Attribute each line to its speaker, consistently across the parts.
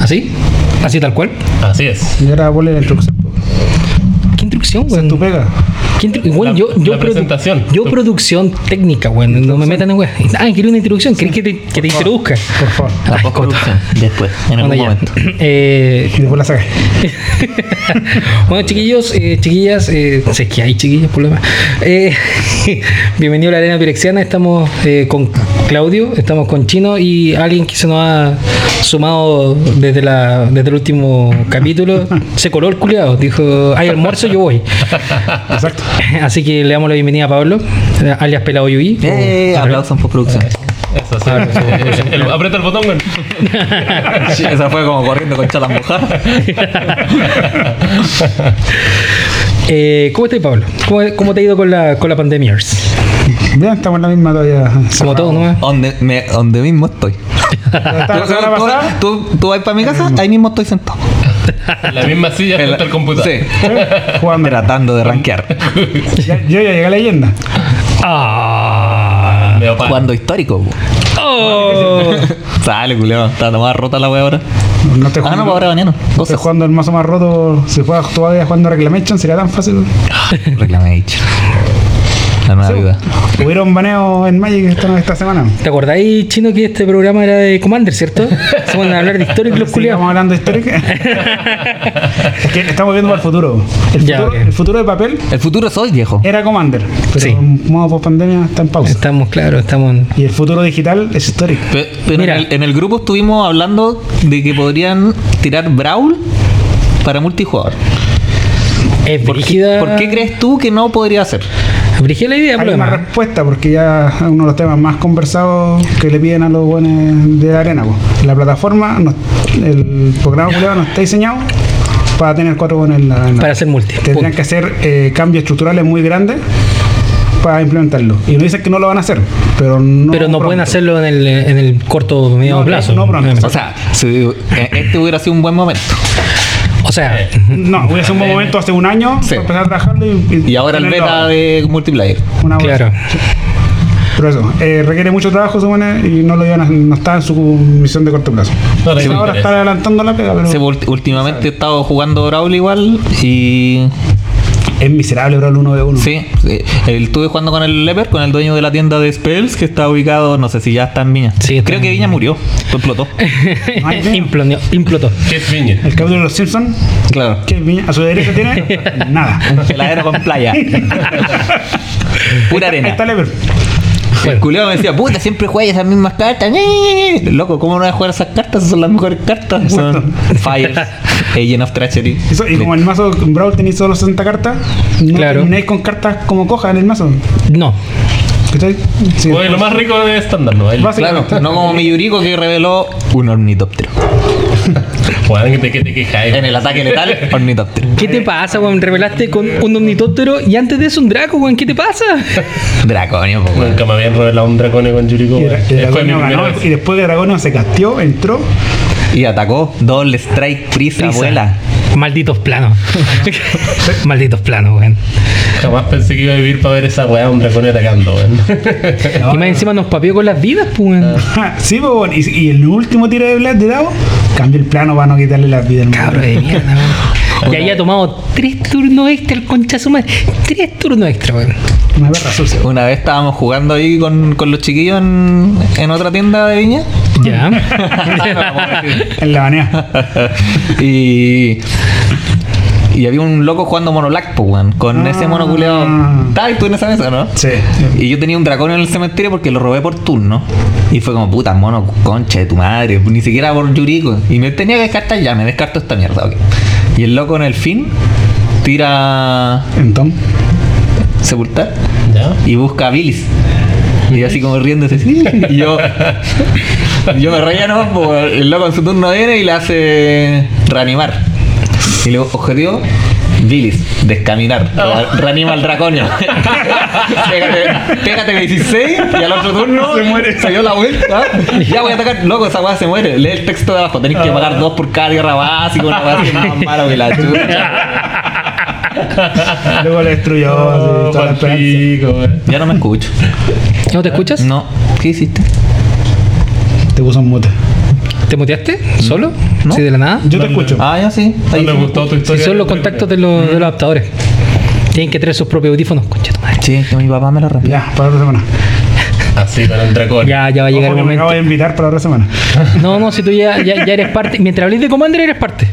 Speaker 1: ¿Así? ¿Así tal cual?
Speaker 2: Así es.
Speaker 3: Y ahora ponle la instrucción. pues,
Speaker 1: ¿Qué instrucción,
Speaker 3: Esa es
Speaker 1: weón?
Speaker 3: tu pega.
Speaker 1: ¿Qué intro- weón,
Speaker 2: La-
Speaker 1: yo, yo
Speaker 2: la
Speaker 1: produ-
Speaker 2: presentación.
Speaker 1: Yo
Speaker 2: Tú.
Speaker 1: producción técnica, weón. No me metan en weón. Ah, quería una introducción. ¿Querés que te, que te introduzca?
Speaker 3: Por favor.
Speaker 1: Ah,
Speaker 4: Tampoco
Speaker 1: puta.
Speaker 4: producción. Después, en algún
Speaker 1: Bueno, ya.
Speaker 4: momento.
Speaker 1: Eh,
Speaker 3: Y después la sacas.
Speaker 1: bueno, chiquillos, eh, chiquillas, eh, sé que hay chiquillos, problema. Eh, bienvenido a la Arena Pirexiana. Estamos eh, con Claudio, estamos con Chino y alguien que se nos ha sumado desde, la, desde el último capítulo. Se coló el culiado, dijo: hay almuerzo, yo voy.
Speaker 3: Exacto.
Speaker 1: Así que le damos la bienvenida a Pablo, eh, alias Pelado Yui.
Speaker 4: Eh, aplausos por producción.
Speaker 2: Eso sí. El- aprieta el botón, güey.
Speaker 4: Sí, Esa fue como corriendo con chalas mojadas.
Speaker 1: Eh, ¿Cómo estás, Pablo? ¿Cómo, cómo te ha ido con la, con la pandemia?
Speaker 3: Bien, estamos en la misma todavía.
Speaker 1: Como todo, ¿no?
Speaker 4: Donde, me, donde mismo estoy.
Speaker 3: Ya
Speaker 4: Tú,
Speaker 3: está, La semana
Speaker 4: tú-
Speaker 3: pasada.
Speaker 4: tú- tú vas para mi casa, ahí mismo estoy sentado.
Speaker 2: En la misma silla
Speaker 4: En la-
Speaker 2: frente al computador.
Speaker 4: Sí,
Speaker 3: Jugando.
Speaker 4: tratando de rankear.
Speaker 3: Ya- yo ya llegué a la leyenda.
Speaker 1: Ah.
Speaker 2: Medio pan.
Speaker 4: Cuando histórico. po.
Speaker 1: Oh.
Speaker 4: Sale, culeo. Está tomada rota la wea ahora.
Speaker 3: No estoy
Speaker 4: Ah,
Speaker 3: jugando,
Speaker 4: no, pues ahora mañana.
Speaker 3: no estoy
Speaker 4: 12.
Speaker 3: jugando el mazo más roto. Si juegas todavía jugando Reclamation, sería tan fácil.
Speaker 4: Reclamation. La nueva vida.
Speaker 3: Hubieron baneo en Magic esta, esta semana.
Speaker 1: ¿Te acordáis, Chino, que este programa era de Commander, cierto? Se van a hablar de historia y los
Speaker 3: Estamos
Speaker 1: culiados.
Speaker 3: hablando de histórica. es que estamos viendo para el futuro. El futuro,
Speaker 1: Ya, ok.
Speaker 3: el futuro de papel
Speaker 4: El futuro soy, viejo.
Speaker 3: era Commander. Pero
Speaker 1: Sí.
Speaker 3: en modo post pandemia está en pausa.
Speaker 1: Estamos, claro, estamos... en-
Speaker 3: Y el futuro digital es histórico.
Speaker 4: Pe- Pero
Speaker 1: Mira.
Speaker 4: en, el, en el grupo estuvimos hablando de que podrían tirar Brawl para multijugador.
Speaker 1: Es
Speaker 4: ¿Por qué,
Speaker 1: brígida...
Speaker 4: por qué crees tú que no podría ser?
Speaker 1: Brígida la idea,
Speaker 3: Hay una
Speaker 1: problema.
Speaker 3: respuesta porque ya es uno de los temas más conversados que le piden a los buenos de arena. po. La plataforma, no- el programa culiao no está diseñado para tener cuatro buenos en la arena.
Speaker 1: Para hacer multi.
Speaker 3: Tendrían
Speaker 1: punto.
Speaker 3: que hacer eh, cambios estructurales muy grandes para implementarlo. Y no dicen que no lo van a hacer, pero no.
Speaker 1: Pero no
Speaker 3: pronto.
Speaker 1: pueden hacerlo en el, en el corto o medio
Speaker 3: No,
Speaker 1: plazo.
Speaker 3: no pronto.
Speaker 4: O sea, si eh, este hubiera sido un buen momento.
Speaker 1: O sea,
Speaker 3: No, Eh, hubiese sido un buen momento hace un año
Speaker 4: Sí.
Speaker 3: para empezar a trabajarlo y.
Speaker 4: Y ahora el
Speaker 3: tenerlo
Speaker 4: beta
Speaker 3: ahora.
Speaker 4: de multiplayer.
Speaker 3: Una bolsa.
Speaker 1: claro.
Speaker 3: Pero eso, eh, requiere mucho trabajo, supone, y no lo iban a- no está en su misión de corto plazo. pues.
Speaker 2: No le
Speaker 3: Quizá ahora
Speaker 2: interesa.
Speaker 3: están adelantando la pega, pero.
Speaker 4: Sí, ulti- últimamente he estado jugando Brawl igual y...
Speaker 3: pues. Es miserable, bro, el 1 de 1.
Speaker 4: Sí, sí. El- estuve jugando con el Leper, con el dueño de la tienda de Spells, que está ubicado, no sé si ya está en Viña.
Speaker 1: Sí, está
Speaker 4: Creo
Speaker 1: en
Speaker 4: que Viña murió, explotó.
Speaker 3: Ay, mira.
Speaker 1: Imploneó- implotó.
Speaker 2: ¿Qué es Viña?
Speaker 3: El capítulo de los Simpsons,
Speaker 4: Claro.
Speaker 3: que viña- a su derecha tiene nada.
Speaker 4: Un heladero con playa. Pura
Speaker 3: Ahí
Speaker 4: arena.
Speaker 3: está Lever.
Speaker 4: El culiao me decía, puta, siempre juegas esas mismas cartas. ñe". Loco, ¿cómo no vas a jugar esas cartas? Son las mejores cartas. Son Fire, Agent of Treachery.
Speaker 3: Eso, y como el mazo con Brawl tenéis solo 60 cartas, no
Speaker 1: Claro.
Speaker 3: termináis con cartas como coja en el mazo.
Speaker 1: No.
Speaker 3: ¿Cachai? Sí.
Speaker 2: Oye, lo más rico de estándar, ¿no? El
Speaker 3: Básicamente.
Speaker 4: Claro, no como mi Yuriko que reveló un ornitóptero.
Speaker 2: Juan, que te, que te quejáis.
Speaker 4: En el ataque letal, ornitóptero.
Speaker 1: ¿Qué
Speaker 3: Eh,
Speaker 1: te pasa, weón? Revelaste con un omnitóptero y antes de eso un draco, weón. ¿Qué te pasa?
Speaker 4: Draconio, po, weón.
Speaker 2: Nunca me habían revelado un dracone con Yuriko.
Speaker 3: Y,
Speaker 2: güey.
Speaker 3: Dra- y
Speaker 2: Fue mi
Speaker 3: Dragonio
Speaker 2: primera
Speaker 3: ganó,
Speaker 2: vez.
Speaker 3: y después de Dragonio se casteó, entró.
Speaker 4: Y atacó. Doble strike, prisa,
Speaker 1: Prisa.
Speaker 4: abuela.
Speaker 1: Malditos planos. Malditos planos, weón.
Speaker 2: Jamás pensé que iba a vivir para ver esa weá, un dracone atacando, weón.
Speaker 1: Y más encima nos papió con las vidas, pues, weón.
Speaker 3: sí, pues, bueno, y, y el último tiro de Blast de Davo, cambió el plano para no quitarle las vidas al
Speaker 1: Cabro de mierda, weón. Y ahí ha tomado tres turnos extra el concha su madre. Tres turnos extra, weón.
Speaker 3: Una perra sucia.
Speaker 4: Una vez estábamos jugando ahí con, con los chiquillos en, en otra tienda de Viña.
Speaker 1: Ya.
Speaker 3: En la banea.
Speaker 4: y. Y había un loco jugando monolac, po, weón, con
Speaker 3: Ah.
Speaker 4: ese mono culeado. ¿Estabas tú en esa mesa, no?
Speaker 3: Sí.
Speaker 4: Y yo tenía un dragón en el cementerio porque lo robé por turno. Y fue como, puta, mono, concha de tu madre. Ni siquiera por Yuriko. Y me tenía que descartar ya, me descarto esta mierda, ok. Y el loco en el fin tira
Speaker 3: Entonces,
Speaker 4: sepultar
Speaker 2: ¿Ya?
Speaker 4: y busca a Billis. Y yo así como riéndose, sí. Y yo, yo me reía no, Porque el loco en su turno viene y le hace reanimar. Y luego, objetivo, Billis, descaminar. Re- Reanima al draconio. pégate, pégate 16 y al otro turno se muere. Se dio la vuelta. Ya voy a atacar. Loco, esa weá se muere. Lee el texto de abajo. Tenés que pagar dos por cada tierra básica. Una weá así más mala que la chucha.
Speaker 3: luego le destruyó así,
Speaker 2: Oh,
Speaker 3: Ah, toda la
Speaker 2: pa'l
Speaker 3: esperanza.
Speaker 2: pico, güey.
Speaker 4: Ya no me escucho.
Speaker 1: ¿No te escuchas?
Speaker 4: No. ¿Qué hiciste?
Speaker 3: Te puso en mute.
Speaker 1: ¿Te muteaste? ¿Solo?
Speaker 4: ¿No?
Speaker 1: Sí, de la nada.
Speaker 3: Yo te
Speaker 2: Dale.
Speaker 3: escucho.
Speaker 4: Ah, ya sí.
Speaker 2: No
Speaker 4: Ahí
Speaker 2: me
Speaker 4: sí.
Speaker 2: gustó tu
Speaker 1: Si
Speaker 2: historia.
Speaker 1: son los
Speaker 2: del-
Speaker 1: contactos de los, de los adaptadores. Tienen que traer sus propios audífonos, concha tu madre.
Speaker 4: Sí, que mi papá me lo rompió.
Speaker 3: Ya, para otra semana.
Speaker 2: Así, Ah, para el dragón.
Speaker 1: Ya, ya va a llegar
Speaker 3: Ojo
Speaker 1: el
Speaker 3: que me acabo
Speaker 1: momento.
Speaker 3: de invitar para otra semana.
Speaker 1: No, no, si tú ya, ya, ya eres parte. Mientras hables de Commander, eres parte.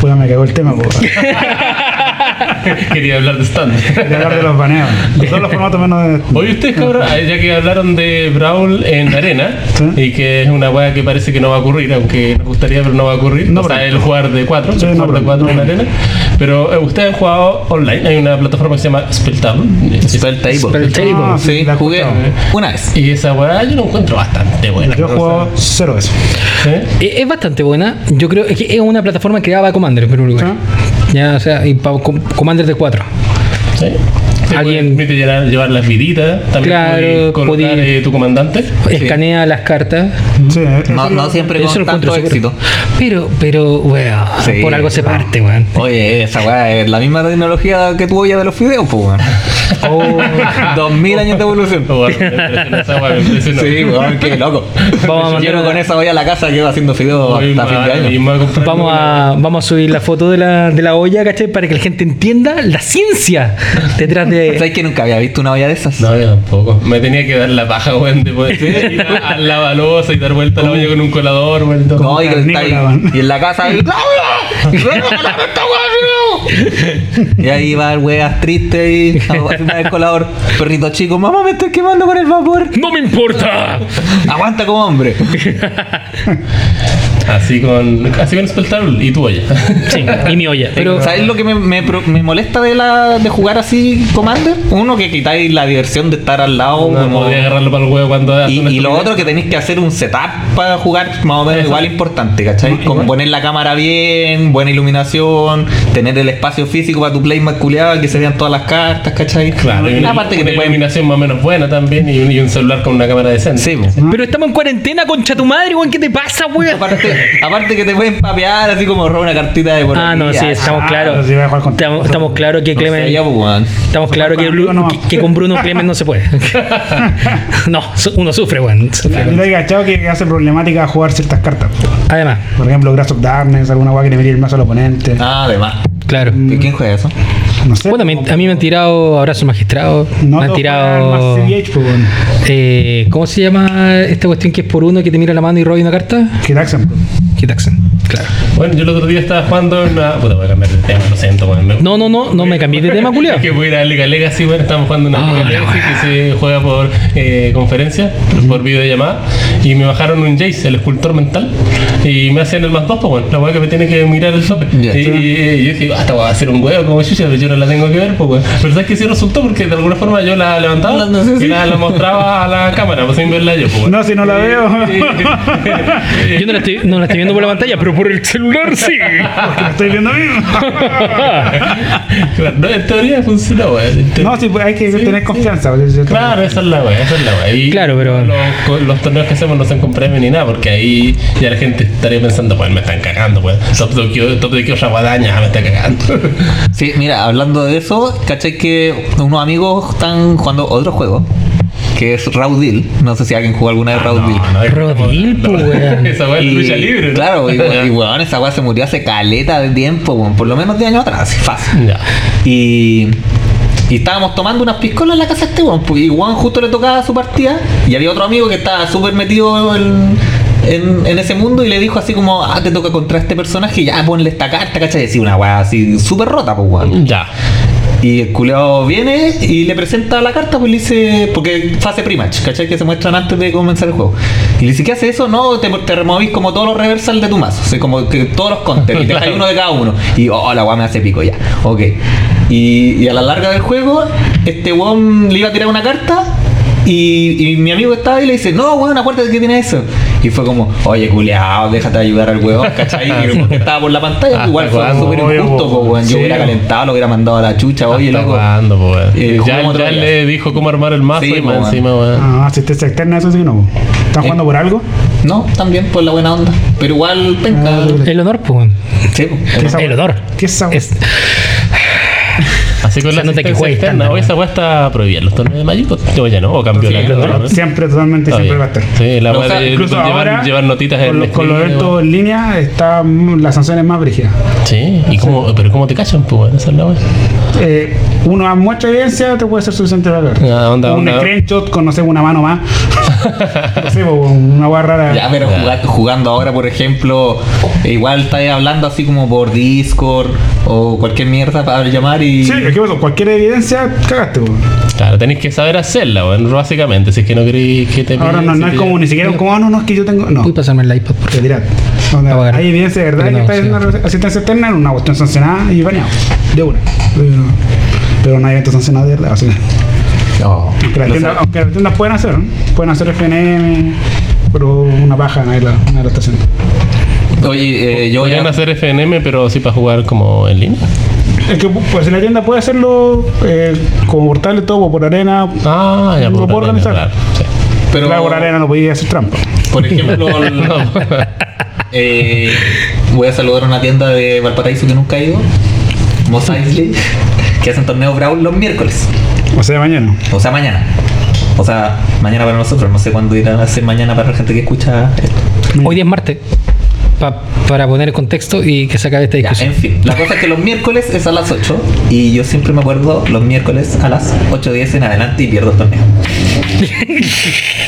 Speaker 3: Puta, me cagó el tema, po. Quería
Speaker 2: Quería hablar de stand.
Speaker 3: hablar de los baneos. De todos los formatos menos de.
Speaker 2: Oye, ustedes, cabrón, ah, ya que hablaron de Brawl en arena,
Speaker 3: Sí.
Speaker 2: y que es una weá que parece que no va a ocurrir, aunque nos gustaría, pero no va a ocurrir.
Speaker 3: No,
Speaker 2: o sea,
Speaker 3: pero-
Speaker 2: el jugar de 4,
Speaker 3: Sí,
Speaker 2: el
Speaker 3: no,
Speaker 2: jugar de
Speaker 3: pero-
Speaker 2: 4 en
Speaker 3: no.
Speaker 2: arena. Pero eh, ustedes han jugado online, hay una plataforma que se llama Spelltable.
Speaker 4: Spelltable.
Speaker 1: Spelltable.
Speaker 3: Ah,
Speaker 4: Sí,
Speaker 3: la he
Speaker 4: jugué
Speaker 3: escuchado.
Speaker 4: una vez.
Speaker 2: Y esa weá yo la encuentro bastante buena.
Speaker 3: Yo he jugado cero veces.
Speaker 2: ¿Eh?
Speaker 1: Es, es bastante buena. Yo creo es que es una plataforma creada para Commander en primer lugar.
Speaker 3: ¿Ah?
Speaker 1: Ya, o sea, y para Com- Commander de 4.
Speaker 2: Sí. Te
Speaker 1: Alguien-
Speaker 2: permite llevar, llevar las viditas, también
Speaker 1: Claro,
Speaker 2: puedes colocar
Speaker 1: podía-
Speaker 2: eh, tu comandante.
Speaker 1: Escanea las cartas.
Speaker 3: Sí, eh,
Speaker 4: No, no siempre
Speaker 1: Eso
Speaker 4: con
Speaker 1: lo encuentro
Speaker 4: tanto
Speaker 1: súper-
Speaker 4: éxito.
Speaker 1: Pero, pero, weón,
Speaker 4: Sí.
Speaker 1: por algo se parte, weón.
Speaker 4: Oye, esa weá es la misma tecnología que tuvo ya de los fideos, pues weón. Oh. Dos mil años de evolución. pues,
Speaker 2: Oh, weón, me impresiona esa weá, me impresiona.
Speaker 4: Sí, weón, qué loco.
Speaker 1: Vamos a mandar
Speaker 4: Yo
Speaker 1: a-
Speaker 4: con esa voy a la casa que va haciendo fideos
Speaker 2: Voy
Speaker 4: hasta
Speaker 2: a-
Speaker 4: fin de
Speaker 2: y
Speaker 4: año.
Speaker 2: me voy a comprar
Speaker 1: Vamos
Speaker 2: una-
Speaker 1: a, vamos a subir la foto de la, de la olla, ¿cachai? Para que la gente entienda la ciencia detrás de.
Speaker 4: ¿Sabes que nunca había visto una olla de esas?
Speaker 2: No, yo tampoco. Me tenía que dar la paja, weón, de poder ir a, a la balosa y dar vuelta a la olla con un colador, weón. y todo.
Speaker 4: No, y, que está
Speaker 3: Carnícola,
Speaker 4: ahí,
Speaker 3: weón.
Speaker 4: y en la casa ahí, ¡Claudia! ¡Ven a colar esta weá, tío! Y ahí va el weas triste y encima del colador. Perrito chico, mamá me estoy quemando con el vapor.
Speaker 1: ¡No me importa!
Speaker 4: Aguanta como hombre.
Speaker 2: Así con. Así con Spelltable y tu olla.
Speaker 1: Sí, y mi olla. Pero,
Speaker 4: ¿Sabes lo que me, me pro- me molesta de la de jugar así Commander? Uno que quitáis la diversión de estar al lado
Speaker 2: No
Speaker 4: como-
Speaker 2: podía agarrarlo para el huevo cuando hace
Speaker 4: Y,
Speaker 2: una
Speaker 4: y lo
Speaker 2: estupidez.
Speaker 4: otro que tenéis que hacer un setup para jugar más o menos
Speaker 2: Eso.
Speaker 4: igual importante, ¿cachai? Con poner la cámara bien, buena iluminación, tener el espacio físico para tu play más culiada, que se vean todas las cartas, ¿cachai?
Speaker 2: Claro, y
Speaker 4: una
Speaker 2: una,
Speaker 4: parte que
Speaker 2: una
Speaker 4: te pueden...
Speaker 2: iluminación más o menos buena también y un, y un celular con una cámara decente.
Speaker 4: Sí, po.
Speaker 1: pero estamos en cuarentena, concha tu madre, weón. ¿Qué te pasa, weón?
Speaker 4: aparte, aparte que te pueden papear así como robar una cartita de por
Speaker 1: Ah,
Speaker 4: aquí,
Speaker 1: no, sí,
Speaker 4: ah,
Speaker 1: estamos
Speaker 3: ah,
Speaker 1: claros.
Speaker 3: sí, voy a jugar con-
Speaker 1: Estamos, estamos claros que
Speaker 4: no sé,
Speaker 1: Clemen.
Speaker 4: ya, po, weón.
Speaker 1: Estamos claros que,
Speaker 3: con
Speaker 1: Blu-
Speaker 3: amigos nomás.
Speaker 1: que- que con Bruno Clemen no se puede. no, su- uno sufre, weón. sufre.
Speaker 3: Yo te he cachado que hace problemática jugar ciertas cartas.
Speaker 1: Además,
Speaker 3: Por ejemplo, Grass of Darkness, alguna weá que le metía el mazo al oponente.
Speaker 4: Ah, además.
Speaker 1: claro.
Speaker 4: ¿Y quién juega eso?
Speaker 3: No sé.
Speaker 1: Bueno, me- a mí me han tirado abrazos magistrados,
Speaker 3: no
Speaker 1: me han
Speaker 3: todos
Speaker 1: tirado...
Speaker 3: juegan más CDH, pues, bueno.
Speaker 1: Eh, ¿Cómo se llama esta cuestión que es por uno que te mira la mano y roba una carta?
Speaker 3: Que Daxan, pues.
Speaker 1: Hitaxen, claro.
Speaker 2: Bueno, yo el otro día estaba jugando en una. Puta, voy a cambiar de tema, lo siento, weón. Me-
Speaker 1: No, no, no, no me cambié de tema, culiao.
Speaker 2: Es que voy a ir a Liga Legacy, bueno, estamos jugando una
Speaker 1: Ah,
Speaker 2: Liga
Speaker 1: la
Speaker 2: Legacy que se juega por eh, conferencia, por videollamada, y me bajaron un Jace, el escultor mental, y me hacían el más dos, pues bueno, la weá que me tiene que mirar el sope.
Speaker 4: Ya.
Speaker 2: Y, y- y yo dije, "Ah, hasta voy a hacer un huevo como chucha, pero yo no la tengo que ver, pues weón. Pero sabes que sí resultó porque de alguna forma yo la levantaba
Speaker 4: No, no sé,
Speaker 2: y
Speaker 4: sí.
Speaker 2: la, la mostraba a la cámara, pues sin verla yo, pues weón.
Speaker 3: No, si no la veo.
Speaker 2: eh,
Speaker 1: Yo no la, estoy, no la estoy viendo por la pantalla, pero por el celular sí.
Speaker 3: Porque la estoy viendo a mí.
Speaker 2: Claro, no, en teoría funciona, weón.
Speaker 3: No, sí, pues hay que
Speaker 2: Sí,
Speaker 3: tener
Speaker 2: sí.
Speaker 3: confianza. pues, yo-
Speaker 2: Claro, esa es la weá, esa es la weá. Y
Speaker 1: Claro, pero-
Speaker 2: Los, co- los torneos que hacemos no son con premio ni nada, porque ahí ya la gente estaría pensando, pues me están cagando, pues. Top de Kyo- top de Kyoto guadaña, ah, me está cagando.
Speaker 4: Sí, mira, hablando de eso, caché que unos amigos están jugando otro juego, que es Raw Deal. No sé si alguien jugó alguna
Speaker 1: Ah,
Speaker 4: vez Raw Deal.
Speaker 2: no, es-
Speaker 1: Rodil, po, weón.
Speaker 2: Esa weá es
Speaker 4: Y-
Speaker 2: lucha libre. ¿no?
Speaker 4: Claro, y, y, weón, esa weá se murió hace caleta de tiempo, weón, por lo menos 10 años atrás, fácil.
Speaker 2: Ya.
Speaker 4: Y, y estábamos tomando unas piscolas en la casa de este weón, pues, y Juan justo le tocaba su partida, y había otro amigo que estaba súper metido en, en- en ese mundo y le dijo así como, ah, te toca contra este personaje, ya ponle esta carta, ¿cachai? Sí, una weá así súper rota, pues weón.
Speaker 2: Ya.
Speaker 4: Y el culeado viene y le presenta la carta, pues le dice, porque fase pre-match, ¿cachai? Que se muestran antes de comenzar el juego. Y le dice, ¿qué hace eso? No, te, te removís como todos los reversal de tu mazo, o sea, como que todos los counters, y te dejáis uno de cada uno. Y, oh, la weá me hace pico ya, ok. Y, y a la larga del juego, este weón le iba a tirar una carta. Y, y mi amigo estaba ahí y le dice, no, weón, acuérdate que tiene eso. Y fue como, oye, culeado, déjate ayudar al weón, ¿cachai? Y porque estaba por la pantalla, pues, igual fue
Speaker 2: Hasta
Speaker 4: súper
Speaker 3: cuándo,
Speaker 4: injusto,
Speaker 3: obvio,
Speaker 4: pues, weón.
Speaker 2: sí,
Speaker 4: Yo hubiera
Speaker 2: pues.
Speaker 4: calentado, lo hubiera mandado a la chucha,
Speaker 2: Ah,
Speaker 4: oye,
Speaker 2: Está
Speaker 4: loco.
Speaker 2: jugando, po, weón.
Speaker 4: Eh,
Speaker 2: ya
Speaker 4: jugamos otro
Speaker 2: ya
Speaker 4: día.
Speaker 2: le dijo cómo armar el mazo
Speaker 4: Sí,
Speaker 2: y
Speaker 4: po,
Speaker 2: más
Speaker 4: weón.
Speaker 2: encima, weón.
Speaker 3: Ah, asistencia externa, eso sí que no. ¿Están jugando por algo?
Speaker 4: No, también por la buena onda. Pero igual,
Speaker 3: Ah.
Speaker 4: penca.
Speaker 1: El honor, po, weón.
Speaker 4: Sí, po.
Speaker 1: El honor.
Speaker 3: ¿Qué es esa-
Speaker 1: Es-
Speaker 2: Así con
Speaker 1: Se
Speaker 2: la
Speaker 1: nota que
Speaker 2: asistencia
Speaker 1: juega
Speaker 2: externa.
Speaker 1: estándar,
Speaker 2: Hoy esa weá está prohibida en los torneos de Magic. pues, Yo ya no, o cambió la
Speaker 4: Siempre,
Speaker 2: regla,
Speaker 4: ¿no?
Speaker 2: ¿no?
Speaker 3: Siempre, totalmente,
Speaker 2: Está
Speaker 3: siempre
Speaker 2: bien.
Speaker 3: va a estar.
Speaker 2: Sí, la
Speaker 4: No,
Speaker 2: weá
Speaker 4: o sea,
Speaker 2: de
Speaker 3: Incluso
Speaker 2: llevar,
Speaker 3: ahora,
Speaker 2: llevar notitas en
Speaker 3: con los,
Speaker 2: el
Speaker 3: con los
Speaker 2: stream,
Speaker 3: eventos en línea, mm, están las sanciones más brígidas.
Speaker 2: weón. Sí, ¿y cómo, pero ¿cómo te cachan? Pues, weón? esa es la weá.
Speaker 3: Eh, uno muestra evidencia, te puede ser suficiente para ver.
Speaker 2: Ah, onda,
Speaker 3: un
Speaker 2: onda.
Speaker 3: screenshot con, no sé, una mano más. no sé, po, una guarra rara.
Speaker 4: Ya, pero jugar- jugando ahora, por ejemplo, igual estáis hablando así como por Discord o cualquier mierda para llamar y.
Speaker 3: Sí, ¿qué pasó? Cualquier evidencia, cagaste, po.
Speaker 2: Claro, tenéis que saber hacerla, weón, básicamente, si es que no queréis que te
Speaker 3: Ahora
Speaker 2: pillen,
Speaker 3: no,
Speaker 2: si
Speaker 3: no es
Speaker 2: te-
Speaker 3: como ni siquiera un como, ah, no, no, es que yo tengo. No,
Speaker 1: Voy a pasarme el iPad. por favor.
Speaker 3: te tiras. Onda,
Speaker 1: Ah, bueno.
Speaker 3: hay evidencia de verdad
Speaker 1: Pero
Speaker 3: que
Speaker 1: no,
Speaker 3: está
Speaker 1: sí.
Speaker 3: haciendo una asistencia externa en una cuestión sancionada y baneado. De una. Pero, pero no hay evento sancionado de verdad. o sea,
Speaker 4: No.
Speaker 3: aunque, las
Speaker 4: No
Speaker 3: tiendas,
Speaker 4: sé.
Speaker 3: aunque las tiendas pueden hacer, ¿no? Pueden hacer FNM, pero una baja nadie la, nadie la está haciendo.
Speaker 4: Oye, eh, yo
Speaker 2: Podrían
Speaker 4: ya.
Speaker 2: hacer FNM, pero sí para jugar como en línea.
Speaker 3: Es que pues, si la tienda puede hacerlo eh, como portable todo, pues, por arena.
Speaker 2: Ah, ya
Speaker 3: Lo
Speaker 2: por
Speaker 3: puedo
Speaker 2: arena,
Speaker 3: organizar.
Speaker 2: claro, sí.
Speaker 4: Pero,
Speaker 3: Claro, por arena no podía hacer trampa.
Speaker 4: por ejemplo, el- eh, voy a saludar a una tienda de Valparaíso que nunca he ido, Mos Eisley, que hacen torneo Brawl los miércoles.
Speaker 3: O sea, mañana.
Speaker 4: O sea, mañana. O sea, mañana para nosotros. No sé cuándo irán a ser mañana para la gente que escucha esto.
Speaker 1: Hoy día es martes. pa- para poner el contexto y que se acabe esta
Speaker 4: Ya, en
Speaker 1: discusión.
Speaker 4: fin, la cosa es que los miércoles es a las 8 y yo siempre me acuerdo los miércoles a las 8.10 en adelante y pierdo el torneo.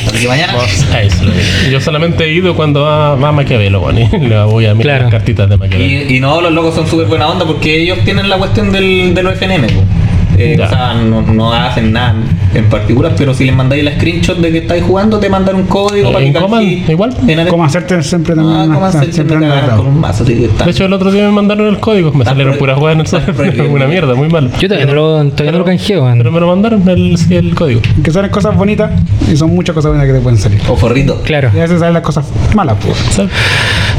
Speaker 4: Así que mañana...
Speaker 2: Mos Eisley. Yo solamente he ido cuando va, va Maquiavelo, weón, y le voy a mirar
Speaker 1: Claro.
Speaker 2: las cartitas de Maquiavelo.
Speaker 4: Y, y no, los locos son súper buena onda porque ellos tienen la cuestión del, de los FNM. po. Eh,
Speaker 2: Ya.
Speaker 4: o sea, no, no hacen nada en particular, pero si les mandáis la screenshot de que estáis jugando, te mandan un código
Speaker 2: Eh,
Speaker 4: para
Speaker 2: en
Speaker 4: que
Speaker 2: Command,
Speaker 4: canjees
Speaker 2: igual.
Speaker 4: en adelante.
Speaker 3: Como hacerte siempre también.
Speaker 4: Ah,
Speaker 3: una-
Speaker 4: Command se
Speaker 3: siempre
Speaker 4: me
Speaker 3: anda
Speaker 4: cagaron
Speaker 3: atado.
Speaker 4: con un mazo, así que está.
Speaker 2: De hecho, el otro día me mandaron el código, me
Speaker 4: Está
Speaker 2: salieron
Speaker 4: prohi-
Speaker 2: puras jugadas en el
Speaker 4: está
Speaker 2: software.
Speaker 4: prohibido.
Speaker 2: Una mierda, muy malo.
Speaker 1: Yo todavía eh, no lo, todavía no lo canjeo. man.
Speaker 2: Pero me lo mandaron el, sí, el código.
Speaker 3: Que salen cosas bonitas y son muchas cosas bonitas que te pueden salir.
Speaker 4: O forrito.
Speaker 1: Claro.
Speaker 3: Y a veces salen las cosas malas, pues.
Speaker 2: O sea,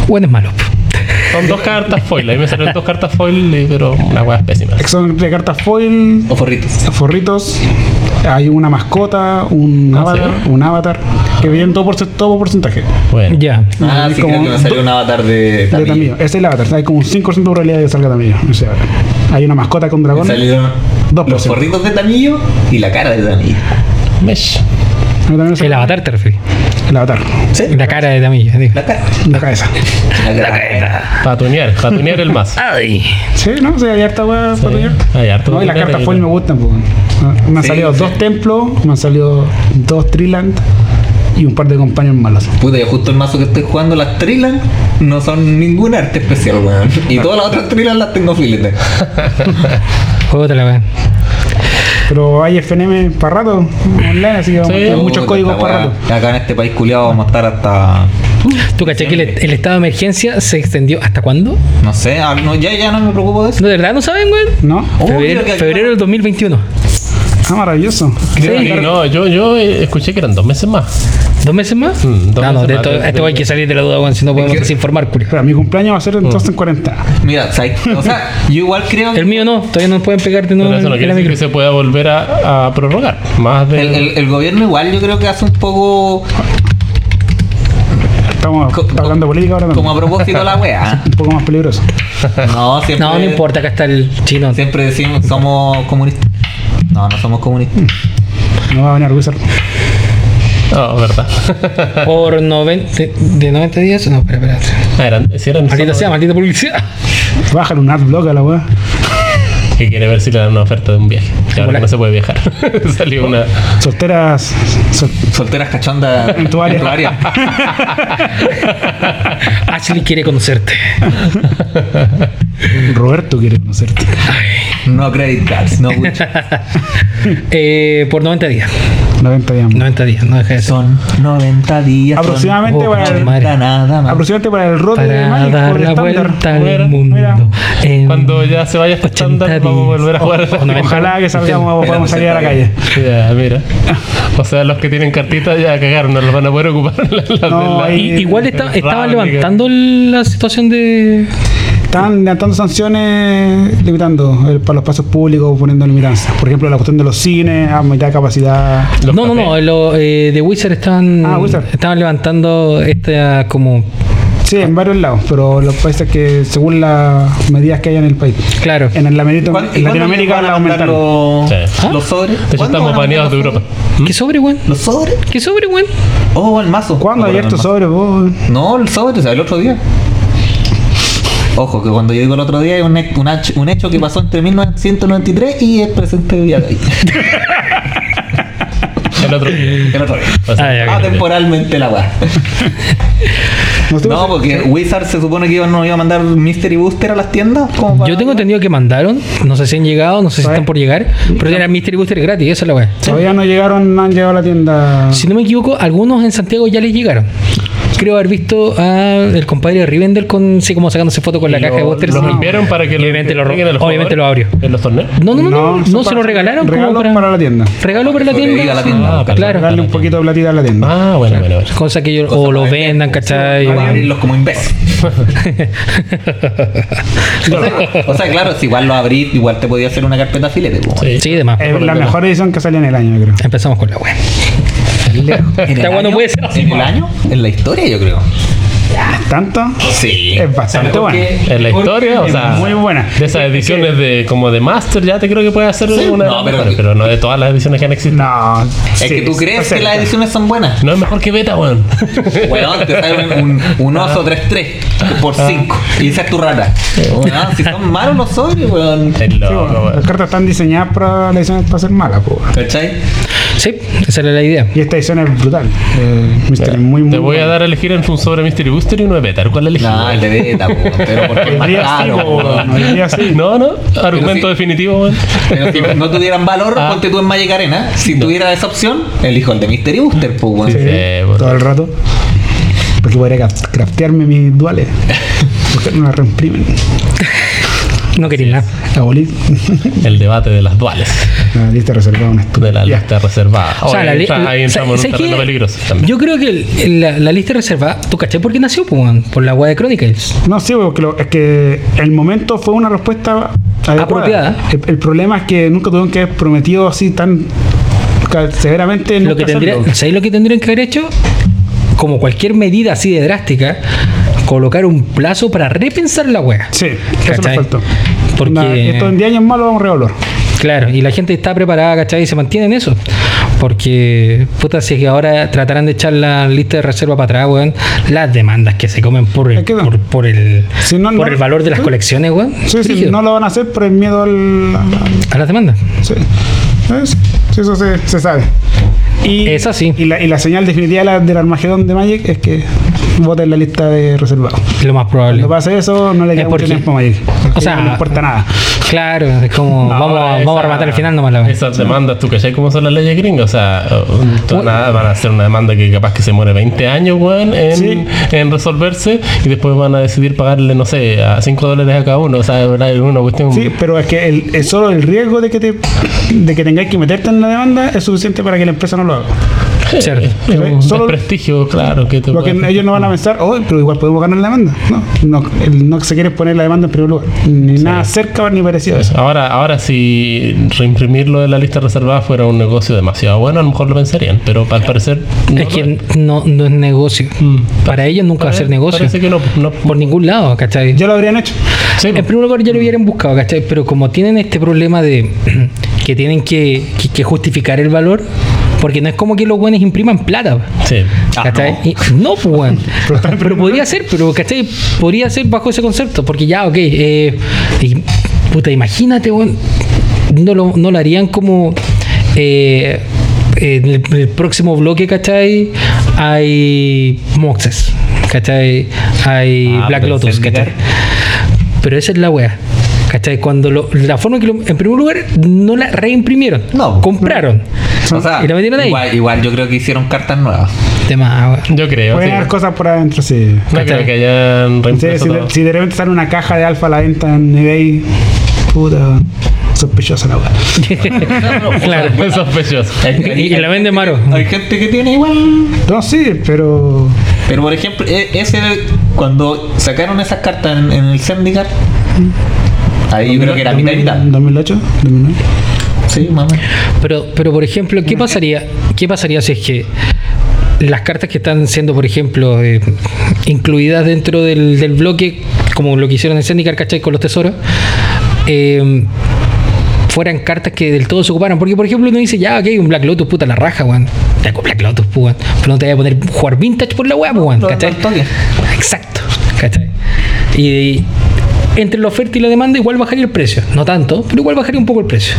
Speaker 1: Bueno es malo.
Speaker 2: Son dos cartas foil, ahí me salieron dos cartas foil, eh, pero una weá pésima.
Speaker 3: Que Son de cartas foil,
Speaker 4: O forritos.
Speaker 3: forritos. Hay una mascota, un
Speaker 2: Ah,
Speaker 3: avatar,
Speaker 2: ¿sí?
Speaker 3: un avatar, que vienen todo por, todo por porcentaje.
Speaker 2: Bueno,
Speaker 1: Ya.
Speaker 4: Ah,
Speaker 3: Y
Speaker 4: sí,
Speaker 3: como
Speaker 4: creo que me salió un avatar de
Speaker 3: De Tamiyo.
Speaker 4: Tamiyo.
Speaker 3: Ese es el avatar. Hay como un 5% de probabilidad de que salga Tamiyo. O sea, hay una mascota con
Speaker 4: Me
Speaker 3: dragón.
Speaker 4: salieron
Speaker 3: Dos
Speaker 4: los
Speaker 3: por ciento.
Speaker 4: forritos de Tamillo y la cara de Tamillo.
Speaker 2: mesh.
Speaker 1: El avatar te refieres.
Speaker 3: El avatar.
Speaker 4: ¿Sí?
Speaker 1: La cara de Tamilla. digo.
Speaker 4: La cara.
Speaker 3: La cabeza.
Speaker 4: La cara.
Speaker 2: Para tunear, para tunear el mazo.
Speaker 1: Ay.
Speaker 3: Sí, no, o sea, hay harta weá para
Speaker 2: Sí,
Speaker 3: tunear.
Speaker 2: hay harto
Speaker 3: No, y
Speaker 2: de
Speaker 3: las
Speaker 2: tunear
Speaker 3: cartas
Speaker 2: ahí,
Speaker 3: foil me
Speaker 2: ¿no?
Speaker 3: gustan, pues. Me han
Speaker 4: Sí,
Speaker 3: salido
Speaker 4: sí.
Speaker 3: dos templos, me han salido dos Triland y un par de compañeros malos.
Speaker 4: Puta, yo justo el mazo que estoy jugando, las Trilan, no son ningún arte especial, weón. Y todas las otras Trilan las tengo filete.
Speaker 1: Otra la weá.
Speaker 3: Pero hay FNM para rato online, así que vamos a
Speaker 2: Sí.
Speaker 3: tener muchos
Speaker 4: Puta,
Speaker 3: códigos
Speaker 4: esta
Speaker 3: para
Speaker 4: weá.
Speaker 3: rato.
Speaker 4: Acá en este país culiado vamos a estar hasta.
Speaker 1: ¿Tú caché que el, el estado de emergencia se extendió hasta cuándo?
Speaker 4: No sé, ah, no, ya, ya no me preocupo de eso.
Speaker 1: ¿No de verdad no saben, güey?
Speaker 3: ¿No?
Speaker 4: Oh,
Speaker 1: Febrero,
Speaker 4: mira que acá-
Speaker 1: febrero del 2021.
Speaker 3: Ah, maravilloso.
Speaker 2: Sí,
Speaker 1: Sí.
Speaker 2: no, yo, yo eh, escuché que eran dos meses más.
Speaker 1: ¿Dos meses más?
Speaker 2: Mm, dos
Speaker 1: no, no, de
Speaker 2: meses más,
Speaker 1: esto,
Speaker 2: de-
Speaker 1: esto
Speaker 2: de-
Speaker 1: hay que salir de la duda, güey, si no podemos
Speaker 4: que-
Speaker 1: desinformar, culo.
Speaker 3: Pero mi cumpleaños va a ser entonces en cuarentena.
Speaker 4: Mira, o sea, o sea, yo igual creo que
Speaker 1: El mío no, todavía no pueden pegar de nuevo
Speaker 2: Pero eso
Speaker 1: en-
Speaker 2: no
Speaker 1: en
Speaker 2: quiere
Speaker 1: la Mm,
Speaker 2: decir
Speaker 1: micro.
Speaker 2: que se pueda volver a, a prorrogar. Más de.
Speaker 4: el, el- el gobierno igual yo creo que hace un poco
Speaker 3: Estamos
Speaker 4: Co-
Speaker 3: hablando de política ahora
Speaker 4: como a
Speaker 3: también.
Speaker 4: propósito la wea.
Speaker 3: Un poco más peligroso.
Speaker 4: No, siempre.
Speaker 1: No, no importa, acá está el chino.
Speaker 4: Siempre decimos somos comunistas. No, no somos comunistas.
Speaker 3: No va a venir Wizard.
Speaker 2: Ah, verdad.
Speaker 1: Por 90, de- de 90 días. No, espera, espera.
Speaker 2: Ah, eran, si eran
Speaker 1: Maldita
Speaker 2: solo-
Speaker 1: sea, maldita publicidad.
Speaker 3: Bájale un adblock a la weá.
Speaker 2: que quiere ver si le dan una oferta de un viaje. Que ahora
Speaker 1: Hola.
Speaker 2: que no se puede viajar. Salió una.
Speaker 3: Mm. Solteras. sol-
Speaker 4: Solteras cachondas
Speaker 3: En tu área.
Speaker 1: Ashley quiere conocerte.
Speaker 3: Roberto quiere conocerte.
Speaker 4: No credit cards, no Gucci.
Speaker 1: Eh, por 90 días.
Speaker 3: 90 días.
Speaker 1: 90 días, no deja de ser.
Speaker 4: Son 90 días.
Speaker 3: Aproximadamente
Speaker 1: Oh,
Speaker 3: para
Speaker 1: concha
Speaker 3: el-
Speaker 1: de madre.
Speaker 4: Son nada más.
Speaker 3: Aproximadamente para el rote de
Speaker 1: Para
Speaker 3: Magic
Speaker 1: dar
Speaker 3: por
Speaker 1: la
Speaker 3: estándar.
Speaker 1: vuelta al
Speaker 2: Mira,
Speaker 1: mundo. en
Speaker 2: Cuando ya se vaya este
Speaker 1: 80
Speaker 2: estándar, vamos a volver a jugar.
Speaker 1: días. O- o
Speaker 3: Ojalá que salgamos,
Speaker 4: Espérate,
Speaker 3: podamos salir a la
Speaker 4: espérate.
Speaker 3: calle.
Speaker 2: Ya, mira. O sea, los que tienen cartitas ya cagaron, no los van a poder ocupar. La, la-
Speaker 3: No,
Speaker 2: la-
Speaker 3: ahí-
Speaker 1: I- Igual está-
Speaker 2: Rápido.
Speaker 1: estaban levantando la situación de.
Speaker 3: Están levantando sanciones limitando el- para los pasos públicos, poniendo limitanzas. Por ejemplo, la cuestión de los cines a mitad de capacidad.
Speaker 2: los
Speaker 1: no, no,
Speaker 2: cafés.
Speaker 1: no, lo, eh, de Wizard estaban,
Speaker 3: Ah, Wizard.
Speaker 1: estaban levantando esta como
Speaker 3: Sí, en varios lados, pero los países que, según las medidas que hay en el país.
Speaker 1: Claro.
Speaker 3: En, la medito-
Speaker 4: ¿Cuán- y
Speaker 3: en
Speaker 4: cuándo
Speaker 3: Latinoamérica
Speaker 4: van a
Speaker 3: la
Speaker 4: mandar
Speaker 3: aumentaron.
Speaker 4: Los,
Speaker 2: Sí.
Speaker 4: los sobres.
Speaker 2: De hecho,
Speaker 4: ¿Cuándo van
Speaker 2: estamos
Speaker 4: a mandar
Speaker 2: baneados de
Speaker 4: los
Speaker 2: Europa.
Speaker 4: sobres?
Speaker 1: ¿Qué sobre, weón?
Speaker 4: ¿Los sobres?
Speaker 1: ¿Qué sobre, weón?
Speaker 4: Oh, el mazo.
Speaker 3: ¿Cuándo
Speaker 4: No,
Speaker 3: abierto
Speaker 4: perdón,
Speaker 3: sobre vos?
Speaker 4: el mazo. No, el sobre, o sea, el otro día. Ojo, que cuando yo digo el otro día es un, he- un hach- un hecho que pasó entre 1993 y el presente día de hoy.
Speaker 2: El otro.
Speaker 4: El otro día.
Speaker 2: O sea,
Speaker 1: Ah, ya, claro, ya.
Speaker 4: Atemporalmente la weá.
Speaker 3: No, sé,
Speaker 4: No, porque Wizard se supone que iba- no iba a mandar Mystery Booster a las tiendas. como para-
Speaker 1: Yo tengo entendido que mandaron, no sé si han llegado, no sé si
Speaker 3: ¿Sabes?
Speaker 1: están por llegar, pero era Mystery Booster gratis, esa es la weá.
Speaker 3: Todavía no llegaron, no han llegado a la tienda.
Speaker 1: Si no me equivoco, algunos en Santiago ya les llegaron. Creo haber visto al compadre de Rivendell con, sí, como sacándose foto con la
Speaker 2: Y
Speaker 1: caja de
Speaker 2: lo-
Speaker 1: boosters.
Speaker 2: Los
Speaker 1: y-
Speaker 2: enviaron para que
Speaker 1: obviamente lo,
Speaker 2: entreguen a los
Speaker 1: obviamente lo abrió.
Speaker 2: jugadores En los torneos.
Speaker 1: No, no, no, no, no,
Speaker 3: son
Speaker 1: se
Speaker 3: para-
Speaker 1: lo regalaron. como
Speaker 3: Regalos para...
Speaker 1: para-
Speaker 3: la tienda.
Speaker 1: regalo para la
Speaker 4: Para que
Speaker 1: tienda.
Speaker 4: diga la tienda.
Speaker 2: Ah,
Speaker 1: claro.
Speaker 2: claro.
Speaker 3: Darle un poquito de platita a la tienda.
Speaker 2: Ah, bueno, bueno, bueno.
Speaker 1: Cosa que ellos o lo vendan, ¿cachai?
Speaker 4: Para abrirlos como imbécil. o sea, claro, si igual lo abrís, igual te podía hacer una carpeta filete. pues, po.
Speaker 1: Sí,
Speaker 4: Ah,
Speaker 1: demás.
Speaker 3: Es la mejor edición que salió en el año, yo creo.
Speaker 1: Empezamos con la web.
Speaker 4: En el
Speaker 1: Está bueno,
Speaker 4: año-
Speaker 1: puede ser así,
Speaker 4: En el
Speaker 1: man.
Speaker 4: año, en la historia, yo creo.
Speaker 3: Tanto
Speaker 4: Sí.
Speaker 3: es bastante bueno.
Speaker 2: En la historia, o
Speaker 3: Es
Speaker 2: sea.
Speaker 3: muy buena.
Speaker 2: De esas ediciones de como de Master, ya te creo que puede hacer una de
Speaker 4: No,
Speaker 2: las
Speaker 4: pero-
Speaker 2: mejores, pero no de todas las ediciones que han existido.
Speaker 3: No.
Speaker 4: Es que tú crees que las ediciones son buenas.
Speaker 2: No es mejor que Beta, weón.
Speaker 4: Weón, te sale un, un- un oso 3-3 por 5. Y esa es tu rata. Weón, si son malos los sobres, weón.
Speaker 2: Es loco, weón.
Speaker 3: Las cartas están diseñadas para las ediciones para ser malas, po.
Speaker 4: ¿Cachai?
Speaker 1: Sí, esa era la idea.
Speaker 3: Y esta edición es brutal. Eh, Mystery, muy, muy
Speaker 2: Te voy a
Speaker 3: buena.
Speaker 2: dar a elegir entre un sobre Mystery Booster y uno de Beta. ¿Cuál elegí?
Speaker 4: No, el de beta, po, pero porque es más
Speaker 3: Hoy día sí,
Speaker 4: caro.
Speaker 3: po,
Speaker 4: weón.
Speaker 3: weón. Hoy día sí.
Speaker 2: No, no. Argumento
Speaker 4: sí.
Speaker 2: definitivo, weón.
Speaker 4: Pero si no tuvieran valor,
Speaker 1: Ah.
Speaker 4: ponte tú en Magic Arena. Si tuviera esa opción, elijo el de Mystery Booster, pues, weón.
Speaker 2: Sí, sí, po.
Speaker 3: Todo el rato. Porque podría craft- craftearme mis duales. Porque no las reimprimen.
Speaker 1: No quería nada.
Speaker 3: La bolita.
Speaker 2: El debate de las duales.
Speaker 3: La lista reservada, una
Speaker 2: De la
Speaker 3: Ya.
Speaker 2: lista reservada.
Speaker 1: O sea,
Speaker 2: Oye,
Speaker 1: la
Speaker 2: ahí,
Speaker 1: li-
Speaker 2: está- ahí
Speaker 1: o sea,
Speaker 2: entramos en
Speaker 1: ¿sabes
Speaker 2: un
Speaker 1: qué?
Speaker 2: terreno peligroso también.
Speaker 1: Yo creo que el- la, la lista reservada, ¿tú caché por qué nació? po, weón? por la web de Chronicles.
Speaker 3: No, sí, porque lo- es que el momento fue una respuesta adecuada.
Speaker 1: Apropiada.
Speaker 3: El, el problema es que nunca tuvieron que haber prometido así tan ca- severamente.
Speaker 1: Lo
Speaker 3: nunca
Speaker 1: que tendría,
Speaker 3: hacerlo.
Speaker 1: ¿Sabéis lo que tendrían que haber hecho? Como cualquier medida así de drástica, colocar un plazo para repensar la web.
Speaker 3: Sí, eso
Speaker 1: ¿Cachai?
Speaker 3: nos faltó.
Speaker 1: Porque-
Speaker 3: Una- esto en 10 años más lo vamos a revolver.
Speaker 1: Claro, y la gente está preparada, ¿cachai? Y se mantiene en eso. Porque, puta, si es que ahora trataran de echar la lista de reserva para atrás, weón, las demandas que se comen por el,
Speaker 3: Es que no.
Speaker 1: por, por el,
Speaker 3: Si no,
Speaker 1: por
Speaker 3: no-
Speaker 1: el valor de las
Speaker 3: sí.
Speaker 1: colecciones, weón.
Speaker 3: Sí, sí,
Speaker 1: Brígido.
Speaker 3: no lo van a hacer por el miedo al.
Speaker 1: A las demandas.
Speaker 3: Sí, Es- sí, eso se, se sabe. Y,
Speaker 1: Es así.
Speaker 3: Y la, y la señal definitiva de la- del Armagedón de Magic es que voten la lista de reservados.
Speaker 1: Lo más probable.
Speaker 3: Cuando pase eso, no le
Speaker 1: Es
Speaker 3: queda mucho
Speaker 1: porque-
Speaker 3: tiempo a Magic.
Speaker 1: o sea-
Speaker 3: no le importa nada.
Speaker 1: Claro, es como Pues vamos, a- vamos
Speaker 2: Ahora
Speaker 1: a
Speaker 2: esa-
Speaker 1: rematar el final nomás la vez.
Speaker 2: Esas demandas, ¿tú cachai cómo son las leyes gringas? O sea, uh, van a, van a hacer una demanda que capaz que se muere 20 años, weón, en,
Speaker 3: Sí.
Speaker 2: en resolverse y después van a decidir pagarle, no sé, a 5 dólares a cada uno. O sea, es verdad, es una cuestión.
Speaker 3: Sí, pero es que el, es solo el riesgo de que te de que tengáis que meterte en la demanda es suficiente para que la empresa no lo haga.
Speaker 1: Cierto.
Speaker 2: Es un
Speaker 3: Solo-
Speaker 2: desprestigio, claro, que te
Speaker 3: Porque
Speaker 2: puede-
Speaker 3: ellos no van a pensar, oh, pero igual podemos ganar la demanda. No, no, el- no se quiere poner la demanda en primer lugar. Ni nada cerca ni parecido a eso.
Speaker 2: Ahora, ahora si reimprimirlo de la lista reservada fuera un negocio demasiado bueno, a lo mejor lo pensarían, pero al parecer no
Speaker 1: es
Speaker 2: lo
Speaker 1: que no, no es negocio.
Speaker 2: Mm.
Speaker 1: Para ellos nunca va a ser negocio.
Speaker 2: Parece que no, no-
Speaker 1: Por ningún lado, ¿cachai?
Speaker 3: Ya lo habrían hecho.
Speaker 2: sí,
Speaker 1: En primer lugar ya lo hubieran buscado, ¿cachai? Pero como tienen este problema de que tienen que, que- que justificar el valor, porque no es como que los buenos impriman plata.
Speaker 2: sí.
Speaker 4: Ah,
Speaker 1: ¿Cachai? Y- no, pues, weón. pero podría ser, pero, ¿cachai? Podría ser bajo ese concepto, porque ya, ok. eh, y- puta, imagínate, weón. No lo, no lo harían como. eh, en el, el próximo bloque, ¿cachai? Hay Moxes, ¿cachai? Hay
Speaker 4: Ah,
Speaker 1: Black
Speaker 4: pero
Speaker 1: Lotus,
Speaker 4: Zendikar.
Speaker 1: ¿cachai? Pero esa es la wea. ¿Cachai? Cuando lo- la forma que lo, en primer lugar no la reimprimieron,
Speaker 4: No. Mm.
Speaker 1: compraron.
Speaker 4: O sea,
Speaker 1: ¿Y la metieron ahí?
Speaker 4: igual, igual yo creo que hicieron cartas nuevas.
Speaker 1: Tema, weón.
Speaker 2: Yo creo.
Speaker 3: Pueden
Speaker 2: sí.
Speaker 3: haber cosas por adentro, sí.
Speaker 2: No creo que hayan
Speaker 3: Sí,
Speaker 2: reimpreso
Speaker 3: si,
Speaker 2: todo.
Speaker 3: de, si de repente sale una caja de alfa a la venta en eBay, puta, sospechosa la weá.
Speaker 2: Claro, es sospechoso.
Speaker 1: Y, y la vende Maro.
Speaker 4: Hay gente que tiene igual.
Speaker 3: No, sí, pero.
Speaker 4: Pero por ejemplo, e- ese cuando sacaron esas cartas en, en el Zendikar, ahí yo creo que era mitad y mitad.
Speaker 3: 2008, 2009.
Speaker 4: Sí, mamá.
Speaker 1: Pero, pero por ejemplo, ¿qué pasaría? ¿Qué pasaría si es que las cartas que están siendo, por ejemplo, eh, incluidas dentro del, del bloque, como lo que hicieron en Zendikar, ¿cachai? Con los tesoros. eh, fueran cartas que del todo se ocuparan. Porque, por ejemplo, uno dice, ya, ok, un Black Lotus, puta, la raja, weón. Ya con Black Lotus, pues, weón. Pero no te voy a poner jugar vintage por la weá, pues, weón.
Speaker 4: No, no,
Speaker 1: ¿cachai?
Speaker 4: al toque.
Speaker 1: Exacto, ¿cachai? Y entre la oferta y la demanda igual bajaría el precio. No tanto, pero igual bajaría un poco el precio.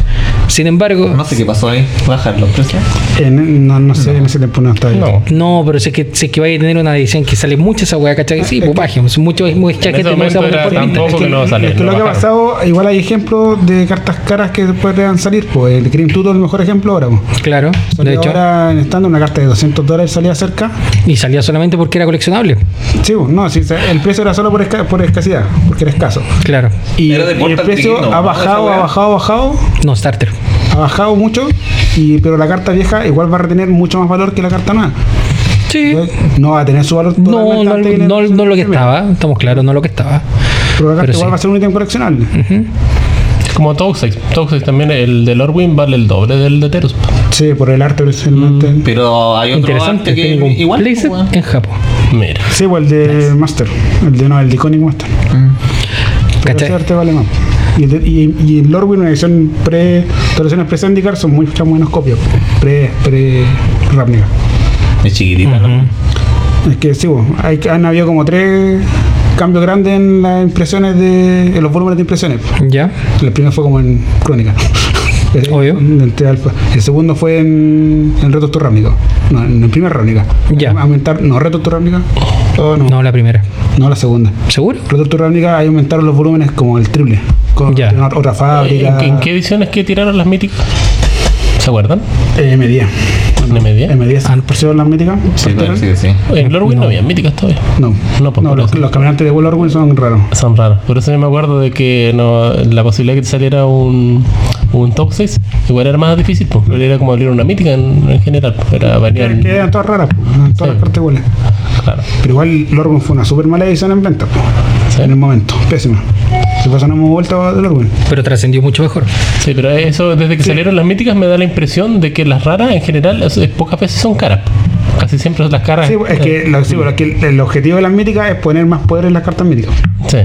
Speaker 1: Sin embargo,
Speaker 4: No sé qué pasó ahí. Bajar los precios.
Speaker 3: En- no, no sé, en ese tiempo no estaba yo.
Speaker 2: No.
Speaker 1: No, pero sé que, sé que vaya a tener una edición que sale mucho esa weá, ¿cachai? Sí, pues bajemos. Mucho es muy chaquete.
Speaker 2: momento era tampoco que no va a salir,
Speaker 3: Es que
Speaker 2: no
Speaker 3: lo que ha
Speaker 2: bajaron.
Speaker 3: pasado, igual hay ejemplos de cartas caras que podrían salir. Pues el Grim Tutor es el mejor ejemplo ahora. pues.
Speaker 1: Claro, de
Speaker 3: Salió
Speaker 1: hecho.
Speaker 3: ahora en estándar una carta de 200 dólares salía cerca.
Speaker 1: Y salía solamente porque era coleccionable.
Speaker 3: Sí, pues, no, sí, el precio era solo por, esca- por escasidad, porque era escaso.
Speaker 1: Claro,
Speaker 3: Y,
Speaker 4: Era de
Speaker 3: y el
Speaker 4: Portal
Speaker 3: precio
Speaker 4: Triquino,
Speaker 3: ha
Speaker 4: ¿no?
Speaker 3: bajado,
Speaker 4: Esa
Speaker 3: ha
Speaker 4: weá.
Speaker 3: bajado, ha bajado,
Speaker 1: no starter.
Speaker 3: ha bajado mucho, y, pero la carta vieja igual va a retener mucho más valor que la carta nueva.
Speaker 1: Sí.
Speaker 3: No va a tener su valor
Speaker 1: No,
Speaker 3: totalmente
Speaker 1: no,
Speaker 3: antes que
Speaker 1: no,
Speaker 3: en el-
Speaker 1: no lo que estaba, estamos claros, no lo que estaba.
Speaker 3: Pero la carta
Speaker 1: pero
Speaker 3: igual
Speaker 1: sí.
Speaker 3: va a ser un ítem coleccionable.
Speaker 2: Como Toxic. Toxic también, el de Lorwyn vale el doble del de Terus.
Speaker 3: Sí, por el arte originalmente.
Speaker 4: Mm. Pero hay otro
Speaker 1: Interesante,
Speaker 4: arte que
Speaker 1: tengo un
Speaker 4: igual. pues,
Speaker 1: playset
Speaker 4: weón.
Speaker 1: en Japón.
Speaker 2: Mira.
Speaker 3: Sí, o el de Master. El de no, el de Iconic Master. Pero
Speaker 1: ¿Cachai?
Speaker 3: ese arte vale más. Y, el de- y, y el Lorwyn, una edición pre. Traducciones pre-Sandicar son muchas menos copias. Pre. pre Ravnica.
Speaker 4: Es chiquitita, ¿no?
Speaker 3: Es que sí, bo, hay, han habido como tres cambios grandes en las impresiones de. en los volúmenes de impresiones.
Speaker 1: Ya,
Speaker 3: El primero fue como en Crónica. El-
Speaker 1: Obvio.
Speaker 3: en T Alpha. El segundo fue en, en Retos Turrámnicos. No, en el primer Ravnica.
Speaker 1: Ya.
Speaker 3: Aumentar, no, Retos Turrámnicos. Oh, no.
Speaker 1: no la primera.
Speaker 3: No, la segunda.
Speaker 1: ¿Seguro?
Speaker 3: Retos Turrámnica ahí aumentaron los volúmenes como el triple. Con
Speaker 1: Ya.
Speaker 3: una- otra
Speaker 2: ¿En,
Speaker 3: fábrica.
Speaker 2: en qué ediciones que tiraron las míticas? ¿Se acuerdan?
Speaker 3: Eh, M10.
Speaker 2: ¿De media?
Speaker 3: M10.
Speaker 1: Ah.
Speaker 3: ¿Precio de las míticas?
Speaker 4: Sí, claro, sí, sí.
Speaker 2: En Lorwyn no. había míticas todavía.
Speaker 3: No.
Speaker 2: No, pues, por
Speaker 3: los,
Speaker 2: eso.
Speaker 3: los caminantes de World Orwin son raros.
Speaker 2: Son raros. Por eso yo me acuerdo de que no, la posibilidad de que te saliera un, un top 6 igual era más difícil, pues. Era como abrir una mítica en, en general. pues, Era variar.
Speaker 3: Que eran todas raras, po, eran todas
Speaker 2: Sí.
Speaker 3: las cartas iguales.
Speaker 2: Claro.
Speaker 3: Pero igual Lorwyn fue una súper mala edición en venta, po,
Speaker 2: Sí.
Speaker 3: en el momento, pésima. Se pasó una vuelta de Lorwyn.
Speaker 1: Pero trascendió mucho mejor.
Speaker 2: Sí, pero eso desde que salieron las míticas me da la impresión de que las raras en general es- es- pocas veces son caras. Casi siempre las caras. eh,
Speaker 3: Sí, po, es que, lo- sí, po, es que el, el objetivo de las míticas es poner más poder en las cartas míticas.
Speaker 2: Sí.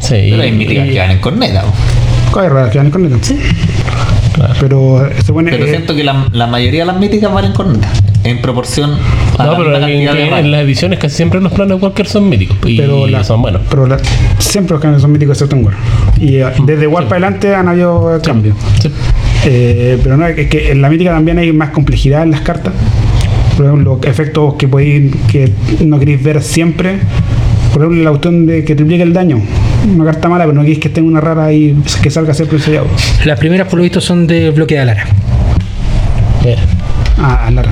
Speaker 2: Sí.
Speaker 4: Pero
Speaker 2: y-
Speaker 4: hay míticas
Speaker 2: y-
Speaker 4: que van en corneta. weón.
Speaker 3: Hay raras que van con el Pero eh, se pone.
Speaker 4: Pero
Speaker 3: eh,
Speaker 4: siento que la, la mayoría de las míticas valen corneta. En proporción a
Speaker 2: No,
Speaker 4: la
Speaker 2: pero
Speaker 4: misma
Speaker 2: en,
Speaker 4: cantidad de
Speaker 2: en-
Speaker 4: raras.
Speaker 2: en las ediciones casi siempre los planes de Walker son míticos. Y
Speaker 3: Pero la-
Speaker 2: son buenos.
Speaker 3: pero la- siempre los cambios son míticos, excepto en War. Y eh, desde War para adelante han habido eh, cambios.
Speaker 2: Sí.
Speaker 3: Eh, pero no, es que en la mítica también hay más complejidad en las cartas. Por ejemplo, los efectos que podéis, que no queréis ver siempre. Por ejemplo, la cuestión de que triplique el daño. Una carta mala, pero no queréis que tenga una rara y que salga siempre un sellado.
Speaker 1: Las primeras, por lo visto, son del bloque de Alara.
Speaker 2: Mira.
Speaker 3: Ah, Lara.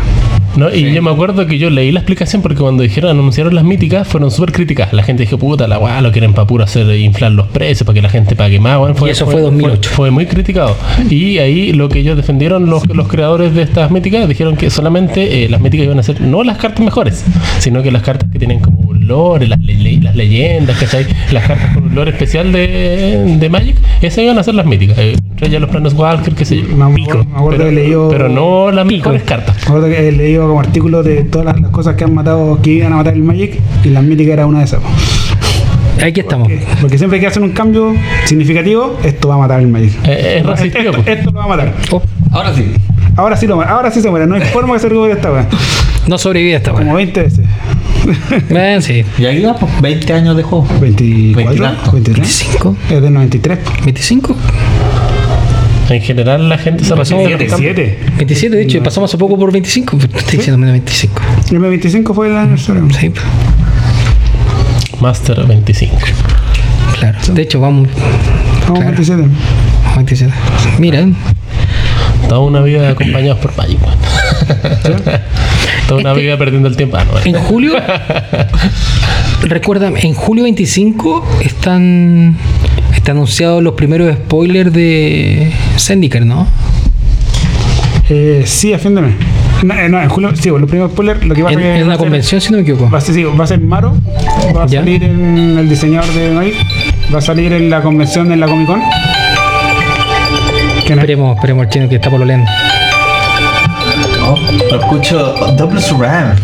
Speaker 2: No, y yo me acuerdo que yo leí la explicación porque cuando dijeron, anunciaron las míticas, fueron súper críticas. La gente dijo, puta, la guau, lo quieren para puro hacer eh, inflar los precios, para que la gente pague más. Bueno,
Speaker 1: Y eso fue 2008.
Speaker 2: Fue, muy criticado. Y ahí lo que ellos defendieron, los, los creadores de estas míticas, dijeron que solamente eh, las míticas iban a ser no las cartas mejores, sino que las cartas que tienen como un lore, las, le- las leyendas, ¿cachai? Las cartas con un lore especial de, de Magic, esas iban a ser las míticas. Eh, entre ellas los planos Walker, qué sé yo.
Speaker 3: Me acuerdo-
Speaker 2: pico.
Speaker 3: me acuerdo
Speaker 2: pero,
Speaker 3: que leí yo-
Speaker 2: pero no las mejores cartas.
Speaker 3: Me acuerdo que he leído como artículos de todas las, las cosas que han matado, que iban a matar el Magic, y la mítica era una de esas. po.
Speaker 1: Aquí estamos.
Speaker 3: Porque siempre que hacen un cambio significativo, esto va a matar el Magic.
Speaker 2: Eh, es resistido.
Speaker 3: Esto,
Speaker 2: pues.
Speaker 3: esto lo va a matar.
Speaker 1: Oh,
Speaker 4: Ahora sí.
Speaker 3: Ahora sí lo ma- ahora sí se muere, no hay forma que se recupere esta weá.
Speaker 1: no sobreviví a esta weá.
Speaker 3: Como 20 veces.
Speaker 1: Eh, sí.
Speaker 4: Y ahí va, pues, 20 años de juego.
Speaker 3: 24,
Speaker 4: Veintitantos.
Speaker 3: 23.
Speaker 1: 25,
Speaker 3: Es Eh, del 93.
Speaker 1: 25,
Speaker 2: En general la gente se pasó.
Speaker 4: Siete.
Speaker 3: 7.
Speaker 1: 27. De hecho, pasamos hace poco por 25. pero Estoy diciendo menos 25.
Speaker 3: El 25 fue el aniversario.
Speaker 1: Sí,
Speaker 2: Master 25.
Speaker 1: claro. De hecho, vamos.
Speaker 3: Vamos, 27.
Speaker 1: 27. Mira,
Speaker 2: Toda una vida acompañados por Magic. weón. Toda una vida perdiendo el tiempo. Ah, no, eh.
Speaker 1: en julio. Recuérdame, en julio 25 están. Están anunciados los primeros spoilers de Zendikar, ¿no?
Speaker 3: Eh, sí, a fin de mes. No, eh, no, en julio, sí, bueno, los primeros spoilers, lo que va a
Speaker 1: En,
Speaker 3: ser-
Speaker 1: en una convención, si no me equivoco.
Speaker 3: Va a ser, sí, va a ser Maro, va a
Speaker 1: Ya.
Speaker 3: salir en el diseñador de Magic, va a salir en la convención en la Comic Con. Que no-
Speaker 1: Esperemos, esperemos al chino que está pololeando.
Speaker 4: No, lo escucho doble surround.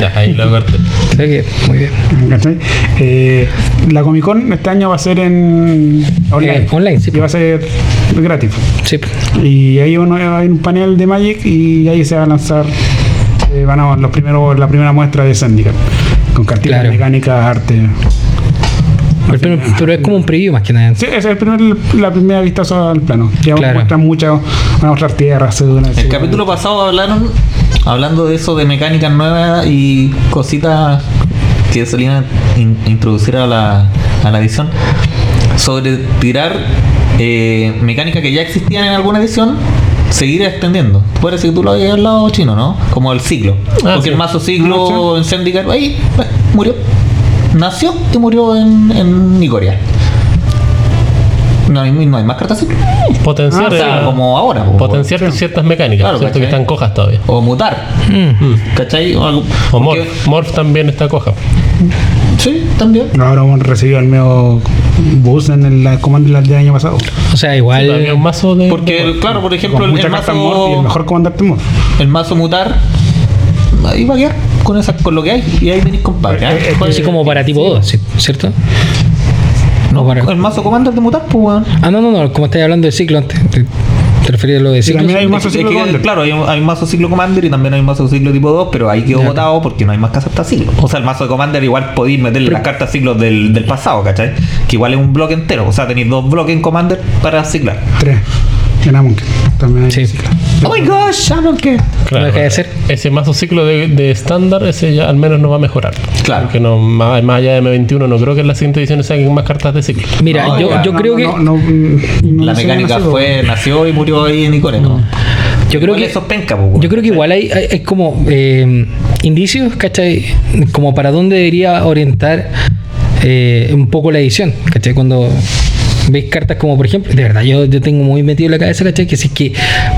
Speaker 2: Ya, ahí lo corté.
Speaker 4: Ah,
Speaker 1: Creo que muy bien.
Speaker 3: ¿cachai? Eh, la Comic Con este año va a ser en online.
Speaker 1: Eh, online, sí.
Speaker 3: Y va a ser gratis.
Speaker 1: Sí.
Speaker 3: Y ahí uno, hay un panel de Magic y ahí se va a lanzar eh, van a, los primeros, la primera muestra de Sandicat. Con cartillas
Speaker 1: Claro.
Speaker 3: mecánicas, arte.
Speaker 1: Pero, pero- pero es como un preview más que nada.
Speaker 3: Sí, ese es el primer, la primera vistazo al plano. Ya
Speaker 1: Claro.
Speaker 3: muestran muchas, van a mostrar tierras, según
Speaker 4: El capítulo pasado hablaron, hablando de eso de mecánicas nuevas y cositas que se le iban a in- introducir a la, a la edición, sobre tirar eh, mecánicas que ya existían en alguna edición, seguir extendiendo. Parece que tú lo habías hablado chino, ¿no? Como el ciclo.
Speaker 2: Ah,
Speaker 4: Porque
Speaker 2: sí.
Speaker 4: el mazo ciclo
Speaker 3: Ah,
Speaker 4: en Syndicate, ahí eh, murió. Nació y murió en, en Nicoria. No hay, no hay más cartas ciclo.
Speaker 2: Potenciar,
Speaker 3: Ah,
Speaker 2: eh,
Speaker 4: O sea, como ahora. po.
Speaker 2: potenciar ciertas mecánicas,
Speaker 4: Claro,
Speaker 2: ¿cierto? Que
Speaker 4: ¿cachai?
Speaker 2: están cojas todavía.
Speaker 4: O mutar.
Speaker 1: Mm.
Speaker 4: ¿Cachai? O, algo-
Speaker 2: O
Speaker 4: porque-
Speaker 2: Morph. Morph también está coja.
Speaker 4: Sí, también.
Speaker 3: Ahora hemos recibido el medio bus en el comandante del año pasado.
Speaker 1: O sea, igual.
Speaker 2: Había un mazo de.
Speaker 4: Eh, Porque, el- claro, por ejemplo,
Speaker 3: con
Speaker 4: el,
Speaker 3: mucha
Speaker 4: el
Speaker 3: carta Morph y el
Speaker 4: mazo,
Speaker 3: mejor comandante Morph.
Speaker 4: el mazo mutar, ahí va a quedar con, esa, con lo que hay. Y ahí venís con padre. ¿ah?
Speaker 3: Eh, eh,
Speaker 1: Así como para tipo 2, ¿cierto?
Speaker 4: No,
Speaker 1: para-
Speaker 4: el mazo comanda de mutar, pues, weón.
Speaker 1: Ah, no, no, no, como estáis hablando de ciclo antes. Te, te referías a lo de
Speaker 3: Y
Speaker 1: ciclo.
Speaker 3: también hay un mazo
Speaker 4: Es que-
Speaker 3: ciclo
Speaker 4: es que,
Speaker 3: Commander.
Speaker 4: claro, hay un, hay un mazo ciclo commander y también hay un mazo ciclo tipo 2, pero ahí quedó
Speaker 1: Ya.
Speaker 4: botado porque no hay más que aceptar ciclo. O sea, el mazo de commander igual podéis meterle las cartas ciclos del, del pasado, ¿cachai? Que igual es un bloque entero. O sea, tenéis dos bloques en commander para ciclar.
Speaker 3: Tres. En Amon. También hay
Speaker 1: Sí.
Speaker 3: ciclo.
Speaker 4: Oh my gosh, Shadow que.
Speaker 1: No deja de ser.
Speaker 2: Ese mazo ciclo de de estándar, ese ya al menos no va a mejorar.
Speaker 4: Claro.
Speaker 2: Porque no, más, más allá de M21, no creo que en la siguiente edición saquen más cartas de ciclo.
Speaker 1: Mira,
Speaker 4: No,
Speaker 1: yo,
Speaker 4: ya,
Speaker 1: yo
Speaker 3: No,
Speaker 1: creo
Speaker 3: no,
Speaker 1: que.
Speaker 3: no, no, no,
Speaker 4: La
Speaker 3: no sé,
Speaker 4: mecánica
Speaker 3: no sé,
Speaker 4: fue, nació y murió ahí en Icore, ¿no?
Speaker 1: Yo creo
Speaker 4: Igual
Speaker 1: que-
Speaker 4: eso es penca, pues, weón.
Speaker 1: Yo creo que igual hay, hay- hay como eh, indicios, ¿cachai? Como para dónde debería orientar eh, un poco la edición, ¿cachai? Cuando veis cartas como, por ejemplo, de verdad, yo, yo tengo muy metido en la cabeza, ¿cachai? Que si es que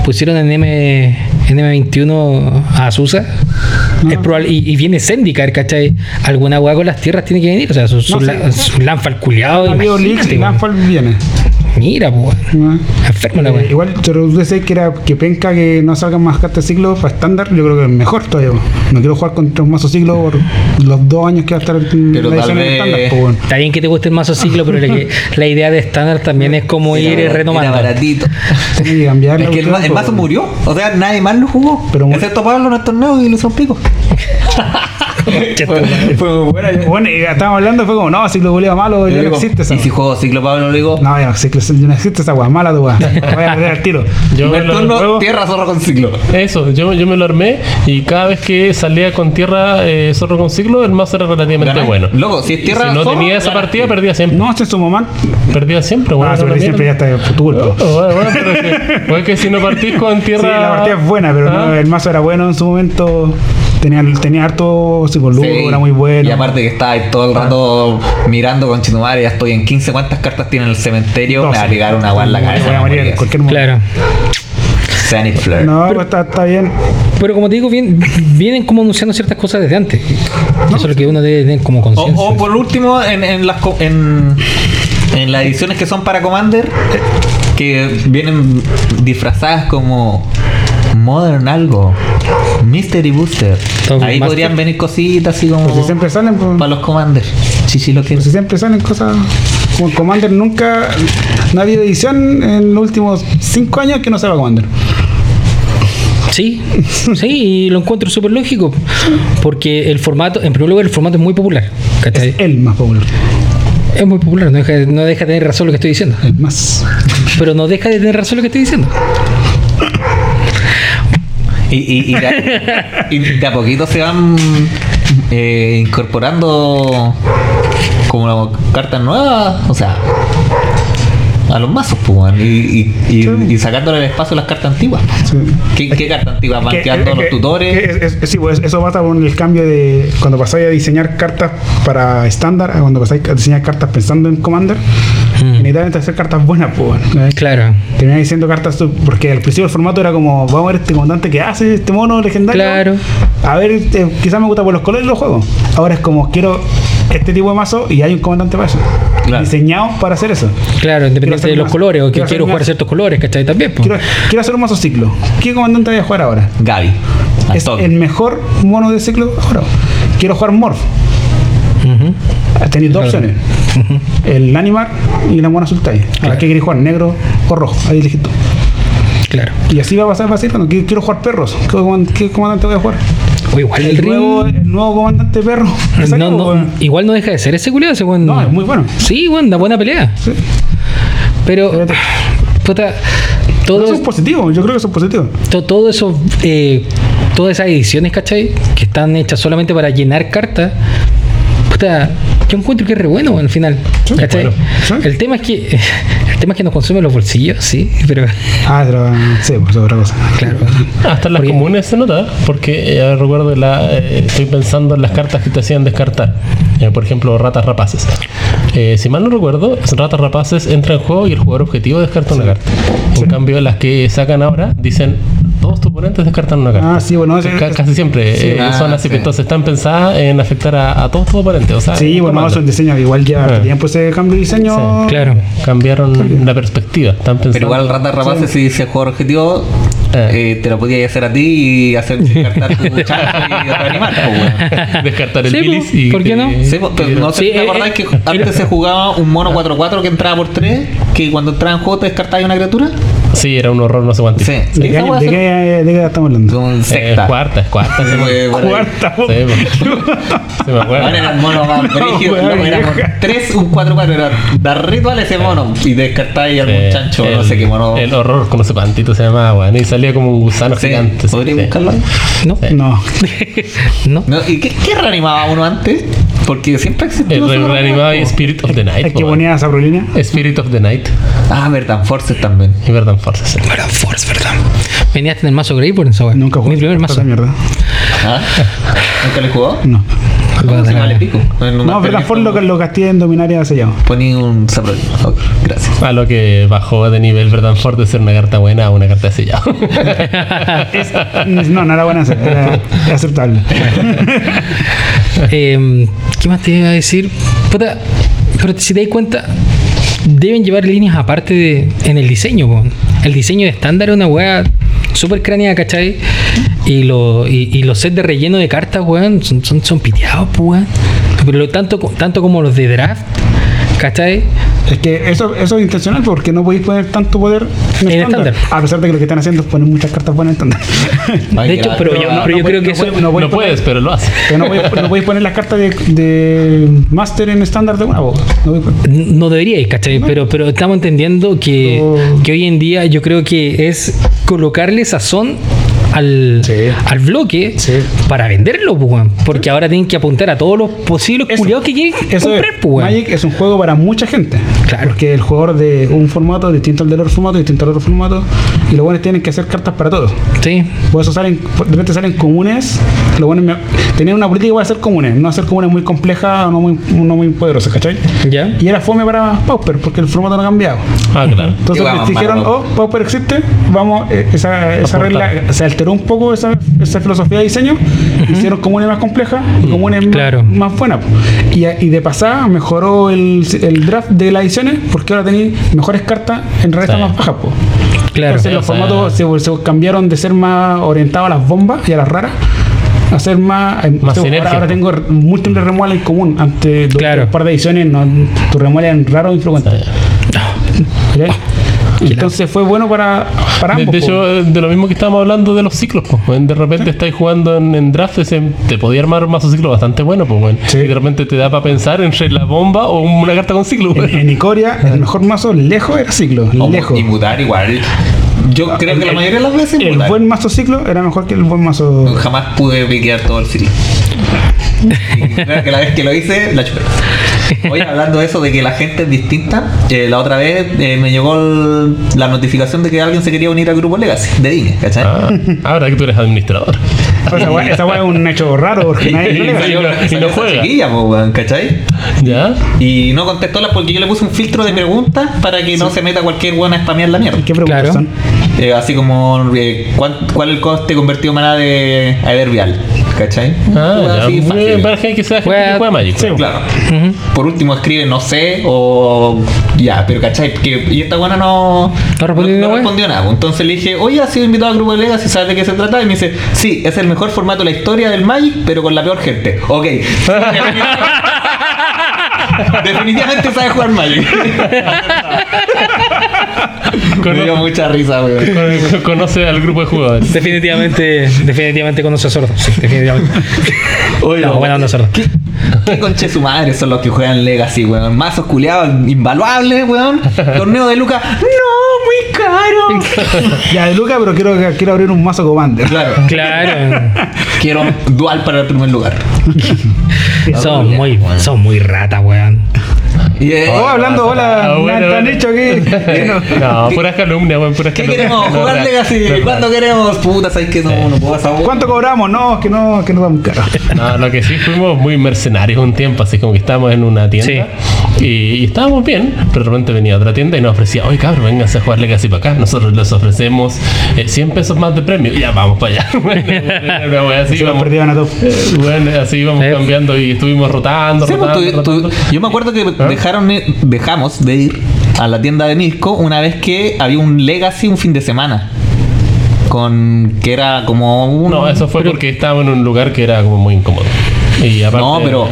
Speaker 1: pusieron en, M, en M21 a Azusa, es probable, y, y viene Zendikar, ¿cachai? Alguna hueá con las tierras tiene que venir, o sea, su, su,
Speaker 3: No,
Speaker 1: la-
Speaker 3: sí.
Speaker 1: su Lanfal culiado,
Speaker 3: Ha habido leaks
Speaker 1: imagínate,
Speaker 3: y Lanfal viene.
Speaker 1: weón. Mira, pues, weón.
Speaker 3: ¿no?
Speaker 1: enfermo la
Speaker 3: Eh,
Speaker 1: weá.
Speaker 3: igual, yo decía que era que penca que no salgan más cartas ciclo para estándar, yo creo que es mejor todavía. po. No quiero jugar contra un mazo ciclo por los dos años que va a estar el-
Speaker 4: Pero
Speaker 3: la
Speaker 4: tal
Speaker 3: edición en
Speaker 4: vez-
Speaker 3: estándar. po, weón.
Speaker 1: Está bien que te guste el mazo ciclo, pero la, que- la idea de estándar también es como
Speaker 4: Era-
Speaker 1: ir
Speaker 4: era
Speaker 1: renomando.
Speaker 4: baratito.
Speaker 3: Tiene que cambiar
Speaker 4: Es
Speaker 3: la
Speaker 4: que el,
Speaker 3: cuestión,
Speaker 4: ma- el
Speaker 3: po,
Speaker 4: mazo
Speaker 3: weón.
Speaker 4: murió. O sea, nadie más lo jugó.
Speaker 3: Pero murió.
Speaker 4: Excepto Pablo en el torneo y Luzón Pico.
Speaker 3: este
Speaker 4: fue, fue muy buena. yo-
Speaker 3: Bueno, y estábamos hablando, fue como, no, ciclo volea malo,
Speaker 4: yo
Speaker 3: ya no
Speaker 4: digo,
Speaker 3: existe esa.
Speaker 4: y si
Speaker 3: weón.
Speaker 4: jugó Ciclo Pablo, le digo.
Speaker 3: No, ya no, ciclo, ya no existe esa weá, mala tu weá. Voy a perder el tiro.
Speaker 2: Yo
Speaker 4: primer
Speaker 2: me lo-
Speaker 4: turno,
Speaker 3: juego.
Speaker 4: tierra zorro con Ciclo.
Speaker 2: eso, yo, yo me lo armé y cada vez que salía con tierra eh, zorro con ciclo, el mazo era relativamente
Speaker 4: Ganáis.
Speaker 2: bueno.
Speaker 4: Loco, si es
Speaker 2: Y
Speaker 4: tierra
Speaker 2: no
Speaker 4: zorro,
Speaker 2: tenía esa
Speaker 4: ganas.
Speaker 2: partida, perdía siempre.
Speaker 3: No, este es su momento.
Speaker 2: Perdía siempre, bueno.
Speaker 3: Ah,
Speaker 2: era
Speaker 3: sobre
Speaker 2: una
Speaker 3: siempre ya
Speaker 2: mierda.
Speaker 3: está tu culpa.
Speaker 2: Oh, bueno, bueno, pero es que, o es que si no partís con tierra.
Speaker 3: Sí, la partida es buena, pero
Speaker 2: Ah.
Speaker 3: no, el mazo era bueno en su momento. Tenía, tenía harto psicoludo,
Speaker 4: Sí.
Speaker 3: era muy bueno. Ah.
Speaker 4: Y aparte que estaba ahí todo el rato mirando con Chitumare, ya estoy en 15. ¿Cuántas cartas tiene el cementerio? Me va a
Speaker 3: Doce.
Speaker 4: tirar una guay en la
Speaker 3: Voy a
Speaker 4: cabeza.
Speaker 3: morir en cualquier momento.
Speaker 1: Claro.
Speaker 4: Sanit Flare.
Speaker 3: No, pero está, está bien.
Speaker 1: Pero como te digo, bien- vienen como anunciando ciertas cosas desde antes. Eso es lo que uno debe tener como
Speaker 4: O,
Speaker 1: conciencia.
Speaker 3: Oh,
Speaker 4: o por último, en, en las, co- en, en las ediciones que son para Commander, que vienen disfrazadas como Modern algo, Mystery Booster.
Speaker 1: Tom
Speaker 4: Ahí
Speaker 1: Master.
Speaker 4: podrían venir cositas así como
Speaker 3: Pues si siempre salen, pues,
Speaker 4: para los Commander. Chichi lo que
Speaker 3: pues si siempre salen cosas. Como Commander nunca. No ha habido edición en los últimos 5 años que no se va Commander. oh.
Speaker 1: Sí, sí, y lo encuentro súper lógico. Porque el formato, en primer lugar, el formato es muy popular. ¿cachai?
Speaker 3: Es el más popular.
Speaker 1: Es, muy popular, no deja, no deja de tener razón lo que estoy diciendo.
Speaker 3: El más.
Speaker 1: Pero no deja de tener razón lo que estoy diciendo.
Speaker 4: Y, y, y de, a, y de a poquito se van eh, incorporando como cartas nuevas, o sea, a los mazos, pues, weón, y, y, y, y sacándole el espacio a las cartas antiguas.
Speaker 3: Sí.
Speaker 4: ¿Qué, qué cartas antiguas van
Speaker 3: Que- eh,
Speaker 4: quedando
Speaker 3: que-
Speaker 4: los tutores?
Speaker 3: que es- es- sí, pues eso pasa con el cambio de cuando pasáis a diseñar cartas para estándar a cuando pasáis a diseñar cartas pensando en Commander.
Speaker 4: Hmm.
Speaker 3: Necesitan hacer cartas buenas, pues. ¿no?
Speaker 1: Claro,
Speaker 3: Termináis diciendo cartas sub- porque al principio el formato era como, vamos a ver este comandante que hace este mono legendario.
Speaker 1: Claro.
Speaker 3: A ver, este, quizás me gusta por los colores y los juegos. Ahora es como, quiero este tipo de mazo y hay un comandante para eso.
Speaker 4: Claro.
Speaker 3: diseñados para hacer eso. Quiero
Speaker 1: Claro, independiente
Speaker 3: hacer
Speaker 1: de los
Speaker 3: una-
Speaker 1: colores, o que
Speaker 3: quiero hacer
Speaker 1: quiero
Speaker 3: una-
Speaker 1: jugar ciertos colores, ¿cachai? También, pues.
Speaker 3: Quiero, quiero hacer un mazo ciclo. ¿Qué comandante voy a jugar ahora?
Speaker 4: Gaby.
Speaker 3: Es
Speaker 4: Aston.
Speaker 3: el mejor mono de ciclo ahora. Quiero jugar Morph. Tenéis dos opciones: el Animar y la mona Sultai. Ahora, ¿qué queréis jugar? ¿Negro o rojo? Ahí elegís tú.
Speaker 1: Claro.
Speaker 3: Y así va a pasar, va a ser cuando quiero jugar perros. ¿Qué, coman- qué comandante voy a jugar?
Speaker 1: O igual el,
Speaker 3: El
Speaker 1: ring-
Speaker 3: nuevo, el nuevo comandante perro. Exacto,
Speaker 1: no, no,
Speaker 3: weón.
Speaker 1: igual no deja de ser ese culiado, ese weón.
Speaker 3: No, es muy bueno.
Speaker 1: Sí, weón, da buena pelea.
Speaker 3: Sí.
Speaker 1: Pero,
Speaker 3: Espérate.
Speaker 1: puta, todo,
Speaker 3: Eso es positivo, yo creo que eso es positivo.
Speaker 1: to- todo eso, eh, todas esas ediciones, ¿cachai? Que están hechas solamente para llenar cartas. Puta, yo encuentro que es re bueno weón, al final.
Speaker 3: Sí,
Speaker 1: ¿cachai?
Speaker 3: bueno, sí.
Speaker 1: El tema es que el tema es que nos consume los bolsillos, sí, pero
Speaker 3: Ah, pero sí, pues es otra cosa.
Speaker 1: claro.
Speaker 2: Ah, Hasta en las
Speaker 1: Porque-
Speaker 2: comunes se nota, porque eh, recuerdo, la, eh, estoy pensando en las cartas que te hacían descartar. Eh, por ejemplo, ratas rapaces. Eh, si mal no recuerdo, ratas rapaces entra en juego y el jugador objetivo descarta una carta. En cambio, las que sacan ahora dicen, todos tus oponentes descartan una carta.
Speaker 3: Ah, sí, bueno,
Speaker 2: Ca-
Speaker 3: ese-
Speaker 2: Casi siempre eh,
Speaker 4: ah,
Speaker 2: son así,
Speaker 4: sí.
Speaker 2: entonces están pensadas en afectar a, a todos tus oponentes. O sea,
Speaker 3: Sí,
Speaker 2: un
Speaker 3: bueno,
Speaker 2: comando.
Speaker 3: eso el diseño, igual lleva
Speaker 2: Ah.
Speaker 3: tiempo ese cambio de diseño.
Speaker 2: Sí.
Speaker 1: Claro.
Speaker 2: cambiaron la perspectiva. Están pensando,
Speaker 4: Pero igual Rata Rapaces, si se juega objetivo,
Speaker 2: Eh.
Speaker 4: eh, te lo podías hacer a ti y hacer descartar tu chaco y otro animal. po, weón.
Speaker 2: descartar el
Speaker 1: Sí,
Speaker 2: bilis
Speaker 1: po,
Speaker 2: y
Speaker 1: ¿por qué
Speaker 2: te-
Speaker 1: no?
Speaker 4: Sí, po, pero no sé
Speaker 1: Sí,
Speaker 4: si te
Speaker 1: eh,
Speaker 4: acordás
Speaker 1: eh,
Speaker 4: que
Speaker 1: eh,
Speaker 4: antes se jugaba un mono 4-4 que entraba por 3, que cuando entraba en juego te descartabas una criatura.
Speaker 2: Sí, era un horror, no sé cuánto.
Speaker 4: Sí.
Speaker 3: ¿De, qué
Speaker 4: Esa
Speaker 3: año-
Speaker 4: weá
Speaker 3: de
Speaker 4: se-
Speaker 3: qué- de qué edad estamos hablando?
Speaker 4: Son
Speaker 2: Eh,
Speaker 4: secta.
Speaker 2: es cuarta, es cuarta.
Speaker 4: Sí,
Speaker 2: se me-
Speaker 4: weón, weón.
Speaker 3: Cuarta, po.
Speaker 2: Sí, po. Se me
Speaker 4: Bueno,
Speaker 2: acuerda.
Speaker 4: era un mono más brígido,
Speaker 3: weá,
Speaker 4: loco,
Speaker 3: vieja.
Speaker 4: era 3, un 4-4, era dar ritual a ese mono y descartáis algún
Speaker 2: Eh,
Speaker 4: chancho,
Speaker 2: el-
Speaker 4: no sé qué mono.
Speaker 2: El horror con ese pantito se llamaba, weón. Y salía como un gusano
Speaker 4: Sí,
Speaker 2: gigante. sí,
Speaker 4: ¿Podrías
Speaker 2: sí.
Speaker 4: buscarlo ahí?
Speaker 1: No,
Speaker 3: No,
Speaker 1: no.
Speaker 4: No, ¿Y qué, qué reanimaba uno antes? Porque siempre existió.
Speaker 2: El
Speaker 4: ese
Speaker 2: Eh, re-
Speaker 4: mono,
Speaker 2: reanimado y
Speaker 4: po.
Speaker 2: Spirit of the Night.
Speaker 3: es que
Speaker 2: po,
Speaker 3: ponía esa prolínea.
Speaker 2: weón. Spirit of the Night
Speaker 4: Ah, verdad, Forces también.
Speaker 2: y Verdant Forces. sí.
Speaker 1: Verdad, Force, verdad. Venías en el mazo Grey por esa weón.
Speaker 3: Nunca jugué.
Speaker 1: Mi primer mazo.
Speaker 3: Esta mierda.
Speaker 4: ¿Ah? ¿Nunca le jugó?
Speaker 3: No.
Speaker 1: Jugaba de
Speaker 4: Se
Speaker 1: la-
Speaker 4: vale pico.
Speaker 3: No,
Speaker 4: pero
Speaker 3: verdad, Ford lo, lo castié en Dominaria hace ya.
Speaker 4: Poní un saprol. Ok, gracias.
Speaker 2: A lo que bajó de nivel Verdant Force de ser una carta buena a una carta de sellado.
Speaker 3: No, no era buena, era aceptable.
Speaker 1: Eh, ¿Qué más te iba a decir? Puta, pero si te das cuenta, deben llevar líneas aparte de, en el diseño. po. El diseño de estándar es una weá súper craneada, ¿cachai? Y, lo, y, y los sets de relleno de cartas, weón, son, son, son piteados, po, weón. Pero lo- tanto, co- tanto como los de draft, ¿cachai?
Speaker 3: Es que eso, eso es intencional porque no podéis poner tanto poder en
Speaker 1: En
Speaker 3: estándar.
Speaker 1: estándar.
Speaker 3: A pesar de que lo que están haciendo es poner muchas cartas buenas en estándar.
Speaker 1: De hecho, pero yo,
Speaker 4: no,
Speaker 1: pero
Speaker 3: no
Speaker 1: yo creo
Speaker 3: puede-
Speaker 1: que
Speaker 3: no
Speaker 1: eso...
Speaker 3: puede- no
Speaker 2: No,
Speaker 3: podéis poner-
Speaker 2: puedes, pero lo haces.
Speaker 3: Pero no podéis no podéis poner las cartas de, de Master en estándar de una bo. No podéis poner-
Speaker 1: No deberíais, ¿cachai? Pero, pero estamos entendiendo que,
Speaker 3: No.
Speaker 1: que hoy en día yo creo que es colocarle sazón al,
Speaker 3: Sí.
Speaker 1: al bloque
Speaker 3: Sí.
Speaker 1: para venderlo, pues, weón. Porque ahora tienen que apuntar a todos los posibles
Speaker 3: Eso.
Speaker 1: culiados que quieren
Speaker 3: Eso es,
Speaker 1: comprar, pues, weón.
Speaker 3: Magic es un juego para mucha gente.
Speaker 1: Claro.
Speaker 3: Porque el jugador de un formato es distinto al del otro formato, distinto al otro formato. Y los buenos tienen que hacer cartas para todos.
Speaker 1: Sí.
Speaker 3: Por eso salen, de repente salen comunes. Los buenos me- tenían una política para hacer comunes, no hacer comunes muy complejas o no muy, no muy poderosas, ¿cachai?
Speaker 1: ¿Ya?
Speaker 3: Y era fome para Pauper, porque el formato no ha cambiado.
Speaker 2: Ah, claro.
Speaker 3: Entonces
Speaker 4: Qué
Speaker 3: les
Speaker 4: guapo,
Speaker 3: dijeron,
Speaker 4: Marco.
Speaker 3: oh, Pauper existe, vamos, eh, esa, esa
Speaker 2: Aportar.
Speaker 3: regla se alteró un poco, esa, esa filosofía de diseño, hicieron comunes más complejas
Speaker 2: Mm,
Speaker 3: y comunes más-
Speaker 1: claro.
Speaker 3: más, buenas. po. Y, a- y de pasada mejoró el, el draft de las ediciones, porque ahora tenéis mejores cartas en redes
Speaker 2: Sí.
Speaker 3: más bajas. po.
Speaker 1: Claro.
Speaker 3: Entonces los
Speaker 2: O sea-
Speaker 3: formatos se, se cambiaron de ser más orientados a las bombas y a las raras. A ser más. eh,
Speaker 2: Más
Speaker 3: tengo-
Speaker 2: sinergia.
Speaker 3: ahora, ahora tengo re- múltiples remuelas en común. Antes de
Speaker 1: Claro.
Speaker 3: un par de ediciones, no, tu remuela eran raros e infrecuentes. ¿Cachai? Entonces fue bueno para, para
Speaker 2: De,
Speaker 3: ambos.
Speaker 2: de
Speaker 3: po.
Speaker 2: hecho, eh, de lo mismo que estábamos hablando de los ciclos, pues, weón. de repente estáis jugando en, en draft, ese- te podía armar un mazo ciclo bastante bueno, pues, weón.
Speaker 3: Sí.
Speaker 2: y de repente te da para pensar entre la bomba o una carta con ciclo. weón.
Speaker 3: en, en Icoria, el mejor mazo lejos era ciclo.
Speaker 4: no,
Speaker 3: lejos. Ah,
Speaker 4: Y mutar igual. Yo creo que la mayoría de las veces
Speaker 3: El
Speaker 4: mutar.
Speaker 3: buen mazo ciclo era mejor que el buen mazo.
Speaker 4: Jamás pude piquear todo el ciclo. Y Claro que la vez que lo hice, la chupé. Oye, hablando de eso, de que la gente es distinta, eh, la otra vez eh, me llegó el- la notificación de que alguien se quería unir al grupo Legacy de Dine, ¿cachai?
Speaker 2: Ah, ahora que tú eres administrador.
Speaker 3: O sea, esa weá- esa weá es un hecho raro porque nadie. no le-
Speaker 2: y lo- y lo
Speaker 4: esa
Speaker 2: juega.
Speaker 4: chiquilla, po, weón, ¿cachai?
Speaker 2: ¿Ya?
Speaker 4: Y no contestó las porque yo le puse un filtro de preguntas para que no se meta cualquier weón a spamear la mierda.
Speaker 3: ¿Qué preguntas
Speaker 1: Claro.
Speaker 3: son?
Speaker 4: Eh, así como eh, ¿cuán- cuál es el coste convertido en maná de Aeder Vial, ¿cachai? Weón,
Speaker 2: Ah,
Speaker 4: así
Speaker 2: ya.
Speaker 4: fácil.
Speaker 2: Muy Para que sea gente que
Speaker 1: Wea-
Speaker 2: juega Magic.
Speaker 4: Claro. Por último escribe no sé o ya, pero ¿cachai? Que, y esta buena no,
Speaker 1: ¿No respondió ni una wea?
Speaker 4: respondió nada. pues. Entonces le dije, oye, has sido invitado al grupo de Legacy, ¿sabes de qué se trata? Y me dice, sí, es el mejor formato de la historia del Magic, pero con la peor gente. Ok. Definitivamente sabe jugar Magic.
Speaker 2: Cono-
Speaker 4: Me dio mucha risa, weón.
Speaker 2: con- Conoce al grupo de jugadores.
Speaker 1: Definitivamente, definitivamente conoce a sordo. Sí, definitivamente.
Speaker 4: Oye,
Speaker 1: No, buena onda sordo.
Speaker 4: ¿Qué, qué conche su madre son los que juegan Legacy, weón? Mazos culeados, invaluables, weón. Torneo de Luca, no, muy caro.
Speaker 3: Ya, de Luca, pero quiero, quiero abrir un mazo Commander.
Speaker 4: Claro.
Speaker 1: Claro.
Speaker 4: Quiero dual para el primer lugar.
Speaker 1: Son muy, son muy rata, weón.
Speaker 4: Y, eh,
Speaker 3: Oh, hablando, hola,
Speaker 2: Ah,
Speaker 3: me
Speaker 2: bueno,
Speaker 3: han
Speaker 2: bueno.
Speaker 3: dicho que.
Speaker 2: No, puras calumnias, weón, puras
Speaker 4: ¿Qué
Speaker 2: calumnias.
Speaker 4: queremos?
Speaker 2: No,
Speaker 4: ¿Jugar
Speaker 2: real.
Speaker 4: Legacy?
Speaker 2: No,
Speaker 4: ¿Cuándo queremos? Puta, sabes que no, no puedo pasar.
Speaker 3: ¿Cuánto cobramos? No, que no, que no damos caro.
Speaker 2: No, lo que sí fuimos muy mercenarios un tiempo, así como que estábamos en una tienda y, y estábamos bien, pero de repente venía otra tienda y nos ofrecía, oye cabrón, vénganse a jugarle casi para acá, nosotros les ofrecemos eh, 100 pesos más de premio, ya vamos para allá. Bueno, era una wea así,
Speaker 3: Se lo
Speaker 2: vamos-
Speaker 3: perdieron a todos.
Speaker 2: eh, bueno, así íbamos
Speaker 1: Eh.
Speaker 2: cambiando y estuvimos rotando,
Speaker 4: Sí, pues,
Speaker 2: rotando,
Speaker 4: tu- tu-
Speaker 2: rotando.
Speaker 4: yo me acuerdo que dejaron, dejamos de ir a la tienda de Mirko una vez que había un Legacy un fin de semana. Con que era como un.
Speaker 2: No, eso fue porque estábamos en un lugar que era como muy incómodo. Y aparte,
Speaker 4: No, pero.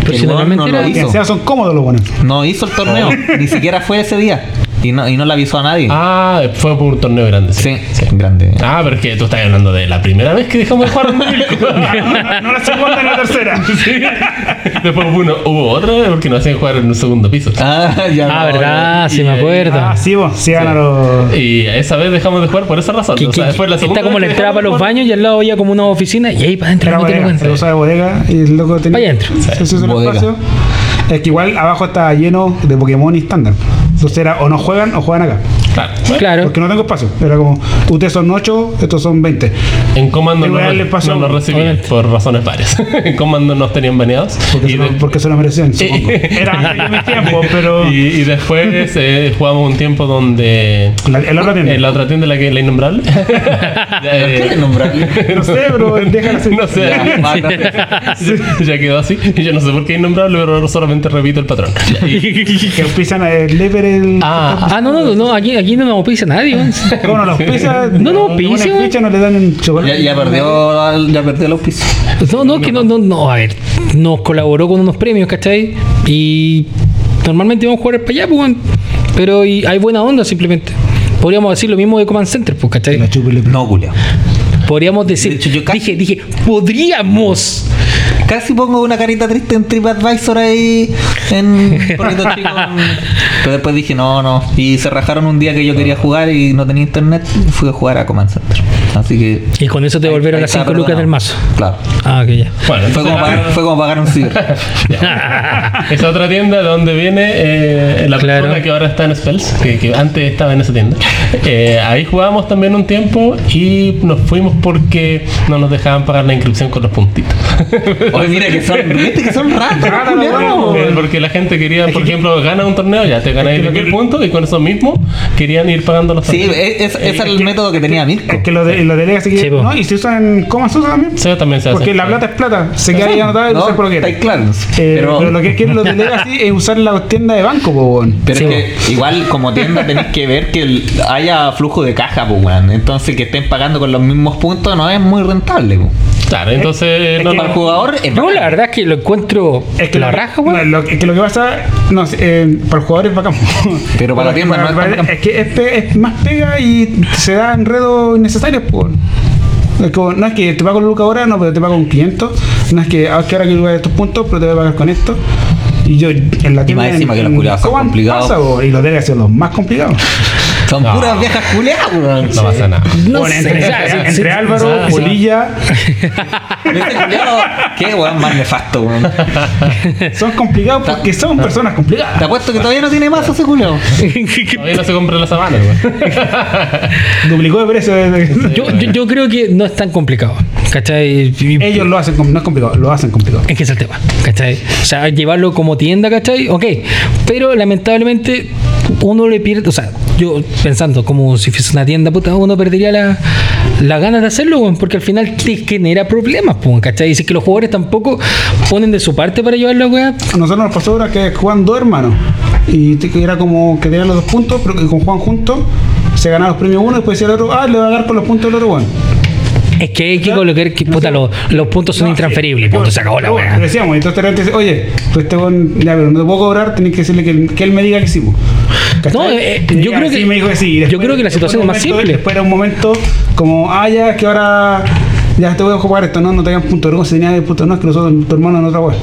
Speaker 1: Pero
Speaker 4: el
Speaker 1: si
Speaker 4: weón no
Speaker 1: normalmente
Speaker 4: lo
Speaker 1: era-
Speaker 3: Que
Speaker 4: hizo.
Speaker 3: sea, son cómodos los buenos.
Speaker 4: No hizo el torneo. Ni siquiera fue ese día. Y no, y no le avisó a nadie.
Speaker 2: Ah, fue por un torneo grande. sí.
Speaker 4: sí, grande.
Speaker 2: Ah, pero es que tú estás hablando de la primera vez que dejamos de jugar un
Speaker 3: No, no la segunda ni la tercera.
Speaker 2: Después hubo uno, hubo otro porque nos hacían jugar en un segundo piso.
Speaker 4: Ah, ya.
Speaker 1: Ah,
Speaker 4: no,
Speaker 1: verdad,
Speaker 2: y-
Speaker 1: sí me acuerdo.
Speaker 3: Ah, sí, vos, sí, ganaron.
Speaker 2: Y esa vez dejamos de jugar por esa razón.
Speaker 1: Que-
Speaker 2: O sea,
Speaker 1: que-
Speaker 2: fue la segunda
Speaker 1: está como la
Speaker 2: vez que
Speaker 1: entrada para
Speaker 2: dejamos
Speaker 1: los
Speaker 2: de jugar.
Speaker 1: baños y al lado había como una oficina y ahí para adentro
Speaker 3: Era
Speaker 1: no te lo
Speaker 3: bodega, se
Speaker 1: cuento.
Speaker 3: usaba bodega y el loco tenía.
Speaker 1: Vaya adentro.
Speaker 3: se hizo un
Speaker 4: Bodega.
Speaker 3: espacio. Es que igual abajo estaba lleno de Pokémon y estándar. Entonces era o no juegan o juegan acá.
Speaker 2: Claro. Bueno,
Speaker 1: Claro.
Speaker 3: Porque no tengo espacio. Era como, ustedes son 8, estos son 20.
Speaker 2: En Command no,
Speaker 3: Igual
Speaker 2: nos-
Speaker 3: le pasó-
Speaker 2: no nos recibían por razones varias. en Command no nos tenían baneados.
Speaker 3: Porque,
Speaker 2: Y,
Speaker 3: se, lo,
Speaker 2: de-
Speaker 3: porque se lo merecían, supongo. Era antes de mi tiempo, pero.
Speaker 2: y- y después eh, jugamos un tiempo donde.
Speaker 3: La- el otro tiene.
Speaker 2: En la otra tienda, la que la innombrable. eh,
Speaker 4: ¿Por qué le nombraste?
Speaker 3: No sé, pero déjala así.
Speaker 2: no sé.
Speaker 4: Ya, basta.
Speaker 2: Ya- ya quedó así. Yo no sé por qué innombrable, pero ahora solamente repito el patrón.
Speaker 3: Que auspician a Lever el.
Speaker 2: Ah,
Speaker 1: Ah, no, no, no, no, aquí, aquí no nos pisa nadie, weón.
Speaker 3: ¿Cómo no los pisa?
Speaker 1: No, no,
Speaker 3: Ninguna
Speaker 1: pisa.
Speaker 3: ficha no le dan un chocolate.
Speaker 4: Ya, ya perdió al- ya perdió el auspicio.
Speaker 1: No, no, que no, no, no, a ver, nos colaboró con unos premios, ¿cachai? Y normalmente vamos a jugar para allá, pues, weón. pero y hay buena onda simplemente. Podríamos decir lo mismo de Command Center, pues, ¿cachai?
Speaker 3: La chupa y le-
Speaker 4: No, Julio.
Speaker 1: Podríamos decir,
Speaker 4: De hecho, yo casi-
Speaker 1: dije, dije, podríamos.
Speaker 4: Casi pongo una carita triste en TripAdvisor ahí en Pueblito Chico. Pero después dije, no, no. Y se rajaron un día que yo quería jugar y no tenía internet. y Fui a jugar a Command Center. Así que.
Speaker 1: Y con eso te volvieron
Speaker 4: ahí
Speaker 1: las
Speaker 4: está
Speaker 1: 5 lucas
Speaker 4: perdonado.
Speaker 1: del mazo.
Speaker 4: Claro.
Speaker 1: Ah, ok, ya.
Speaker 2: Bueno,
Speaker 4: Fue como,
Speaker 2: entonces-
Speaker 4: pagar, fue como pagar un ciber.
Speaker 2: Esa otra tienda de donde viene eh, la
Speaker 1: Claro.
Speaker 2: persona que ahora está en Spells, que, que antes estaba en esa tienda. Eh, ahí jugábamos también un tiempo y nos fuimos porque no nos dejaban pagar la inscripción con los puntitos.
Speaker 4: Oye, mira que son. Viste que son ratos.
Speaker 3: Rata la
Speaker 4: culiao.
Speaker 3: weá.
Speaker 2: Eh, porque la gente quería, por ejemplo, gana un torneo, ya te ganáis
Speaker 3: que lo
Speaker 2: 10.000
Speaker 3: que-
Speaker 2: puntos y con eso mismo querían ir pagando los
Speaker 4: Sí,
Speaker 2: torneos.
Speaker 4: es- es- ese era el método que tenía Mirko.
Speaker 3: Es que lo de, lo de Legacy.
Speaker 1: Sí, po.
Speaker 3: no, y se usan. ¿Cómo se usa también?
Speaker 2: Sí, también se hace.
Speaker 3: Porque la plata es plata. Se queda ahí anotada y no,
Speaker 4: No,
Speaker 3: sé por qué.
Speaker 4: estáis claros.
Speaker 3: Eh, pero,
Speaker 4: pero,
Speaker 3: lo que quieren los de Legacy es usar la tienda de banco, po, weón.
Speaker 4: pero
Speaker 1: Sí,
Speaker 4: es que igual como tienda tenéis que ver que el- haya flujo de caja, pues, weón. Entonces que estén pagando con los mismos puntos no es muy rentable, po.
Speaker 2: Claro, entonces
Speaker 3: es
Speaker 2: no,
Speaker 3: que-
Speaker 4: Para el jugador es
Speaker 1: Yo la
Speaker 4: bacán.
Speaker 1: verdad es que lo encuentro
Speaker 3: Es que
Speaker 1: la
Speaker 3: lo-
Speaker 1: raja, weón.
Speaker 3: no, lo- es que lo que pasa, no, sé, eh, para el jugador es bacán.
Speaker 4: Pero para la tienda no es tan bacán.
Speaker 3: es que es, pe- es más pega y se da enredos innecesarios, po. Es como, no es que te pago Luca ahora, no, pero te pago un 500. No es que, ah, es que ahora quiero pagar estos puntos, pero te voy a pagar con esto. Y yo en la
Speaker 4: más encima que los
Speaker 3: en
Speaker 4: culiados son
Speaker 3: Coban
Speaker 4: complicados.
Speaker 3: pasa, po, y los debe ser los más complicados.
Speaker 4: Son
Speaker 2: No.
Speaker 4: puras viejas culeadas, weón.
Speaker 2: No pasa nada.
Speaker 1: No
Speaker 3: Bueno,
Speaker 1: sé,
Speaker 3: entre,
Speaker 1: ya, sí,
Speaker 3: entre
Speaker 1: sí.
Speaker 3: Álvaro,
Speaker 2: sí.
Speaker 3: Polilla,
Speaker 4: Este culiao, Qué weón más nefasto, weón. Te
Speaker 3: son complicados porque son personas complicadas.
Speaker 4: apuesto que todavía no tiene más ese culiao.
Speaker 2: Todavía no se compra la sabana, pues. güey.
Speaker 3: Duplicó de precio. eh, de- de-
Speaker 1: Yo, yo, yo creo que no es tan complicado, ¿cachai? Y-
Speaker 3: Ellos lo hacen, com- no es complicado, lo hacen complicado.
Speaker 1: Es que es el tema, ¿cachai? O sea, llevarlo como tienda, ¿cachai? Ok, pero lamentablemente uno le pierde, o sea, yo pensando como si fuese una tienda, puta, uno perdería la, la gana de hacerlo, weón, porque al final te genera problemas, pues, ¿cachai? Y si es que los jugadores tampoco ponen de su parte para llevar la weá,
Speaker 3: A nosotros nos pasó ahora que jugaban dos hermanos. Y te- que era como que tenían los dos puntos, pero que con Juan juntos se ganaban los premios uno y después decía el otro, ah, le voy a dar con los puntos del otro Juan.
Speaker 1: es que hay que colocar que, puta, los, los puntos son intransferibles, punto, se acabó la
Speaker 3: Bueno,
Speaker 1: weá.
Speaker 3: Decíamos, y entonces de repente dice, oye, pues este weón, ya, pero no te puedo cobrar, tenés que decirle que, él- que él me diga que sí. po". ¿Cachai?
Speaker 1: No, eh, eh,
Speaker 3: Y
Speaker 1: yo
Speaker 3: ya,
Speaker 1: creo
Speaker 3: sí
Speaker 1: que-
Speaker 3: me dijo que sí. Y
Speaker 1: yo
Speaker 3: después-
Speaker 1: creo que la
Speaker 3: después
Speaker 1: situación
Speaker 3: de un
Speaker 1: es más
Speaker 3: momento-
Speaker 1: simple.
Speaker 3: Después era un momento como, ah, ya, que ahora ya te voy a jugar esto, no, no te hagan punto, no, si tenías el punto, no, es que nosotros, tu hermano en otra weá.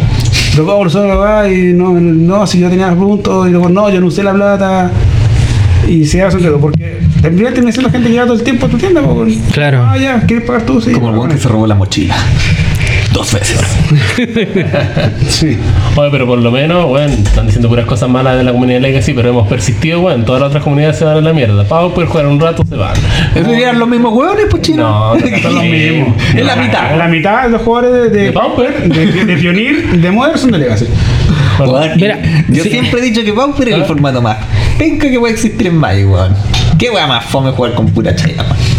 Speaker 3: Pero vamos, nosotros weá, y no, no, si yo tenía los puntos, y luego, no, yo no usé la plata. Y se da sentido, porque también termina siendo la gente que lleva todo el tiempo a tu tienda, po, weón.
Speaker 1: Claro.
Speaker 3: Ah, ya, ¿quieres pagar tú? Sí.
Speaker 4: Como el weón que se robó la mochila. Dos veces.
Speaker 3: Sí.
Speaker 2: Oye, pero por lo menos, bueno, están diciendo puras cosas malas de la comunidad Legacy, pero hemos persistido, bueno, todas las otras comunidades se van a la mierda. Pago por jugar un rato, se van.
Speaker 4: ¿Eso dirían los mismos hueones, pues chino?
Speaker 2: No, no
Speaker 1: Eh,
Speaker 2: son los mismos.
Speaker 4: Es la mitad.
Speaker 3: La mitad de los jugadores de,
Speaker 2: ¿De
Speaker 3: de,
Speaker 2: Pauper?
Speaker 3: de, de, de Pionir, de Modern son de Legacy.
Speaker 4: Weón,
Speaker 1: Mira,
Speaker 4: yo
Speaker 1: sí. Ah.
Speaker 4: siempre he dicho que Pauper es el formato más penca que puede existir en Magic, weón. Qué weá más fome jugar con pura chaya, weón. Oh,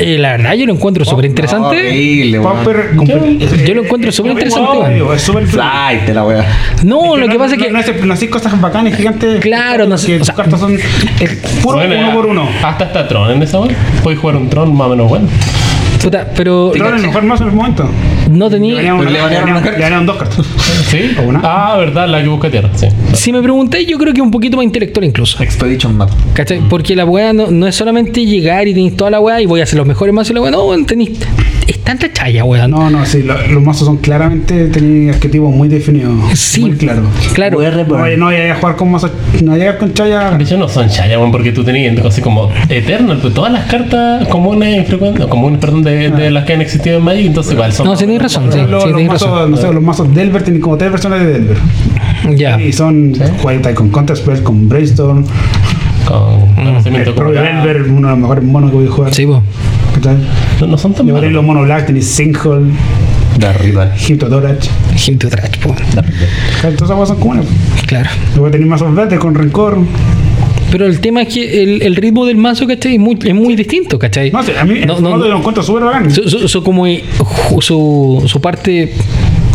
Speaker 1: Eh, la verdad, yo lo encuentro
Speaker 3: Oh,
Speaker 1: súper interesante.
Speaker 4: Horrible, weón.
Speaker 3: Pauper, eh,
Speaker 1: yo lo encuentro súper interesante,
Speaker 3: Es
Speaker 1: weón.
Speaker 3: guau, es súper
Speaker 4: Fly, te la weá.
Speaker 1: No, lo
Speaker 3: no-
Speaker 1: que pasa es
Speaker 3: no-
Speaker 1: que.
Speaker 3: No haces no haces cosas bacanas, gigantes.
Speaker 1: Claro, no sé,
Speaker 3: que
Speaker 1: o
Speaker 3: tus
Speaker 1: sea-
Speaker 3: cartas son. Es puro
Speaker 2: Bueno,
Speaker 3: uno por uno.
Speaker 2: Hasta está Tron en esa, weón. Puedes jugar un Tron más o menos bueno.
Speaker 1: Puta, pero
Speaker 3: Pero el mejor mazo en el momento.
Speaker 1: no
Speaker 3: Le
Speaker 1: tenía.
Speaker 3: ganaron
Speaker 4: Pero le
Speaker 3: una- le
Speaker 4: ganaron una
Speaker 3: ganaron-
Speaker 4: carta.
Speaker 3: le ganaron dos cartas.
Speaker 2: ¿Sí?
Speaker 3: ¿O una?
Speaker 2: Ah, verdad, la que busca tierra, sí.
Speaker 1: Si me preguntáis, yo creo que un poquito más intelectual incluso.
Speaker 4: Expedition Map.
Speaker 1: ¿Cachai? Porque la weá no, no es solamente llegar y tenéis toda la weá y voy a hacer los mejores mazos y la weá. No, weón, tenéis. Es tanta chaya, weón.
Speaker 3: No, no, sí, lo- los mazos son claramente. Tienen adjetivos muy definidos.
Speaker 1: sí,
Speaker 3: Muy claro.
Speaker 1: Claro.
Speaker 4: Weá
Speaker 3: No,
Speaker 4: reborn.
Speaker 3: vaya- no vaya a jugar con mazos. No vaya a jugar con Chaya.
Speaker 2: De hecho, no son Chaya, weón, porque tú tenías así como Eternal, pues todas las cartas comunes, frecuentes, no, comunes, perdón, de,
Speaker 3: Ah.
Speaker 2: de las que han existido en Magic, entonces igual son.
Speaker 1: No, sí, tenéis razón. Sí,
Speaker 3: Los,
Speaker 1: sí,
Speaker 3: los
Speaker 1: tenéis razón.
Speaker 3: mazos, no sé, los mazos Delver tienen como tres versiones de Delver.
Speaker 1: Ya.
Speaker 3: Y son Juega con Counterspell, con Brainstorm,
Speaker 2: Con
Speaker 1: Mm.
Speaker 2: conocimiento
Speaker 3: el
Speaker 2: como-
Speaker 3: propio Elver, uno de los mejores monos que voy a jugar.
Speaker 1: Sí, po.
Speaker 3: ¿Qué tal?
Speaker 2: No, no son tan
Speaker 3: Le ponéis
Speaker 2: malos.
Speaker 3: los monos Black, tenéis Sinkhole,
Speaker 4: Da rival.
Speaker 3: Hyptodorach.
Speaker 1: Hit to track, po.
Speaker 3: Todas esas cosas son comunes.
Speaker 1: Claro.
Speaker 3: Luego tenéis mazos verdes con Rencor.
Speaker 1: Pero el tema es que el, el ritmo del mazo, ¿cachai? Es muy, es muy distinto, ¿cachai?
Speaker 3: No sé, a mí
Speaker 1: No,
Speaker 3: el
Speaker 1: no,
Speaker 3: modo
Speaker 1: no.
Speaker 3: lo encuentro súper bacán.
Speaker 1: Su, su- su- como, eh, ju- su, su parte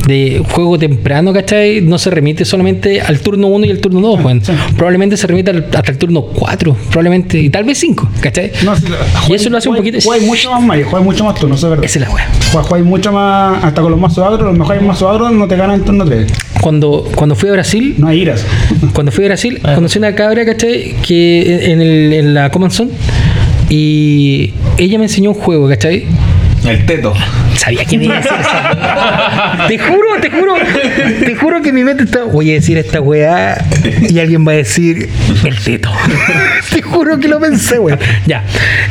Speaker 1: de juego temprano, ¿cachai? No se remite solamente al turno 1 y al turno 2, Juan. Probablemente se remite al- hasta el turno 4, probablemente, y tal vez 5, ¿cachai?
Speaker 3: No, sí,
Speaker 1: Y
Speaker 3: juega-
Speaker 1: eso lo hace un
Speaker 3: juega-
Speaker 1: poquito.
Speaker 3: Juega mucho más Mario, juega mucho más turnos, eso es verdad.
Speaker 1: Esa es la wea.
Speaker 3: Juega, juega mucho más, hasta con los mazos agro, los mejores mazos agro no te ganan el turno 3.
Speaker 1: Cuando, cuando fui a Brasil,
Speaker 3: No Ah. hay iras.
Speaker 1: cuando fui a Brasil, conocí una cabra, ¿cachai? Que en, el- en la Common Zone, y ella me enseñó un juego, ¿cachai?
Speaker 4: El teto.
Speaker 1: Sabía que me iba a decir esa. Te juro, te juro, te juro que mi mente está. Voy a decir esta weá y alguien va a decir el teto. te juro que lo pensé, weón. Ya.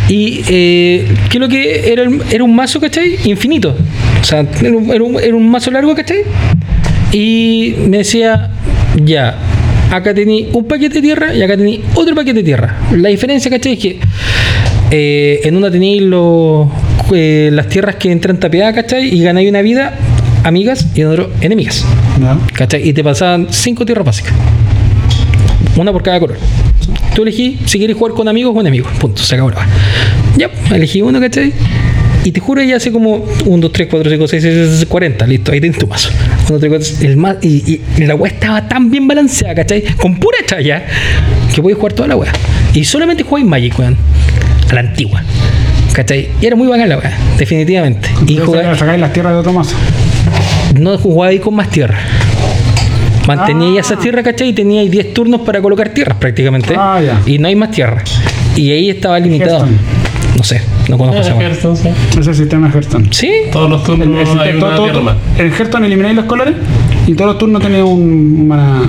Speaker 1: Y eh, que lo que era, el- era un mazo, ¿cachai? Infinito. O sea, era un, era un- era un mazo largo, ¿cachai? Y me decía, ya, acá tení un paquete de tierra y acá tení otro paquete de tierra. La diferencia, ¿cachai? Es que eh, en una tenéis los, eh, las tierras que entran tapeadas, ¿cachai? Y ganáis una vida, amigas, y en otro, enemigas.
Speaker 3: ¿Ya?
Speaker 1: ¿Cachai? Y te pasaban cinco tierras básicas. Una por cada color. Tú elegí si quieres jugar con amigos o enemigos. Punto, se acabó la weá. Ya, pues, elegí uno, ¿cachai? Y te juro, ya hace como 1, 2, 3, 4, 5, 6, 6, 6, 40. Listo, ahí tienes tu mazo. 1, 2, 3, 4, 6, el ma- y, y la weá estaba tan bien balanceada, ¿cachai? Con pura chaya que podías jugar toda la weá. Y solamente jugáis Magic, weón. A la antigua. ¿cachai? Y era muy bacán la weá, definitivamente. Y jugáis-
Speaker 3: Entonces, Sacáis las tierras de otro mazo.
Speaker 1: no jugabais con más tierra. Manteníais esa tierra, ¿cachai? Y teníais 10 turnos para colocar tierras prácticamente.
Speaker 3: Ah, ya.
Speaker 1: Y no hay más tierra. Y ahí estaba limitado.
Speaker 3: Hearthstone.
Speaker 1: No sé, no conozco
Speaker 2: Ah,
Speaker 1: esa weá.
Speaker 2: Hearthstone, sí.
Speaker 3: Ese es el sistema de Hearthstone.
Speaker 1: ¿Sí?
Speaker 2: Todos los
Speaker 3: El, el,
Speaker 2: turnos
Speaker 3: sistema-
Speaker 2: hay una
Speaker 3: este, todo- todo-
Speaker 2: tierra más.
Speaker 3: en Hearthstone elimináis los colores y todos los turnos tenéis un, una,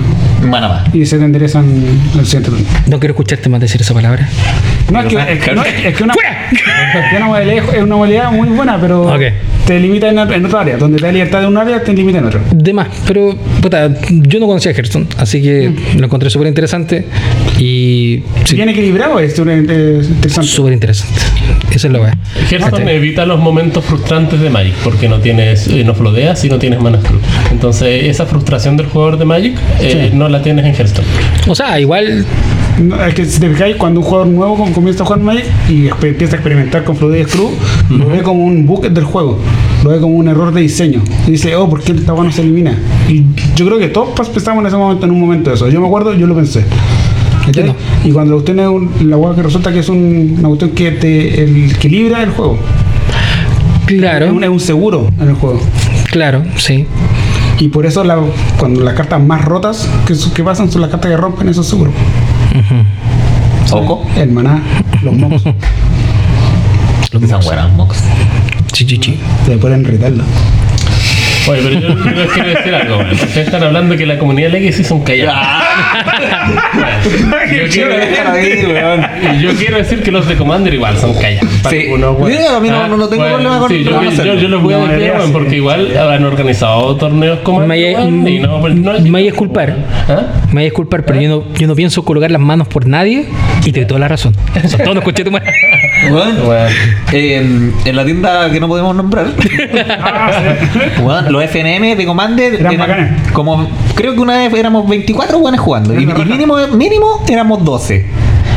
Speaker 4: Mana más.
Speaker 3: y se te enderezan en el siguiente turno.
Speaker 1: No quiero escucharte más decir esa palabra.
Speaker 3: No, es que, es que- no, es que una, es que una modalidad es una modalidad muy buena, pero
Speaker 1: Ok.
Speaker 3: te limita en, en otra área. Donde te da libertad de un área, te limita en otro.
Speaker 1: De más, pero puta, yo no conocía a Hearthstone, así que lo encontré súper interesante y sí,
Speaker 3: Mm. Bien equilibrado es un- eh, interesante.
Speaker 1: súper interesante. Esa es la weá.
Speaker 2: Hearthstone
Speaker 1: ¿Cachai?
Speaker 2: evita los momentos frustrantes de Magic, porque no tienes, eh, no flodeas y no tienes mana screw. Entonces, esa frustración del jugador de Magic eh, no la tienes en Hearthstone.
Speaker 1: O sea, igual
Speaker 3: No, es que si te fijáis, cuando un jugador nuevo com- comienza a jugar Magic y exper- empieza a experimentar con Fluidez Crew, lo ve como un bucket del juego, lo ve como un error de diseño. Y dice, oh, ¿por qué esta hueá no se elimina? Y yo creo que todos pas- pensamos en ese momento, en un momento de eso. Yo me acuerdo, yo lo pensé. ¿Cachai?
Speaker 1: Entiendo.
Speaker 3: Y cuando la cuestión es un- la hueá que resulta que es un, una cuestión que te el, equilibra el juego. Es
Speaker 1: claro,
Speaker 3: un, es un seguro en el juego.
Speaker 1: claro, sí.
Speaker 3: Y por eso la- cuando las cartas más rotas que, su- que pasan son las cartas que rompen esos seguros.
Speaker 4: Oco.
Speaker 3: El maná, los mocos.
Speaker 4: Son buenas mocos.
Speaker 1: Sí, sí, sí.
Speaker 3: Te pueden retarlo.
Speaker 2: Oye, pero yo primero quiero decir algo. man. Ustedes están hablando que la comunidad Legacy son callados. Yo quiero,
Speaker 4: Ah. Déjalo ir, weón.
Speaker 2: yo quiero decir que los de Commander igual son callados.
Speaker 4: Sí.
Speaker 2: Algunos, weón.
Speaker 4: Yo, a mí no- no- no tengo problema con-
Speaker 2: Ah, sí, yo,
Speaker 4: con
Speaker 2: yo,
Speaker 4: hacerlo.
Speaker 2: yo los voy a
Speaker 3: No
Speaker 2: defender,
Speaker 3: debería
Speaker 2: weón,
Speaker 3: ser.
Speaker 2: porque igual han organizado torneos Commander.
Speaker 1: Me hay-
Speaker 2: weón, y no, pues, no hay-
Speaker 1: me hay que disculpar.
Speaker 2: ¿Ah?
Speaker 1: Me voy a disculpar, pero yo no, yo no pienso colocar las manos por nadie y te doy toda la razón. Son todos los coches de tu madre.
Speaker 4: Weón,
Speaker 2: Weón.
Speaker 4: eh, en la tienda que no podemos nombrar, weón, los FNM de Commander
Speaker 3: Eran bacanes.
Speaker 4: como creo que una vez éramos 24 weones jugando y,
Speaker 3: Eran la
Speaker 4: y
Speaker 3: raja.
Speaker 4: mínimo, mínimo éramos 12.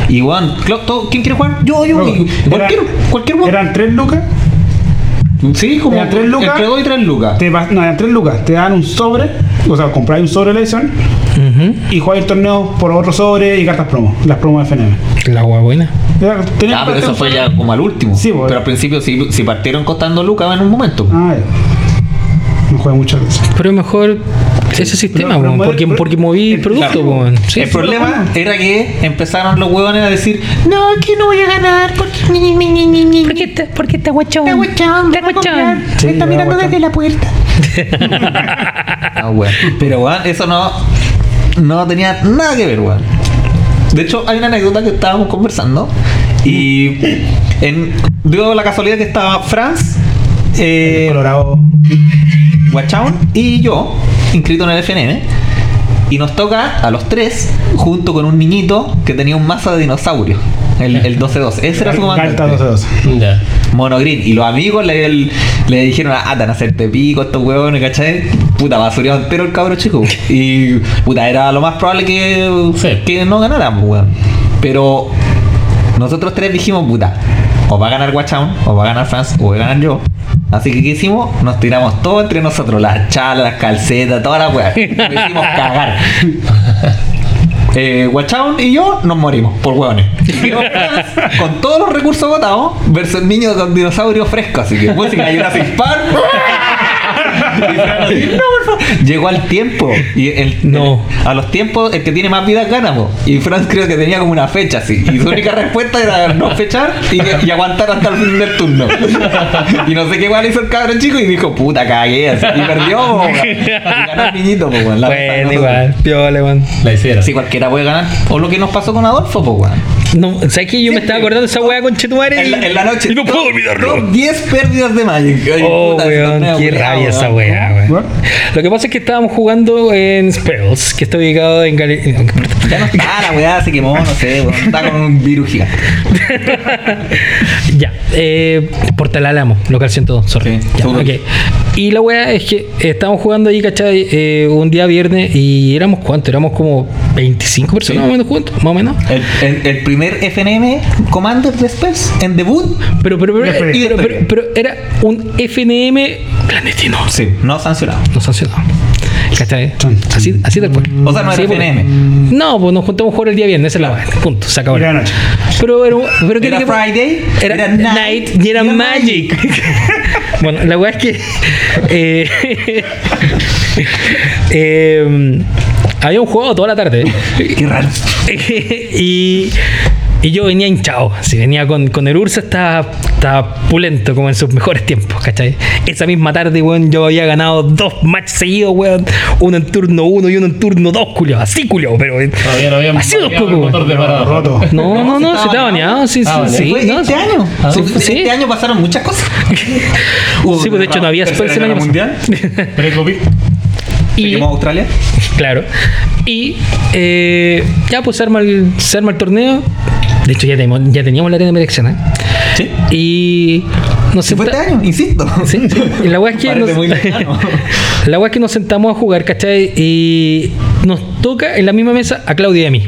Speaker 4: Y weón, clo- todo- ¿quién quiere jugar? Yo, yo, y cualquier, cualquier weón.
Speaker 3: Eran tres lucas.
Speaker 4: Sí, como
Speaker 3: eran tres lucas.
Speaker 4: entre 2 y 3 lucas.
Speaker 3: Te vas- no, eran tres lucas. Te dan un sobre. O sea, compráis un sobre Leison y jugáis el torneo por otro sobre y cartas promo. Las promos de FNM.
Speaker 1: La hueá buena.
Speaker 3: Era- tenías
Speaker 4: Ah, pero
Speaker 3: que
Speaker 4: eso
Speaker 3: hacer-
Speaker 4: fue ya como al último.
Speaker 3: Sí, weón.
Speaker 4: pero al principio sí, sí partieron costando lucas en un momento.
Speaker 3: Ah, ya. No juega muchas veces.
Speaker 1: Pero mejor ese sistema,
Speaker 3: pero
Speaker 1: weón,
Speaker 3: mueve-
Speaker 1: porque,
Speaker 3: pero-
Speaker 1: porque moví
Speaker 3: el-
Speaker 1: producto,
Speaker 4: claro.
Speaker 1: weón. Sí,
Speaker 4: el problema
Speaker 3: bueno.
Speaker 4: era que empezaron los huevones a decir, no, que no voy a ganar, porque ni, ni, ni, ni, ni,
Speaker 5: ¿Por qué te, por qué te guachón?
Speaker 4: Está guachón,
Speaker 5: Te
Speaker 4: me va a
Speaker 5: guachón.
Speaker 4: comprar.
Speaker 3: Sí,
Speaker 5: me está
Speaker 3: me va a
Speaker 5: mirando
Speaker 3: guachón.
Speaker 5: desde la puerta.
Speaker 4: Ah, weón. Pero weón, eso no, no tenía nada que ver, weón. De hecho, hay una anécdota que estábamos conversando y en, dio la casualidad que estaba Franz, eh,
Speaker 3: Colorado.
Speaker 4: Guachaun y yo, inscrito en el FNM. Y nos toca a los tres, junto con un niñito que tenía un mazo de dinosaurio. El, el 12-2. Ese era su comandante.
Speaker 3: Cartas 12 12.
Speaker 2: Ya.
Speaker 4: Monogreen. Y los amigos le, le dijeron "Ah, a Atan hacerte pico estos huevones, ¿cachai? Puta, basureado entero el cabro chico. Y puta, era lo más probable que,
Speaker 2: Sí.
Speaker 4: que no ganáramos, weón. Pero nosotros tres dijimos, puta, o va a ganar Guachaun, o va a ganar France, o voy a ganar yo. Así que, ¿qué hicimos? Nos tiramos todo entre nosotros, las chalas, las calcetas, todas las weas. Nos hicimos cagar. Eh, Guachaun y yo nos morimos por hueones. Y quedó Franz con todos los recursos votados versus el niño con dinosaurio fresco. Así que música Jurassic Park. Y Franz así, "No, por favor". Llegó al tiempo. Y el,
Speaker 1: No.
Speaker 4: el- a los tiempos, el que tiene más vida gana. po. Y Franz creo que tenía como una fecha así. Y su única respuesta era no fechar y, y aguantar hasta el fin del turno. Y no sé qué igual hizo el cabrón chico y dijo, puta, cagué. Así. Y perdió. po, weón. Y ganó el niñito, po, weón. La cosa de
Speaker 1: Bueno,
Speaker 4: nosotros.
Speaker 1: igual. Piola, weón.
Speaker 2: La hicieron.
Speaker 4: Si cualquiera puede ganar. O lo que nos pasó con Adolfo, pues, weón.
Speaker 1: No, ¿Sabes que yo me estaba acordando de esa weá con Chetumare?
Speaker 4: En la, en la noche.
Speaker 1: Y no puedo olvidarlo.
Speaker 4: Top 10 pérdidas de Magic. Ay,
Speaker 1: Oh,
Speaker 4: puta, ese
Speaker 1: weón,
Speaker 4: torneo,
Speaker 1: qué
Speaker 4: culiao,
Speaker 1: rabia esa
Speaker 4: weón.
Speaker 1: weá, weón.
Speaker 3: Bueno.
Speaker 1: Lo que pasa es que estábamos jugando en Spells, que está ubicado en Galería.
Speaker 4: Ya no está, la weá se quemó, no sé, weón. Está con un virus gigante.
Speaker 1: Ya, eh, Portal Álamo, local 102, sorry.
Speaker 4: Sí,
Speaker 1: Ya,
Speaker 4: seguro.
Speaker 1: ok. Y la weá es que estábamos jugando ahí, ¿cachai? Eh, un día viernes y éramos cuánto? Éramos como 25 personas
Speaker 4: Sí.
Speaker 1: más o menos juntos, más o menos.
Speaker 4: El, el- el primer FNM Commander de Spurs en debut.
Speaker 1: Pero, pero, pero,
Speaker 4: Y
Speaker 1: pero,
Speaker 4: despegue.
Speaker 1: pero- pero era un FNM clandestino.
Speaker 4: Sí, no sancionado.
Speaker 1: No sancionado. ¿Cachai? Así, así tal cual.
Speaker 4: O sea, no
Speaker 1: Sí,
Speaker 4: era
Speaker 1: porque-
Speaker 4: FNM.
Speaker 1: No, pues nos juntamos a jugar el día viernes, esa es la weá. Punto, se acabó.
Speaker 3: Era noche.
Speaker 1: Pero, pero, pero ¿qué
Speaker 4: Era
Speaker 1: tiene que-
Speaker 4: Friday,
Speaker 1: Era,
Speaker 4: era
Speaker 1: Night, y era Magic. bueno, la weá es que. eh, em, eh, había un juego toda la tarde.
Speaker 4: Qué raro.
Speaker 1: y. Y yo venía hinchado, si venía con, con el Ursa estaba, estaba pulento como en sus mejores tiempos, ¿cachai? Esa misma tarde, weón, yo había ganado dos matches seguidos, weón, uno en turno uno y uno en turno dos, culio, así culio, pero eh,
Speaker 2: Todavía no habíamos
Speaker 1: así dos
Speaker 2: bloqueado
Speaker 1: cocos,
Speaker 2: el
Speaker 1: weón.
Speaker 2: motor de parada.
Speaker 3: roto.
Speaker 1: No, no, no,
Speaker 4: sí
Speaker 1: se estaba bañado, sí, sí,
Speaker 2: Ah,
Speaker 1: sí,
Speaker 4: Fue
Speaker 1: no, sí.
Speaker 4: este año.
Speaker 1: Ah,
Speaker 4: Sí,
Speaker 1: sí.
Speaker 4: Este año pasaron muchas cosas. Hubo
Speaker 1: Sí, pues, de hecho, no había
Speaker 4: Tercera
Speaker 1: Spurs el
Speaker 4: Guerra
Speaker 1: año
Speaker 4: mundial.
Speaker 2: Pre-COVID.
Speaker 1: Y-
Speaker 4: Seguimos a Australia.
Speaker 1: Claro. Y eh, ya pues se arma, el, se arma el torneo. De hecho ya teníamos, ya teníamos la arena merexiana.
Speaker 4: Sí.
Speaker 1: Y no sé.
Speaker 4: Sí, fue este año, insisto.
Speaker 1: Sí, sí. Y la wea es que
Speaker 4: Parece
Speaker 1: nos-
Speaker 4: muy lejano.
Speaker 1: la wea es que nos sentamos a jugar, ¿cachai? Y nos toca en la misma mesa a Claudia y a mí.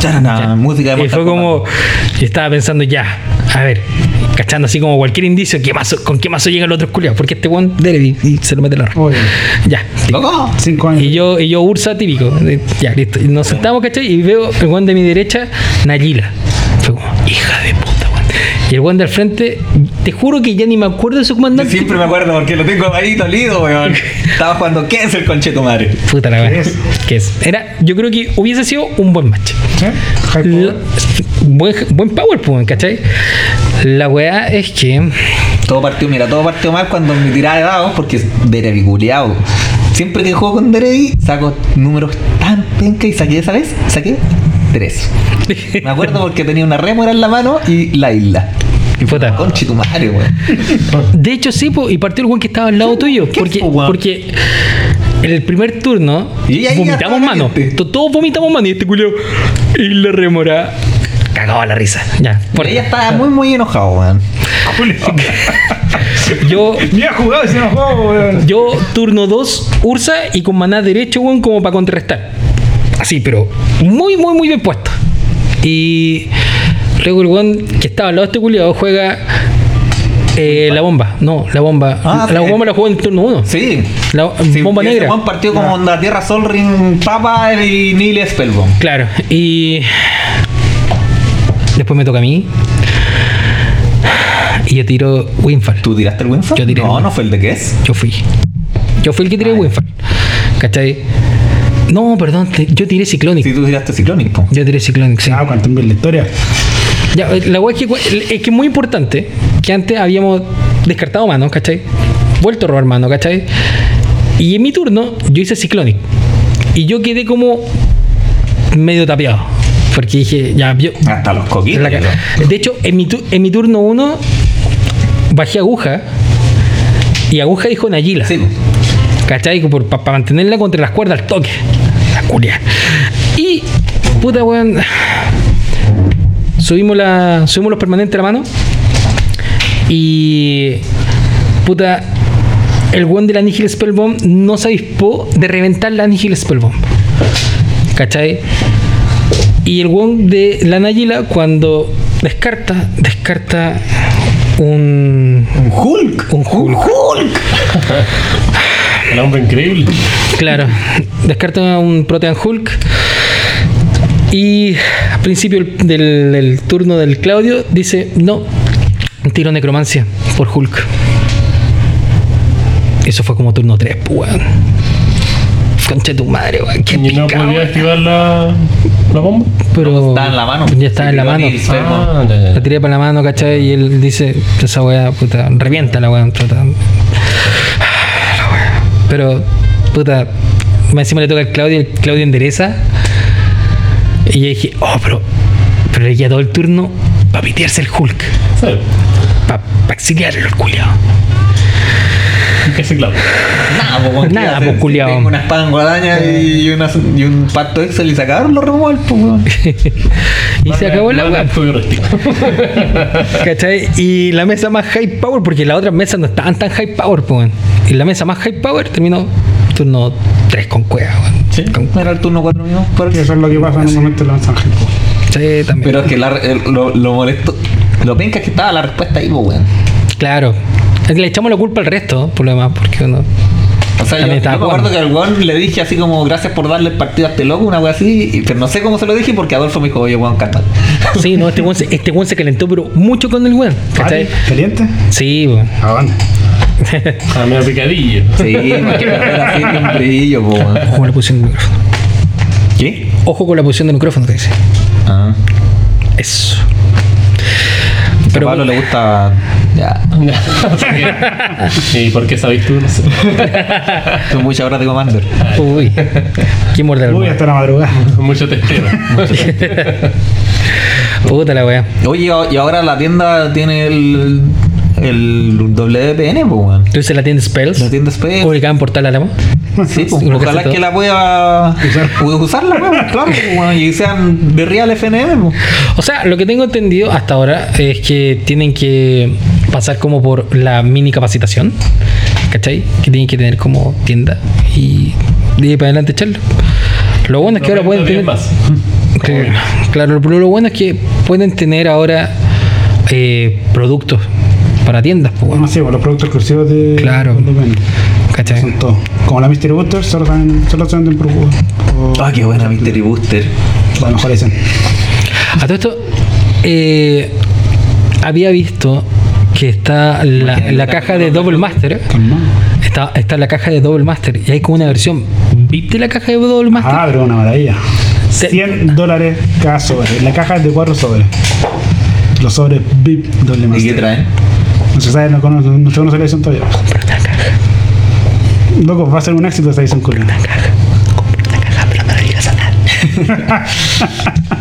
Speaker 4: Charana, música de
Speaker 1: Y
Speaker 4: Mortal
Speaker 1: fue como,
Speaker 4: Kombat.
Speaker 1: yo estaba pensando ya, a ver, cachando así como cualquier indicio, ¿qué mazo- ¿con qué mazo llega el otro culiado? Porque este one Derby y se lo mete la ropa.
Speaker 3: Oye,
Speaker 1: Ya,
Speaker 4: ¡Loco!
Speaker 3: cinco años.
Speaker 1: Y yo, y yo Ursa típico. de- Ya, listo. Y nos sentamos, ¿cachai? Y veo el guan de mi derecha, Nayila. Fue como, hija de puta, guan. Y el guan del frente, te juro que ya ni me acuerdo de su
Speaker 4: Yo
Speaker 1: comandante.
Speaker 4: siempre me acuerdo porque lo tengo ahí dolido, weón. Estaba jugando ¿Qué es el concheto madre?
Speaker 1: Puta la
Speaker 3: ¿Qué
Speaker 1: verdad.
Speaker 3: es?
Speaker 1: ¿Qué es? Era, yo creo que hubiese sido un buen match.
Speaker 3: ¿Sí? High
Speaker 1: La-
Speaker 3: power.
Speaker 1: buen, buen power, pues, weón, ¿cachai? La weá es que.
Speaker 4: Todo partió, mira, todo partió mal cuando me tiraba de dados porque es Derevi culiao. Siempre que juego con Derevi saco números tan penca y saqué esa vez, saqué tres. Me acuerdo porque tenía una rémora en la mano y la isla. Y fue
Speaker 1: Puta.
Speaker 4: conche tu madre, weón.
Speaker 1: De hecho, sí, po, y partió el weón que estaba al lado tuyo.
Speaker 4: ¿Qué
Speaker 1: Porque,
Speaker 4: fue, weón?
Speaker 1: porque en el primer turno
Speaker 4: Y ahí
Speaker 1: vomitamos
Speaker 4: ya
Speaker 1: mano.
Speaker 4: caliente.
Speaker 1: To- Todos vomitamos mano y este culeo. Y la remora. Cagaba la risa. Ya. por-
Speaker 4: Ella estaba muy, muy enojado, weón.
Speaker 3: Julio.
Speaker 1: Yo,
Speaker 3: Bien jugado ese juego, weón.
Speaker 1: yo, turno 2, Ursa y con maná derecho, weón, como para contrarrestar. Así, pero muy, muy, muy bien puesto. Y luego el weón que estaba al lado de este culiado juega. eh, la bomba, no, la bomba.
Speaker 4: Ah,
Speaker 1: la
Speaker 4: sí.
Speaker 1: bomba la jugó en turno 1.
Speaker 4: Sí.
Speaker 1: La
Speaker 4: Sí,
Speaker 1: bomba
Speaker 4: y ese
Speaker 1: negra.
Speaker 4: weón partió como onda Tierra Sol, Ring, Papa y Neil Spellbomb.
Speaker 1: Claro, y después me toca a mí. Y yo tiro Winfall.
Speaker 4: ¿Tú tiraste el Winfall?
Speaker 1: Yo tiré el
Speaker 4: No,
Speaker 1: Winfall.
Speaker 4: no fue el de qué es.
Speaker 1: Yo fui. Yo fui el que tiré Winfall. ¿Cachai? No, perdón, te- yo tiré Cyclonic.
Speaker 4: Si tú tiraste Cyclonic, po.
Speaker 1: Yo tiré Cyclonic, sí.
Speaker 3: Ah, cuánto bien la historia.
Speaker 1: Ya, eh, la wea es que, cu- es que es muy importante que antes habíamos descartado manos, ¿cachai? Vuelto a robar mano, ¿cachai? Y en mi turno yo hice Cyclonic. Y yo quedé como medio tapeado. Porque dije, ya, yo,
Speaker 4: Hasta los coquitos.
Speaker 1: La ca-
Speaker 4: weón.
Speaker 1: de hecho, en mi, tu- en mi turno 1 bajé aguja y aguja dijo Nayila.
Speaker 4: Sí, po.
Speaker 1: ¿Cachai? Para mantenerla contra las cuerdas al toque. La culia. Y, puta weón. Subimos, la, subimos los permanentes a la mano. Y, puta. El weón de la Nihil Spellbomb no se avispó de reventar la Nihil Spellbomb. ¿Cachai? Y el weón de la Nayila, cuando descarta, descarta un.
Speaker 4: Un Hulk.
Speaker 1: Un Hulk.
Speaker 4: Hulk.
Speaker 2: El hombre increíble.
Speaker 1: Claro, descarta un Protean Hulk. Y al principio del, del- del turno del Claudio dice, no, tiro necromancia por Hulk. Eso fue como turno 3, weón. Concha de tu madre, weón. Qué
Speaker 2: Y
Speaker 1: picado, eh.
Speaker 2: no podía
Speaker 1: weón.
Speaker 2: activar la, la bomba. Ah,
Speaker 1: Pero
Speaker 4: Estaba en la mano.
Speaker 1: Ya estaba en la mano.
Speaker 4: Y fue como-
Speaker 2: ya, ya, ya.
Speaker 1: La tiré para la mano, ¿cachai? Y él dice, esa weá, puta, revienta la weá. puta. La weá. Pero, puta, más encima le toca al Claudio, el Claudio endereza. Y yo dije, oh, pero, pero le queda todo el turno para pitearse el Hulk,
Speaker 2: Sí.
Speaker 1: para exiliarlo el culiao.
Speaker 2: Ese clavo.
Speaker 4: Nada, po, weón, ¿qué
Speaker 1: Nada,
Speaker 4: iba a
Speaker 1: po,
Speaker 4: hacer?
Speaker 1: culiao. Eh.
Speaker 4: Tengo una espada en guadaña y, una- y un pacto Excel y sacaron los removal, po, weón.
Speaker 1: Y se acabó la
Speaker 2: Mala
Speaker 1: weá,
Speaker 2: heurística.
Speaker 1: ¿cachai? Y la mesa más high power, porque las otras mesas no estaban tan high power, pues. Y la mesa más high power terminó turno 3 con cueva, weón.
Speaker 2: Sí.
Speaker 1: Con-
Speaker 4: Era el turno 4 mío. por
Speaker 3: Que
Speaker 4: eso.
Speaker 3: eso es lo que pasa en un momento de la mensaje.
Speaker 1: Sí, también.
Speaker 4: Pero es que la- el- lo, lo molesto. Lo penca es que estaba la respuesta ahí, po, weón.
Speaker 1: Claro. Le echamos la culpa al resto, por lo demás, porque uno.
Speaker 4: O sea, yo,
Speaker 1: También
Speaker 4: yo me
Speaker 1: estaba
Speaker 4: acuerdo
Speaker 1: jugando.
Speaker 4: que al weón le dije así como gracias por darle el partido a este loco, una weá así, y- pero no sé cómo se lo dije porque Adolfo me dijo, oye weón, calma.
Speaker 1: Sí, no, este weón se, este weón se calentó, pero mucho con el weón. ¿Cachai?
Speaker 3: ¿Caliente?
Speaker 1: Sí, weón.
Speaker 3: ¿A dónde?
Speaker 2: Ah, medio picadillo.
Speaker 4: Sí, porque me era así de un brillo, po, weón.
Speaker 1: Ojo con la posición del micrófono.
Speaker 4: ¿Qué?
Speaker 1: Ojo con la posición del micrófono, te dice.
Speaker 4: Ah.
Speaker 1: Eso.
Speaker 4: Pero a Pablo le gusta. Ya.
Speaker 2: ¿Y por qué sabéis tú? No sé.
Speaker 4: Son muchas horas de Commander.
Speaker 1: Uy. ¿Quién muerde el
Speaker 3: Uy, hasta la madrugada.
Speaker 2: Mucho testero. mucho testeo.
Speaker 1: Puta la weá.
Speaker 4: Oye, y ahora la tienda tiene el. El WPN, pues, weón.
Speaker 1: ¿Tú dices la tienda Spells?
Speaker 4: La tienda Space.
Speaker 1: Ubicada en Portal Álamo.
Speaker 4: Sí, pues,
Speaker 1: Lo que
Speaker 4: ojalá
Speaker 1: hace
Speaker 4: que
Speaker 1: todo.
Speaker 4: la pueda usar, usarla, weón, claro, pues, weón, y sean de real FNM. pues.
Speaker 1: O sea, lo que tengo entendido hasta ahora es que tienen que pasar como por la mini capacitación, ¿cachai? Que tienen que tener como tienda y de ahí para adelante echarlo. Lo bueno es que ahora pueden tener.
Speaker 2: más.
Speaker 1: que- claro, lo, lo bueno es que pueden tener ahora eh, productos para tiendas, pues,
Speaker 3: Bueno,
Speaker 1: bueno,
Speaker 3: sí, pues, los productos exclusivos de.
Speaker 1: Claro.
Speaker 3: de Depende.
Speaker 1: ¿cachai?
Speaker 3: Son todos. Como la Mystery Booster, solo, están- solo se venden por jugo. O
Speaker 4: Ah, qué buena Mystery Booster.
Speaker 3: a lo mejor dicen.
Speaker 1: A todo esto, eh, había visto que está la,
Speaker 4: Imagínate,
Speaker 1: la
Speaker 4: la
Speaker 1: caja de Double Master.
Speaker 3: Calma.
Speaker 1: Está, está la caja de Double Master y hay como una versión VIP de la caja de Double Master.
Speaker 3: Ah, pero una maravilla.
Speaker 1: Se-
Speaker 3: 100 dólares cada sobre. La caja es de 4 sobres. Los sobres VIP doble
Speaker 4: ¿Y qué
Speaker 3: master.
Speaker 4: traen?
Speaker 3: No se sabe, no conoce, no se conoce la edición todavía.
Speaker 1: Compra una caja,
Speaker 3: Loco, va a ser un éxito esa edición coreana.
Speaker 1: una caja, pero no la digas a nadie.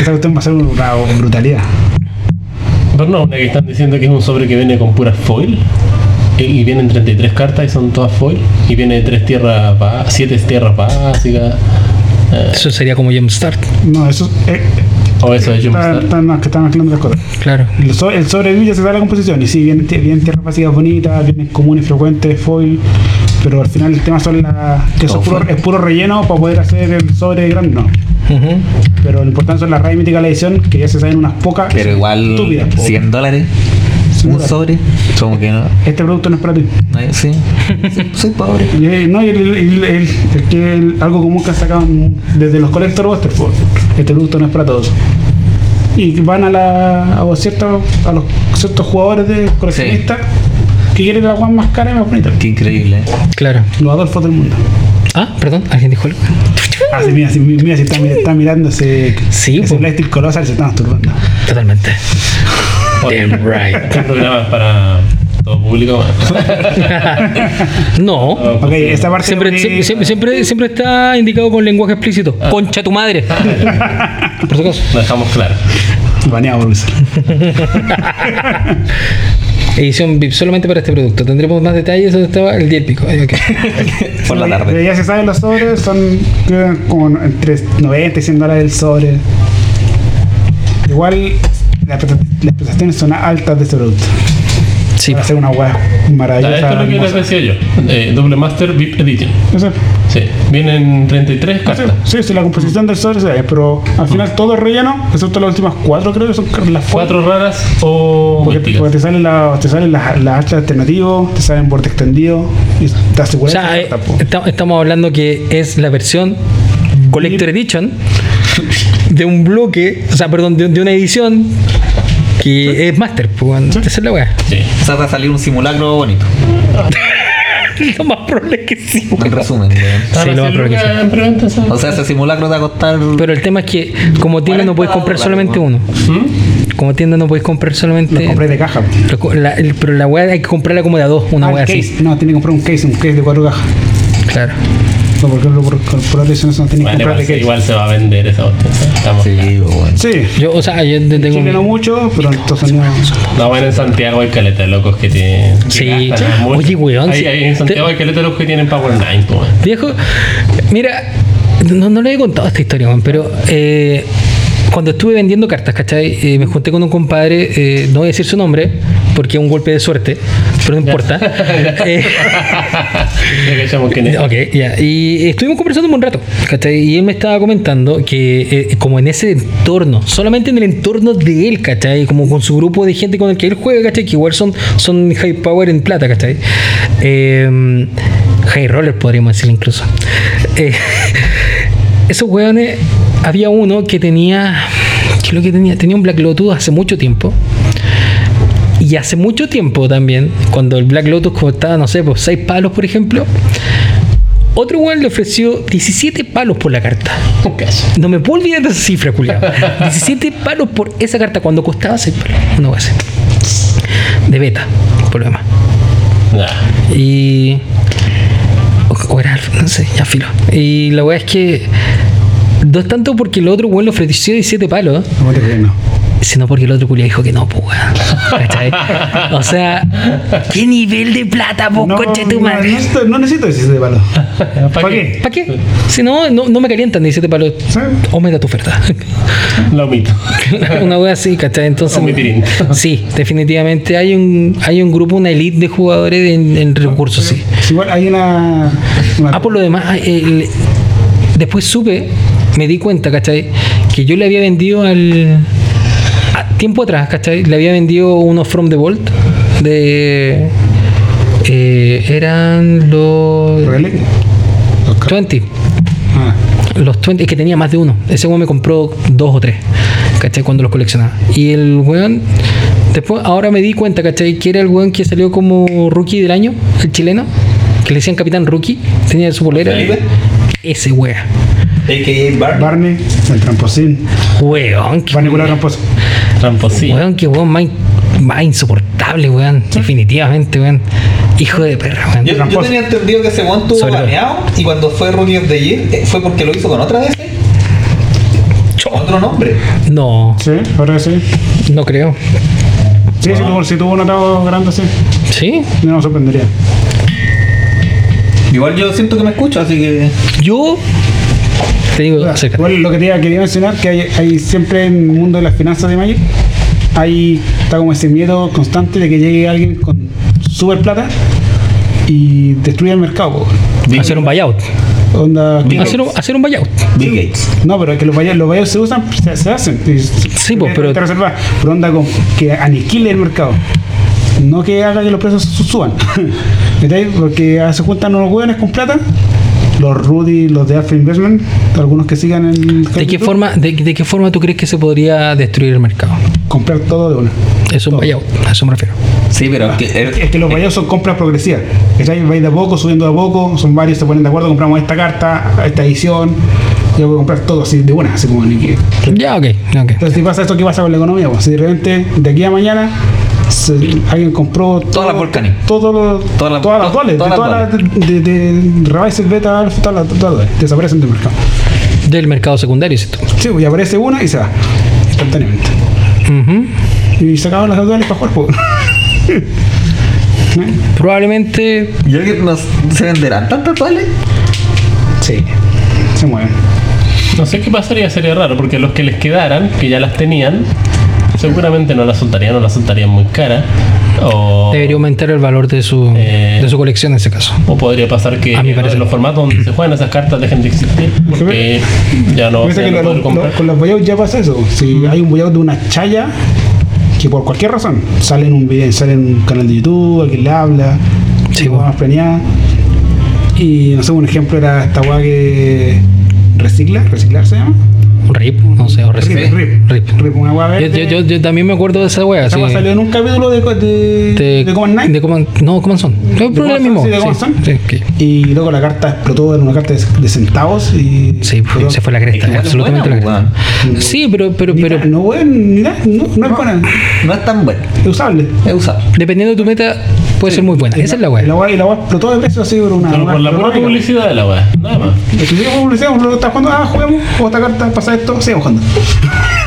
Speaker 3: Esa cuestión va a ser una brutalidad.
Speaker 2: Pero no, una que están diciendo que es un sobre que viene con pura foil. Y- Y vienen 33 cartas y son todas foil. Y viene tres tierras ba- siete tierras básicas. eh,
Speaker 1: Eso sería como Jumpstart,
Speaker 3: No, eso eh,
Speaker 2: o eso de
Speaker 3: está,
Speaker 2: Jumpstart.
Speaker 3: está- no, es que están mezclando las cosas.
Speaker 1: claro.
Speaker 3: El, so- el sobre VIP ya se da la composición. Y sí, vienen, tie- vienen tierras básicas bonitas, vienen comunes, frecuentes, foil. Pero al final el tema son las. que eso
Speaker 4: Todo
Speaker 3: es puro,
Speaker 4: foil.
Speaker 3: es puro relleno para poder hacer el sobre grande. No.
Speaker 1: Ujú.
Speaker 3: Pero lo importante son las raíz míticas de la edición, que ya se saben unas pocas.
Speaker 4: Pero igual,
Speaker 3: estúpidas, po.
Speaker 4: 100 dólares. Un
Speaker 3: dólares.
Speaker 4: sobre. Como que no.
Speaker 3: Este producto no es para ti.
Speaker 4: no hay- sí. Sí, Soy pobre.
Speaker 3: Y, eh, No, y el, el- el- el- es que el- algo común que han sacado desde los collector busters, po, este producto no es para todos. Y van a, la, a, ciertos, a los ciertos jugadores de coleccionistas que quieren la guan más cara y más bonita.
Speaker 4: Qué increíble. ¿eh?
Speaker 1: Claro.
Speaker 3: Los Adolfos del mundo.
Speaker 1: Ah, perdón, alguien dijo algo.
Speaker 3: Ah, sí, mira, sí, mira, si está, mi- está mirando ese,
Speaker 1: Sí,
Speaker 3: ese
Speaker 1: po.
Speaker 3: Plastic Colossal, se está masturbando.
Speaker 1: Totalmente. Damn
Speaker 2: Este
Speaker 1: right.
Speaker 2: programa es para todo público.
Speaker 1: No.
Speaker 3: Ok, esta parte.
Speaker 1: Siempre,
Speaker 3: muy-
Speaker 1: siempre, siempre, siempre- siempre está indicado con lenguaje explícito. Concha tu madre. Por si acaso.
Speaker 2: Lo dejamos claro.
Speaker 3: Baneado por usar.
Speaker 1: Edición VIP solamente para este producto. Tendremos más detalles. Eso estaba el día del pico. Ay, ok.
Speaker 4: Por la
Speaker 3: Pero
Speaker 4: tarde.
Speaker 3: ya se saben los sobres, son creo, como entre 90 y 100 dólares el sobre. Igual las presta- las prestaciones son altas de este producto.
Speaker 1: Sí.
Speaker 3: Va a ser una hueá
Speaker 2: Ya, Esto es
Speaker 3: maravillosa.
Speaker 2: lo que les
Speaker 3: hermosa.
Speaker 2: decía yo. Eh, Double Master VIP Edition.
Speaker 3: Eso-
Speaker 2: Sí. Vienen 33
Speaker 3: eso-
Speaker 2: cartas.
Speaker 3: Sí, sí, la composición del sobre se ve, pero al
Speaker 1: Mm.
Speaker 3: final todo es relleno, excepto las últimas cuatro creo que son las
Speaker 2: Cuatro raras o
Speaker 3: Porque,
Speaker 2: míticas.
Speaker 3: porque te salen la- te salen las las hachas alternativas, te salen borde extendido y te
Speaker 1: O
Speaker 3: aseguras
Speaker 1: sea,
Speaker 3: que
Speaker 1: eh,
Speaker 3: está, po.
Speaker 1: esta- estamos hablando que es la versión Collector Edition de un bloque, o sea, perdón, de, de una edición que es Master. pues, weón. Esa es la weá.
Speaker 2: Sí.
Speaker 4: O sea, va a salir un simulacro bonito.
Speaker 1: Lo más probable es que sí.
Speaker 4: En resumen, weón.
Speaker 1: Sí, lo más
Speaker 2: Ahora
Speaker 1: probable que sí.
Speaker 2: lucas en preventa, ¿sabes?
Speaker 4: O sea, ese simulacro te va a costar.
Speaker 1: Pero el tema es que como tienda no puedes comprar
Speaker 4: 40
Speaker 1: solamente uno.
Speaker 2: ¿Mm?
Speaker 1: Como tienda no puedes comprar solamente...
Speaker 2: eh,
Speaker 3: Lo compré de caja. po.
Speaker 1: Lo co- la- el- pero la weá hay que comprarla como de a dos, una
Speaker 3: Ah, el
Speaker 1: weá así.
Speaker 3: case. No, tiene que comprar un case, un case de cuatro cajas.
Speaker 1: Claro.
Speaker 3: No, porque lo por, por, por eso no tenés
Speaker 2: Bueno,
Speaker 3: que comprar
Speaker 2: igual,
Speaker 3: de case.
Speaker 2: se- pues, igual se va a vender esa hostia. Estamos
Speaker 4: Sí, weón.
Speaker 3: Sí,
Speaker 1: Yo, o sea, yo te tengo...
Speaker 3: Chile no mucho, pero entonces no.
Speaker 2: No, bueno, en Santiago hay caleta de locos que tienen. que
Speaker 1: Sí.
Speaker 2: gastan mucho.
Speaker 1: Oye, weón,
Speaker 2: Ahí,
Speaker 1: sí.
Speaker 2: ahí en Santiago hay caleta de locos que tienen Power 9, po, weón.
Speaker 1: Viejo, mira, no, no le he contado esta historia, Juan, pero eh, cuando estuve vendiendo cartas, ¿cachai? Eh, me junté con un compadre, eh, no voy a decir su nombre, porque es un golpe de suerte, pero no importa. Eh,
Speaker 2: Ya cachamos quién es.
Speaker 1: Ok, ya. Y estuvimos conversando un buen rato, ¿cachai? Y él me estaba comentando que eh, como en ese entorno, solamente en el entorno de él, ¿cachai? Como con su grupo de gente con el que él juega, ¿cachai? Que igual son, son high power en plata, ¿cachai? Eh, high roller podríamos decir incluso. Eh, esos weones, había uno que tenía, ¿qué es lo que tenía? Tenía un Black Lotus hace mucho tiempo. Y hace mucho tiempo también, cuando el Black Lotus costaba, no sé, pues 6 palos, por ejemplo, Otro weón le ofreció 17 palos por la carta.
Speaker 2: Un caso.
Speaker 1: No me puedo olvidar de esa cifra, culiado. 17 palos por esa carta cuando costaba 6 palos. Una weá así. De beta, por lo demás.
Speaker 2: Nah.
Speaker 1: Y. O, o era alfa, no sé, ya filo. Y la weá es que. No es tanto porque el otro weón le ofreció 17 palos,
Speaker 3: No te creo, no.
Speaker 1: sino porque el otro culiado dijo que no, pues weón. ¿Cachai? O sea, ¿qué nivel de plata, po,
Speaker 3: No,
Speaker 1: coche tu
Speaker 3: no,
Speaker 1: madre? Ah.
Speaker 3: No, necesito- no necesito ese de palo. ¿Para qué?
Speaker 1: ¿Para qué? Si no, no, no me calientan 17 palos.
Speaker 3: Sí.
Speaker 1: O me da tu oferta.
Speaker 2: Lo omito.
Speaker 1: una wea así, ¿cachai? Entonces.
Speaker 2: Omitirín.
Speaker 1: Sí, definitivamente hay un, hay un grupo, una elite de jugadores en, en recursos, sí.
Speaker 3: Si Igual hay una. una-
Speaker 1: Ah, por lo demás, el- después supe, me di cuenta, ¿cachai? Que yo le había vendido al. a- tiempo atrás, ¿cachai? Le había vendido unos From the Vault de. eh, eran los.
Speaker 3: ¿Relé?
Speaker 1: 20.
Speaker 3: Ah,
Speaker 1: Los 20, es que tenía más de uno. Ese weón me compró dos o tres, ¿cachai? Cuando los coleccionaba. Y el weón, después, ahora me di cuenta, ¿cachai? Que era el weón que salió como rookie del año, el chileno, que le decían capitán rookie, tenía su bolera.
Speaker 4: ¿Felipe?
Speaker 1: Ese weón.
Speaker 4: AKA Bar.
Speaker 3: Barney, el tramposín.
Speaker 1: Weón, que
Speaker 3: Barney Nicolás Tramposo.
Speaker 2: Tramposí.
Speaker 1: weón, que weón más, in- más insoportable, weón. Definitivamente, weón. Hijo de perra, weón.
Speaker 4: Yo, yo
Speaker 3: Tramposo.
Speaker 4: tenía entendido que ese Juan estuvo
Speaker 1: Sobre todo.
Speaker 4: baneado y cuando fue Rookie of the Year eh, fue porque lo hizo con otra DC. Con otro nombre.
Speaker 1: No,
Speaker 3: Sí, ahora sí.
Speaker 1: no creo.
Speaker 3: Sí, si tuvo, si tuvo un atado grande, sí.
Speaker 1: ¿Sí?
Speaker 3: No me sorprendería.
Speaker 4: Igual yo siento que me escucho, así que.
Speaker 1: Yo te digo, acércate.
Speaker 3: Igual lo que te iba- quería mencionar que hay, hay siempre en el mundo de las finanzas de Magic hay está como ese miedo constante de que llegue alguien con super plata y destruya el mercado.
Speaker 1: Hacer un buyout.
Speaker 3: po. Onda,
Speaker 1: Hacer un, hacer un buyout.
Speaker 4: Bill Gates.
Speaker 3: no, pero es que los valles, los valles se usan, se, se hacen. y se-
Speaker 1: Sí, po, pero-
Speaker 3: Te reservas. Pero onda con que aniquile el mercado. No que haga que los precios su- suban. ¿Cachai? Porque se juntan unos hueones con plata. Los Rudy, los de Alpha Investment, algunos que sigan en
Speaker 1: ¿De qué, forma, de, de qué forma tú crees que se podría destruir el mercado?
Speaker 3: comprar todo de una.
Speaker 1: Es un buyout, a eso me refiero.
Speaker 4: Sí, pero. que-
Speaker 3: Es que los
Speaker 4: Eh,
Speaker 3: vallos son compras progresivas. ¿Cachai? Vais de a poco, subiendo de a poco, son varios, se ponen de acuerdo, compramos esta carta, esta edición, yo voy a comprar todo así de una, así como ni que.
Speaker 1: Ya, ok, ok.
Speaker 3: Entonces si pasa esto, ¿qué pasa con la economía? po? Si de repente, de aquí a mañana, se- alguien compró
Speaker 4: Todas las Volcanic.
Speaker 3: todos los-
Speaker 4: Todas
Speaker 3: todas
Speaker 4: las-
Speaker 3: las
Speaker 4: to-
Speaker 3: duales, de
Speaker 4: todas las
Speaker 3: todas las de, de, de Revised Beta, Alpha, todas las todas las duales, desaparecen del mercado.
Speaker 1: Del mercado secundario, ¿cierto?
Speaker 3: Sí, pues, y aparece una y se va, instantáneamente.
Speaker 1: Ujú.
Speaker 3: Y se acaban las duales para jugar, po. ¿Eh?
Speaker 1: Probablemente
Speaker 4: ¿Y alguien nos, se venderán tantas vale?
Speaker 3: Sí, se mueven.
Speaker 2: No sé qué pasaría, sería raro, porque los que les quedaran, que ya las tenían, seguramente no las soltarían o las soltarían muy cara. O,
Speaker 1: debería aumentar el valor de su,
Speaker 2: Eh.
Speaker 1: de su colección en ese caso.
Speaker 2: o podría pasar que
Speaker 1: A mi
Speaker 2: los-
Speaker 1: parecer.
Speaker 2: los formatos donde se juegan esas cartas dejen de existir, porque ya no
Speaker 3: Piensa
Speaker 2: ya
Speaker 3: que
Speaker 2: no
Speaker 3: lo-
Speaker 2: poder
Speaker 3: lo-
Speaker 2: comprar.
Speaker 3: con los boyados ya pasa eso. Si hay un boyado de una chaya que por cualquier razón sale en un video, sale en un canal de YouTube, alguien le habla,
Speaker 1: Sí,
Speaker 3: se
Speaker 1: bueno.
Speaker 3: va más planeada. Y no sé, un ejemplo era esta weá que recicla, reciclar se llama.
Speaker 1: Un RIP, no sé, o reciclar.
Speaker 3: Rip, rip,
Speaker 1: Rip.
Speaker 3: rip, una weá
Speaker 1: Yo,
Speaker 3: verde.
Speaker 1: yo, yo, yo también me acuerdo de esa wea.
Speaker 3: Esa
Speaker 1: sí.
Speaker 3: weá salió en un capítulo de, co- de, de, Command Night.
Speaker 1: de Command- no, Command Zone. No,
Speaker 3: De
Speaker 1: pero era
Speaker 3: Command
Speaker 1: el mismo.
Speaker 3: Zone, sí, de
Speaker 1: Sí,
Speaker 3: Command Zone.
Speaker 1: sí, ok.
Speaker 3: Y luego la carta explotó en una carta de, de centavos y
Speaker 1: Sí, fue- se fue la cresta,
Speaker 4: Es que igual es
Speaker 1: absolutamente
Speaker 4: buena, pues,
Speaker 1: la cresta. Sí, pero, pero,
Speaker 3: Ni
Speaker 1: pero
Speaker 3: nada, no, weón, ni nada, no, no es buena,
Speaker 4: No es tan bueno.
Speaker 3: es usable.
Speaker 4: Es usable.
Speaker 1: dependiendo de tu meta puede ser muy buena. Esa
Speaker 3: Y
Speaker 1: es la
Speaker 3: la
Speaker 1: wea.
Speaker 3: weá y la weá explotó de precio así por una.
Speaker 2: Solo por la
Speaker 3: una-
Speaker 2: pura
Speaker 3: una-
Speaker 2: publicidad de la weá, nada más.
Speaker 3: Estuvimos publicidad, lo está jugando, ah, juguemos, juego esta carta, pasa esto, sigamos jugando.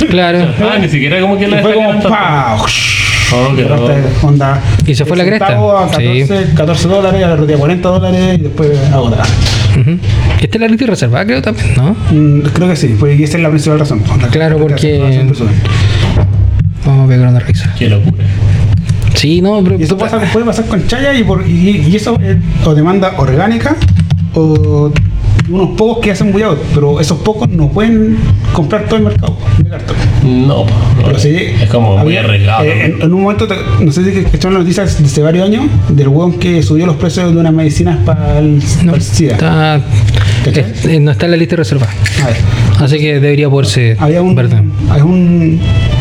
Speaker 1: Claro.
Speaker 2: Ah, ni siquiera como que la
Speaker 3: Y fue como
Speaker 2: destacaron tanto.
Speaker 3: pa,
Speaker 2: Oh, qué
Speaker 3: Carta
Speaker 2: raro.
Speaker 3: de este onda.
Speaker 1: Y se fue la cresta.
Speaker 3: centavo A 14, 14 dólares, a la rodilla 40 dólares y después ahora.
Speaker 1: Ujú. Esta Este es la lista reservada, creo también, ¿no?
Speaker 3: Mm, creo que sí, porque esa es la principal razón. La
Speaker 1: Claro,
Speaker 3: carta
Speaker 1: porque-
Speaker 3: de razón personal.
Speaker 1: Vamos a pegar una risa.
Speaker 2: Qué locura.
Speaker 1: Sí, no, pero.
Speaker 3: Y eso
Speaker 1: puta,
Speaker 3: pasa, puede pasar con Chaya y, por, y, y eso es o demanda orgánica o unos pocos que hacen bullado, pero esos pocos no pueden comprar todo el mercado de cartas.
Speaker 2: No, po, no,
Speaker 3: Pero sí,
Speaker 2: es como muy
Speaker 3: había-
Speaker 2: arriesgado.
Speaker 3: eh, en, en un momento, te- no sé si que escucharon las noticias de hace varios años, del hueón que subió los precios de unas medicinas para el,
Speaker 1: no,
Speaker 3: para el SIDA.
Speaker 1: está- eh,
Speaker 3: ¿Cachai?
Speaker 1: es- eh, no está en la lista reservada.
Speaker 3: A ver,
Speaker 1: Así que debería poderse.
Speaker 3: había un,
Speaker 1: ¿verdad?
Speaker 3: había un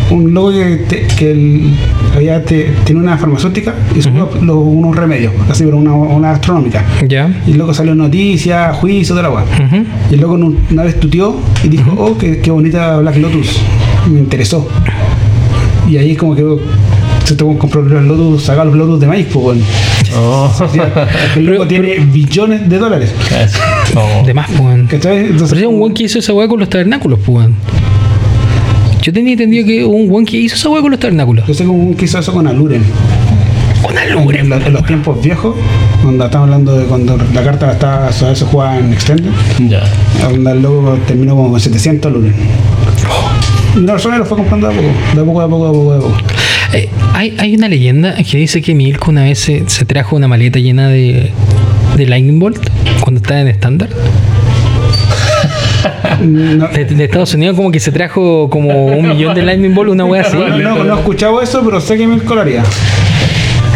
Speaker 3: un loco que, te- que el- había- te- tiene una farmacéutica y subió los- unos remedios, así, pero una, una astronómica.
Speaker 1: Ya.
Speaker 3: Y el loco salió en noticias, juicio, toda la weá.
Speaker 1: Ujú.
Speaker 3: Y el loco en un- una vez tuteó y dijo, oh, qué, qué bonita Black Lotus. Me interesó. Y ahí como que se tomó compró los Lotus, sacaba los Lotus de maíz, pues weón.
Speaker 2: Oh.
Speaker 3: El loco tiene billones de dólares.
Speaker 2: Eso. Oh.
Speaker 1: De más, pues. weón.
Speaker 3: ¿Cachai? Entonces,
Speaker 1: Pero era un weón que hizo esa weá con los tabernáculos, pues. weón. Yo tenía entendido que hubo un weón que hizo esa weá con los tabernáculos.
Speaker 3: Yo sé que un que hizo eso con Aluren.
Speaker 1: Con
Speaker 3: En,
Speaker 1: alure.
Speaker 3: lo- en los tiempos viejos, cuando estamos hablando de cuando la carta estaba, se se jugaba en Extended,
Speaker 2: Ya.
Speaker 3: cuando el loco terminó como con 700 Aluren. Y una persona lo fue comprando de a poco, de a poco, de a poco, de a poco, de a poco.
Speaker 1: Eh, hay, hay una leyenda que dice que Milko una vez se, se trajo una maleta llena de, de Lightning Bolt cuando estaba en estándar.
Speaker 3: No,
Speaker 1: De, de Estados Unidos como que se trajo como un millón de Lightning Bolt, una weá así.
Speaker 3: No, no, no he escuchado eso, pero sé que Mirko lo haría.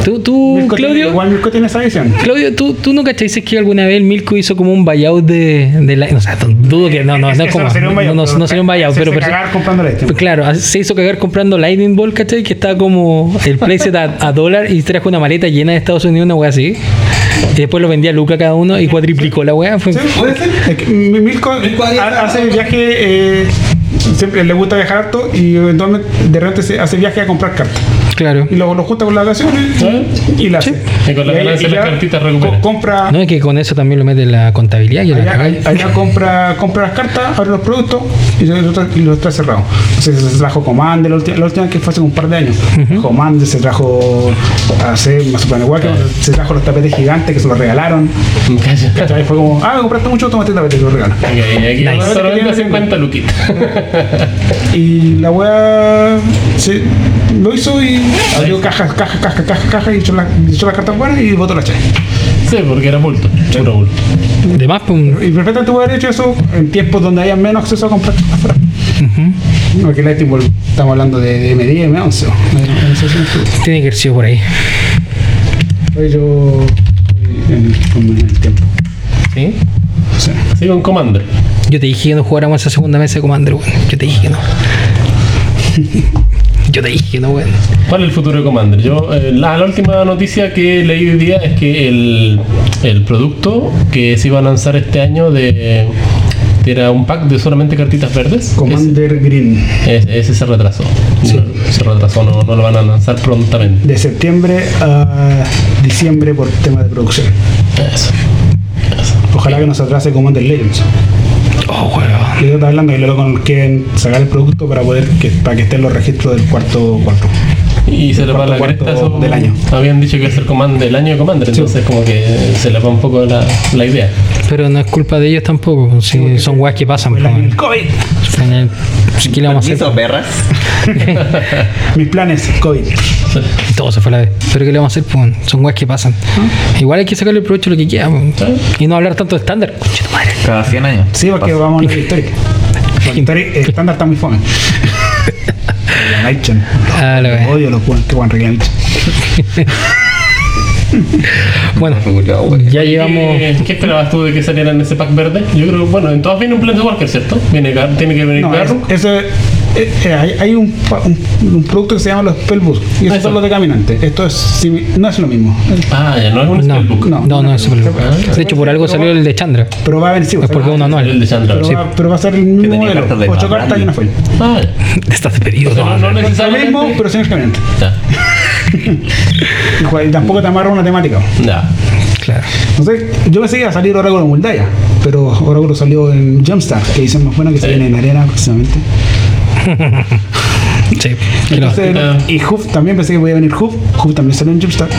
Speaker 1: Tú, tú
Speaker 3: Mirko tiene-
Speaker 1: Claudio,
Speaker 3: igual Mirko tiene esa visión.
Speaker 1: Claudio, ¿tú, tú no cachaste que alguna vez el Milko hizo como un buyout de, de Lightning? O sea, dudo que no, no,
Speaker 3: Es-
Speaker 1: no,
Speaker 3: eso
Speaker 1: como,
Speaker 3: no sería un buyout,
Speaker 1: no, no,
Speaker 3: pero-
Speaker 1: no sería un buyout,
Speaker 3: se
Speaker 1: pero, pues-
Speaker 3: hizo
Speaker 1: pero-
Speaker 3: cagar comprándole este.
Speaker 1: pero claro, así se hizo cagar comprando Lightning Bolt, ¿cachai? Que estaba como el playset a, a dólar y trajo una maleta llena de Estados Unidos, una weá así. Y después lo vendía a Luca cada uno y cuadriplicó la weá. Fue-
Speaker 3: Sí, puede ser. Es que Mi- Mirko ha- hace viaje, eh, siempre le gusta viajar harto y eventualmente de repente se hace viaje a comprar cartas.
Speaker 1: Claro.
Speaker 3: Y luego lo junta con las vacaciones y, y la hace.
Speaker 2: Y con la
Speaker 3: ahí-
Speaker 2: ganancia de las
Speaker 3: ya
Speaker 2: cartitas recupera.
Speaker 3: co- compra,
Speaker 1: No es que con eso también lo mete en la contabilidad y en la
Speaker 3: allá,
Speaker 1: cagáis.
Speaker 3: allá compra, compra las cartas, abre los productos y los tra- y los trae cerrados. Entonces se trajo Commander, la última, la última que fue hace un par de años. Commander se trajo hace más o menos igual que se trajo los tapetes gigantes que se los regalaron.
Speaker 2: Calla.
Speaker 3: ¿Cachai? Fue como, ah, compraste mucho, toma este tapete, te lo regalo.
Speaker 2: Ok, aquí
Speaker 3: Nice.
Speaker 2: solamente 50 luquitas.
Speaker 3: Y la wea se lo hizo y abrió cajas, cajas, cajas, cajas, cajas y echó, la- echó las cartas buenas y botó la chave.
Speaker 2: Sí, porque era bulto. Puro bulto.
Speaker 1: De más, pues, un-
Speaker 3: Y perfectamente hubiera hecho eso en tiempos donde haya menos acceso a comprar cartas afuera. Porque la Steam World, este estamos hablando de, de M10, M11. o- no, no sé si me equivoco.
Speaker 1: tiene que haber sido por ahí.
Speaker 3: Pero yo en, en el tiempo.
Speaker 2: ¿Sí?
Speaker 3: O sea,
Speaker 2: Sí, con Commander.
Speaker 1: Yo te dije que no jugáramos esa segunda mesa de Commander, weón. Yo te dije que no. Yo te dije que no, weón.
Speaker 2: ¿Cuál es el futuro de Commander? Yo, eh, la, la última noticia que leí hoy día es que el, el producto que se iba a lanzar este año de, era un pack de solamente cartitas verdes.
Speaker 3: Commander Green,
Speaker 2: Es- ese se retrasó. No, se retrasó, no, no lo van a lanzar prontamente.
Speaker 3: de septiembre a diciembre por tema de producción.
Speaker 2: Eso. Eso.
Speaker 3: Ojalá que nos atrase Commander Legends.
Speaker 1: Oh, weón.
Speaker 3: Yo estaba hablando que luego con- quieren sacar el producto para poder que, para que estén los registros del cuarto cuarto.
Speaker 2: Y se le va la
Speaker 3: cuarto
Speaker 2: cresta su-
Speaker 3: del año.
Speaker 2: Habían dicho que es el comando del año de Commander, entonces como que se le va un poco la, la idea.
Speaker 1: Pero no es culpa de ellos tampoco. si son weas que pasan,
Speaker 3: El
Speaker 1: pues,
Speaker 3: año del
Speaker 1: weón.
Speaker 3: COVID.
Speaker 1: En el- pues, ¿Qué le vamos a hacer?
Speaker 4: Permiso, perras.
Speaker 3: Mis planes, COVID.
Speaker 1: Todo se fue a la vez. Pero ¿qué le vamos a hacer, pues, weón? Son weas que pasan.
Speaker 2: Ah.
Speaker 1: Igual hay que sacarle el provecho a lo que queda, weón. Y no hablar tanto de estándar. Conche tu madre.
Speaker 4: Cada 100 años.
Speaker 3: Sí, porque vamos a la historia. La historia el estándar está muy fome. La Nightchen.
Speaker 1: Ah, la wea.
Speaker 3: Odio los juegos que juegan Regan
Speaker 1: Bueno, ya llevamos.
Speaker 2: ¿Qué, qué esperabas tú de que salieran en ese pack verde? Yo creo que, bueno, en todas viene un Planeswalker, ¿cierto? Viene, Gar- tiene que venir
Speaker 3: No, es-
Speaker 2: Garruk.
Speaker 3: eso es- eh, eh, hay, hay un, pa- un- un producto que se llama los Spellbooks y eso
Speaker 2: Eso.
Speaker 3: son los de caminante. Esto es simi- no es lo mismo,
Speaker 2: Ah, ya no es un
Speaker 1: No,
Speaker 2: spellbook.
Speaker 1: no, no, no es Superbook.
Speaker 2: Ah.
Speaker 1: De hecho, por algo salió el de Chandra.
Speaker 3: pero va a venir sí,
Speaker 1: Es porque es un
Speaker 2: El
Speaker 1: anual.
Speaker 2: de Chandra.
Speaker 3: pero,
Speaker 2: sí.
Speaker 3: va, pero va a ser el mismo
Speaker 4: tenía
Speaker 3: modelo.
Speaker 4: cartas de
Speaker 3: Ocho
Speaker 4: Batman.
Speaker 3: cartas y una foil.
Speaker 2: Ah, ya.
Speaker 1: Estás despedido,
Speaker 2: no, no
Speaker 3: Es lo
Speaker 2: necesariamente.
Speaker 3: mismo, pero sin el caminante.
Speaker 2: Ya,
Speaker 3: Y juega- Y tampoco te amarra una temática.
Speaker 2: ya.
Speaker 1: Claro.
Speaker 3: Entonces, yo pensé que iba a salir Oráculo de Muldaya, pero Oráculo salió en Jumpstart, que dicen más bueno que se viene en arena próximamente.
Speaker 1: Sí, claro.
Speaker 3: Entonces,
Speaker 2: Claro.
Speaker 3: y Hoof también pensé que podía venir Hoof. Hoof también salió en Jumpstart.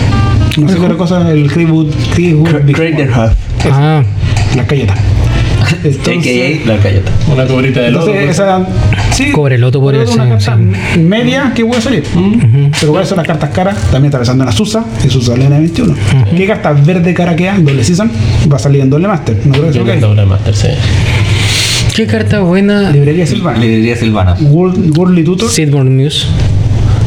Speaker 3: No sé qué otra cosa, el Creewood, Creewood, Big
Speaker 4: Crater
Speaker 3: Mom,
Speaker 4: Huff.
Speaker 1: Ah,
Speaker 3: la cayeta. Entonces,
Speaker 4: AKA la cayota.
Speaker 2: Una cobrita de lodo. pues,
Speaker 3: entonces esa. Sí,
Speaker 1: Cobreloto podría
Speaker 3: una
Speaker 1: ser,
Speaker 3: carta media que puede salir. Pero cuáles son las cartas caras, también está pensando en la Susa, que Susa sale en la 21. ¿Qué carta verde cara queda? Doble Season, va a salir en doble Master. No creo que
Speaker 2: Yo creo que es
Speaker 3: sea ok.
Speaker 2: doble master, sí.
Speaker 1: qué carta buena.
Speaker 3: Librería Silvana.
Speaker 4: Le diría Silvana.
Speaker 3: World, Worldly Tutor.
Speaker 1: Sidborn Muse.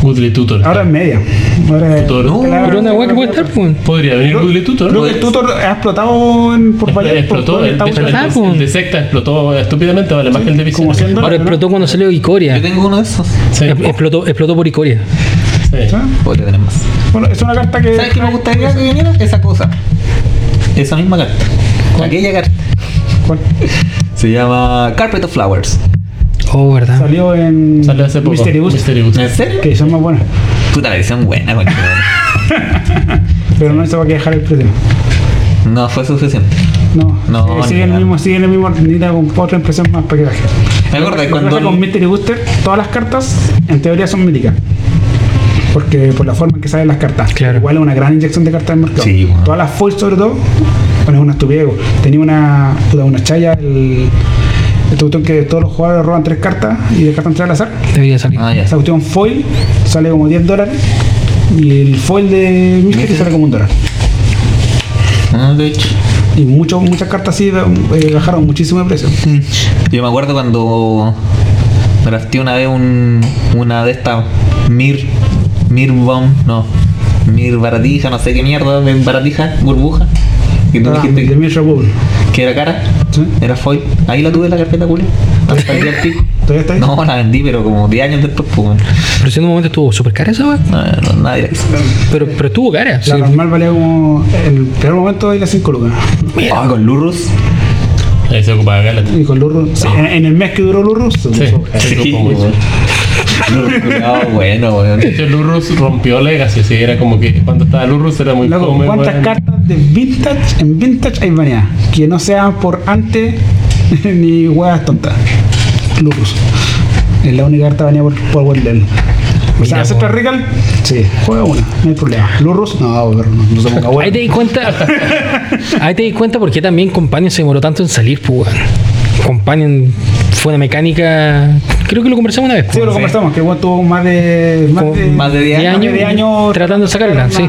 Speaker 2: Goodly Tutor.
Speaker 3: Ahora es media. Ahora es-
Speaker 2: Tutor.
Speaker 3: te la-
Speaker 1: Pero una weá que puede estar, pues.
Speaker 2: Podría venir Goodly Tutor.
Speaker 3: Creo que el tutor ha explotado en, por
Speaker 2: Expl-
Speaker 3: varias
Speaker 2: explotó,
Speaker 3: por-
Speaker 2: el, de
Speaker 3: por-
Speaker 2: hecho, el,
Speaker 1: ¿Verdad,
Speaker 2: de-
Speaker 1: po?
Speaker 2: el de secta explotó estúpidamente, vale más que el de
Speaker 3: como
Speaker 2: Vicente.
Speaker 3: haciendo-
Speaker 1: Ahora explotó cuando salió Icoria.
Speaker 4: Yo tengo uno de esos.
Speaker 2: Sí,
Speaker 1: Ex- Explotó, explotó por Icoria.
Speaker 2: sí.
Speaker 3: ¿Ah?
Speaker 4: Podría tener más.
Speaker 3: Bueno, es una carta que.
Speaker 4: ¿Sabes qué me gustaría que viniera? Esa cosa. Esa misma carta. Aquella carta.
Speaker 3: ¿Cuál?
Speaker 4: Se llama Carpet of Flowers.
Speaker 1: Oh, verdad.
Speaker 3: Salió en.
Speaker 2: Salió hace poco.
Speaker 3: Mystery Boost,
Speaker 2: Mystery Boost.
Speaker 4: ¿En serio?
Speaker 3: Que son más buenas.
Speaker 4: Puta, la edición buena, coño.
Speaker 3: Pero no se va a dejar el precio.
Speaker 4: No fue suficiente.
Speaker 3: No.
Speaker 4: No,
Speaker 3: Eh, sigue en
Speaker 4: ni
Speaker 3: el
Speaker 4: nada.
Speaker 3: mismo, sigue en el mismo. Necesita con otra impresión más para que baje.
Speaker 4: ¿Te acuerdas
Speaker 3: Lo que pasa
Speaker 4: cuando
Speaker 3: con Mystery Booster, todas las cartas en teoría son míticas. Porque por la forma en que salen las cartas.
Speaker 1: Claro.
Speaker 3: Igual es una gran inyección de cartas al mercado.
Speaker 4: Sí, bueno.
Speaker 3: Todas las full sobre todo. Bueno, es una estupidez. güey. Tenía una, puta, una chaya, el. Este botón que todos los jugadores roban tres cartas y descartan tres al azar.
Speaker 1: Debería salir.
Speaker 4: Ah, ya.
Speaker 3: Esa cuestión foil sale como 10 dólares. Y el foil de Mystery sale como un dólar.
Speaker 4: Ah, de hecho.
Speaker 3: Y mucho, muchas cartas así eh, bajaron muchísimo de precio.
Speaker 4: Yo me acuerdo cuando drafté una vez un, una de estas Mir. Mir Bomb, no. Mir Baratija, no sé qué mierda, de Baratija, burbuja. Que tú
Speaker 3: Ah,
Speaker 4: dijiste
Speaker 3: de Mirror Ball.
Speaker 4: que era cara,
Speaker 3: Sí.
Speaker 4: era foil. Ahí la tuve en la carpeta, culia. Hasta el día del pico.
Speaker 3: ¿Todavía está ahí?
Speaker 4: No, la vendí, pero como 10 años después, pues. bueno.
Speaker 1: Pero si en un momento estuvo súper cara esa weá.
Speaker 4: No, no, nadie
Speaker 1: Pero, pero estuvo cara. sí.
Speaker 3: La normal valía como. El peor momento era 5 lucas.
Speaker 4: Ah, con Lurrus.
Speaker 2: Ahí se ocupaba Galata.
Speaker 3: Y con Lurrus. En, en el mes que duró Lurrus. se
Speaker 2: Sí,
Speaker 3: usó.
Speaker 2: se ocupó mucho.
Speaker 4: Lurrus, culiao, bueno, weón.
Speaker 2: De hecho, Lurrus rompió Legacy, así era como que cuando estaba Lurrus era muy
Speaker 3: Loco,
Speaker 2: fome,
Speaker 3: ¿cuántas
Speaker 2: weón.
Speaker 3: cartas de vintage en vintage hay baneadas? Que no sean por antes ni huevas tontas. Lurrus. Es la única carta baneada por, por Wendell. O sea, ¿acepta Regal? Sí, juega una, no hay problema. Lurrus, no, pero no, no se ponga
Speaker 1: Ahí
Speaker 3: bueno.
Speaker 1: te di cuenta. ahí te di cuenta por qué también Companion se demoró tanto en salir, pues. weón. Companion fue una mecánica. Creo que lo conversamos una vez.
Speaker 3: Sí,
Speaker 1: pues.
Speaker 3: lo conversamos, que el weón tuvo más de. Más
Speaker 1: Como
Speaker 3: de,
Speaker 4: Más de 10
Speaker 1: Diez
Speaker 4: años.
Speaker 3: más de diez años
Speaker 1: tratando de sacarla, sí.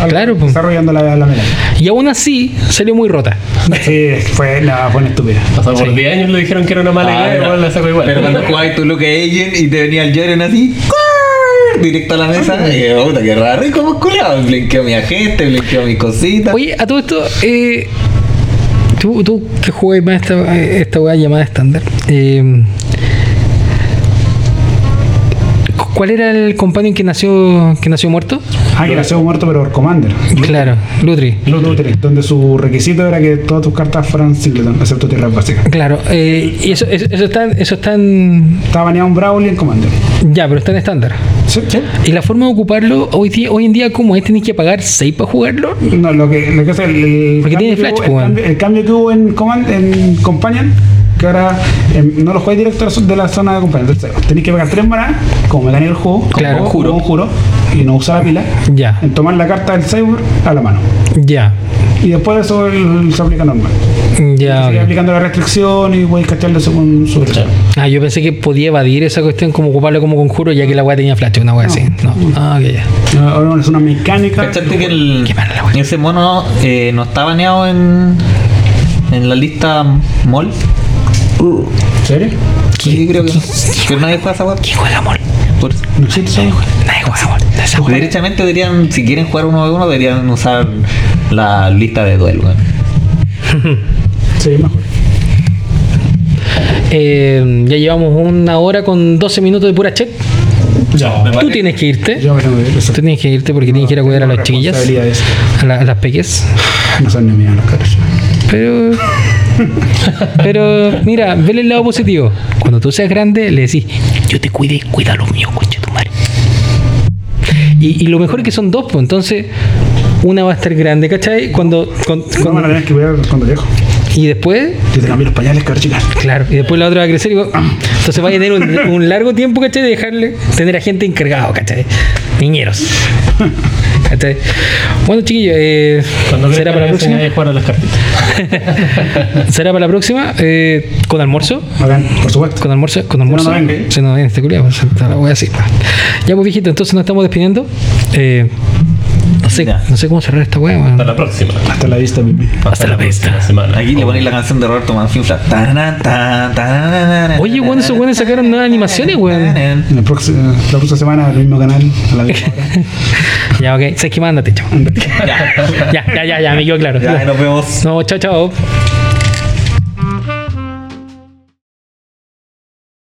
Speaker 3: a-
Speaker 1: Claro, pues.
Speaker 3: Desarrollando la, la mela.
Speaker 1: Y aún así salió muy rota.
Speaker 3: Sí, fue, no, fue una estúpida.
Speaker 2: Pasó por 10 años le dijeron que era una mala
Speaker 4: Ah,
Speaker 2: idea,
Speaker 4: pero-
Speaker 2: igual la sacó igual.
Speaker 4: Pero cuando jugabas tu Luke Agent y te venía el Joren así, ¡cuar! directo a la mesa, y dije, puta, qué raro, y como culiao, blinqueo mi agente, blinqueo mis cositas.
Speaker 1: Oye, a todo esto, eh, tú, tú que jugáis más esta, esta weá llamada estándar, eh, ¿cuál era el Companion que nació, que nació muerto?
Speaker 3: Ah, que nació muerto, pero por Commander.
Speaker 1: Claro, Lutri.
Speaker 3: Luther, donde su requisito era que todas tus cartas fueran Singleton, excepto tierras básicas.
Speaker 1: Claro, eh, y eso, eso, eso está, en- eso está en-
Speaker 3: Estaba baneado un Brawley en Commander.
Speaker 1: Ya, pero está en estándar.
Speaker 3: ¿Sí?
Speaker 1: Y la forma de ocuparlo hoy, día, hoy en día, como es, tenéis que pagar 6 para jugarlo.
Speaker 3: No, lo que, lo que hace el, el
Speaker 1: Porque tiene
Speaker 3: que
Speaker 1: Flash,
Speaker 3: hubo-
Speaker 1: pues,
Speaker 3: el, cambio, el cambio que hubo en, Command, en Companion, que ahora eh, no lo juegas directo de la zo- de la zona de Companion. Entonces, tenéis que pagar tres maná, como me gané el juego,
Speaker 1: Claro.
Speaker 3: como juro, juro, y no usar la pila,
Speaker 1: Ya.
Speaker 3: en tomar la carta del Cyber a la mano.
Speaker 1: Ya,
Speaker 3: Y después de eso el- se aplica normal.
Speaker 1: ya.
Speaker 3: Sigue
Speaker 1: ok.
Speaker 3: aplicando la restricción y podéis castearlo según su versión.
Speaker 1: Ah, yo pensé que podía evadir esa cuestión como ocuparlo como conjuro, ya que la weá tenía flash, una weá así. No, ah, ok, ya.
Speaker 3: Ahora es una mecánica.
Speaker 4: ¿Cachaste que el,
Speaker 1: Qué mala la wea.
Speaker 4: ese mono eh, no está baneado en, en la lista mol? Uh,
Speaker 3: ¿En serio?
Speaker 4: Sí, creo que no. Pero nadie juega esa weá.
Speaker 1: ¿Quién juega amor?
Speaker 4: Por-
Speaker 3: No existe esa weá.
Speaker 1: Nadie juega amor. Esa weá.
Speaker 4: Derechamente deberían, si quieren jugar uno de uno, deberían usar la lista de duelo. weón.
Speaker 3: Sí, mejor.
Speaker 1: Eh, ya llevamos una hora con 12 minutos de pura chat.
Speaker 2: Ya, me
Speaker 1: Tú
Speaker 2: parece.
Speaker 1: tienes que irte.
Speaker 3: Yo me tengo que ir.
Speaker 1: Tú tienes que irte porque tienes que ir a cuidar a las chiquillas,
Speaker 3: Responsabilidades.
Speaker 1: a, la- a las peques.
Speaker 3: No son ni mías los caras.
Speaker 1: Pero. Pero, mira, vele el lado positivo. Cuando tú seas grande, le decís, yo te cuide, cuida a los míos, concha tu madre. Y, y lo mejor es que son dos, pues entonces, una va a estar grande, ¿cachai? Cuando. con-
Speaker 3: ¿Cómo
Speaker 1: con-
Speaker 3: van a tener que cuidar cuando viejo?
Speaker 1: y después,
Speaker 3: Yo te cambié los pañales, cabrón, chicas.
Speaker 1: Claro, y después la otra va a crecer y vos- entonces va a tener un, un largo tiempo, ¿cachai? De dejarle tener a gente encargado, ¿cachai? Niñeros. ¿Cachai? Bueno, chiquillos, eh,
Speaker 2: Cuando
Speaker 1: será para la próxima.
Speaker 2: nadie jugar a las cartitas.
Speaker 1: Será para la próxima, eh, con almuerzo.
Speaker 3: Bacán, por supuesto.
Speaker 1: Con almuerzo, con almuerzo.
Speaker 3: no venga.
Speaker 1: Si no viene este culiao, pues, está la wea así. Ya pues viejito, entonces nos estamos despidiendo. Eh, sé,
Speaker 4: Ya.
Speaker 1: no sé cómo cerrar esta weá,
Speaker 2: Hasta
Speaker 1: weón.
Speaker 2: la próxima.
Speaker 3: Hasta la vista, baby.
Speaker 1: Hasta la
Speaker 2: próxima
Speaker 1: vista.
Speaker 2: semana.
Speaker 4: Aquí le ponéis la canción de Roberto Mancinfla. Tarana, tan, tarana,
Speaker 1: Oye, weón, esos weones sacaron nuevas animaciones, weón.
Speaker 3: En La próxima, la próxima semana, al mismo canal, a la misma
Speaker 1: Ya, ok. Sé que mándate, chao.
Speaker 3: hora.
Speaker 4: Ya,
Speaker 1: Ya, ya, ya, ya, me quedó claro.
Speaker 4: ya, nos vemos.
Speaker 1: No, chao, chao.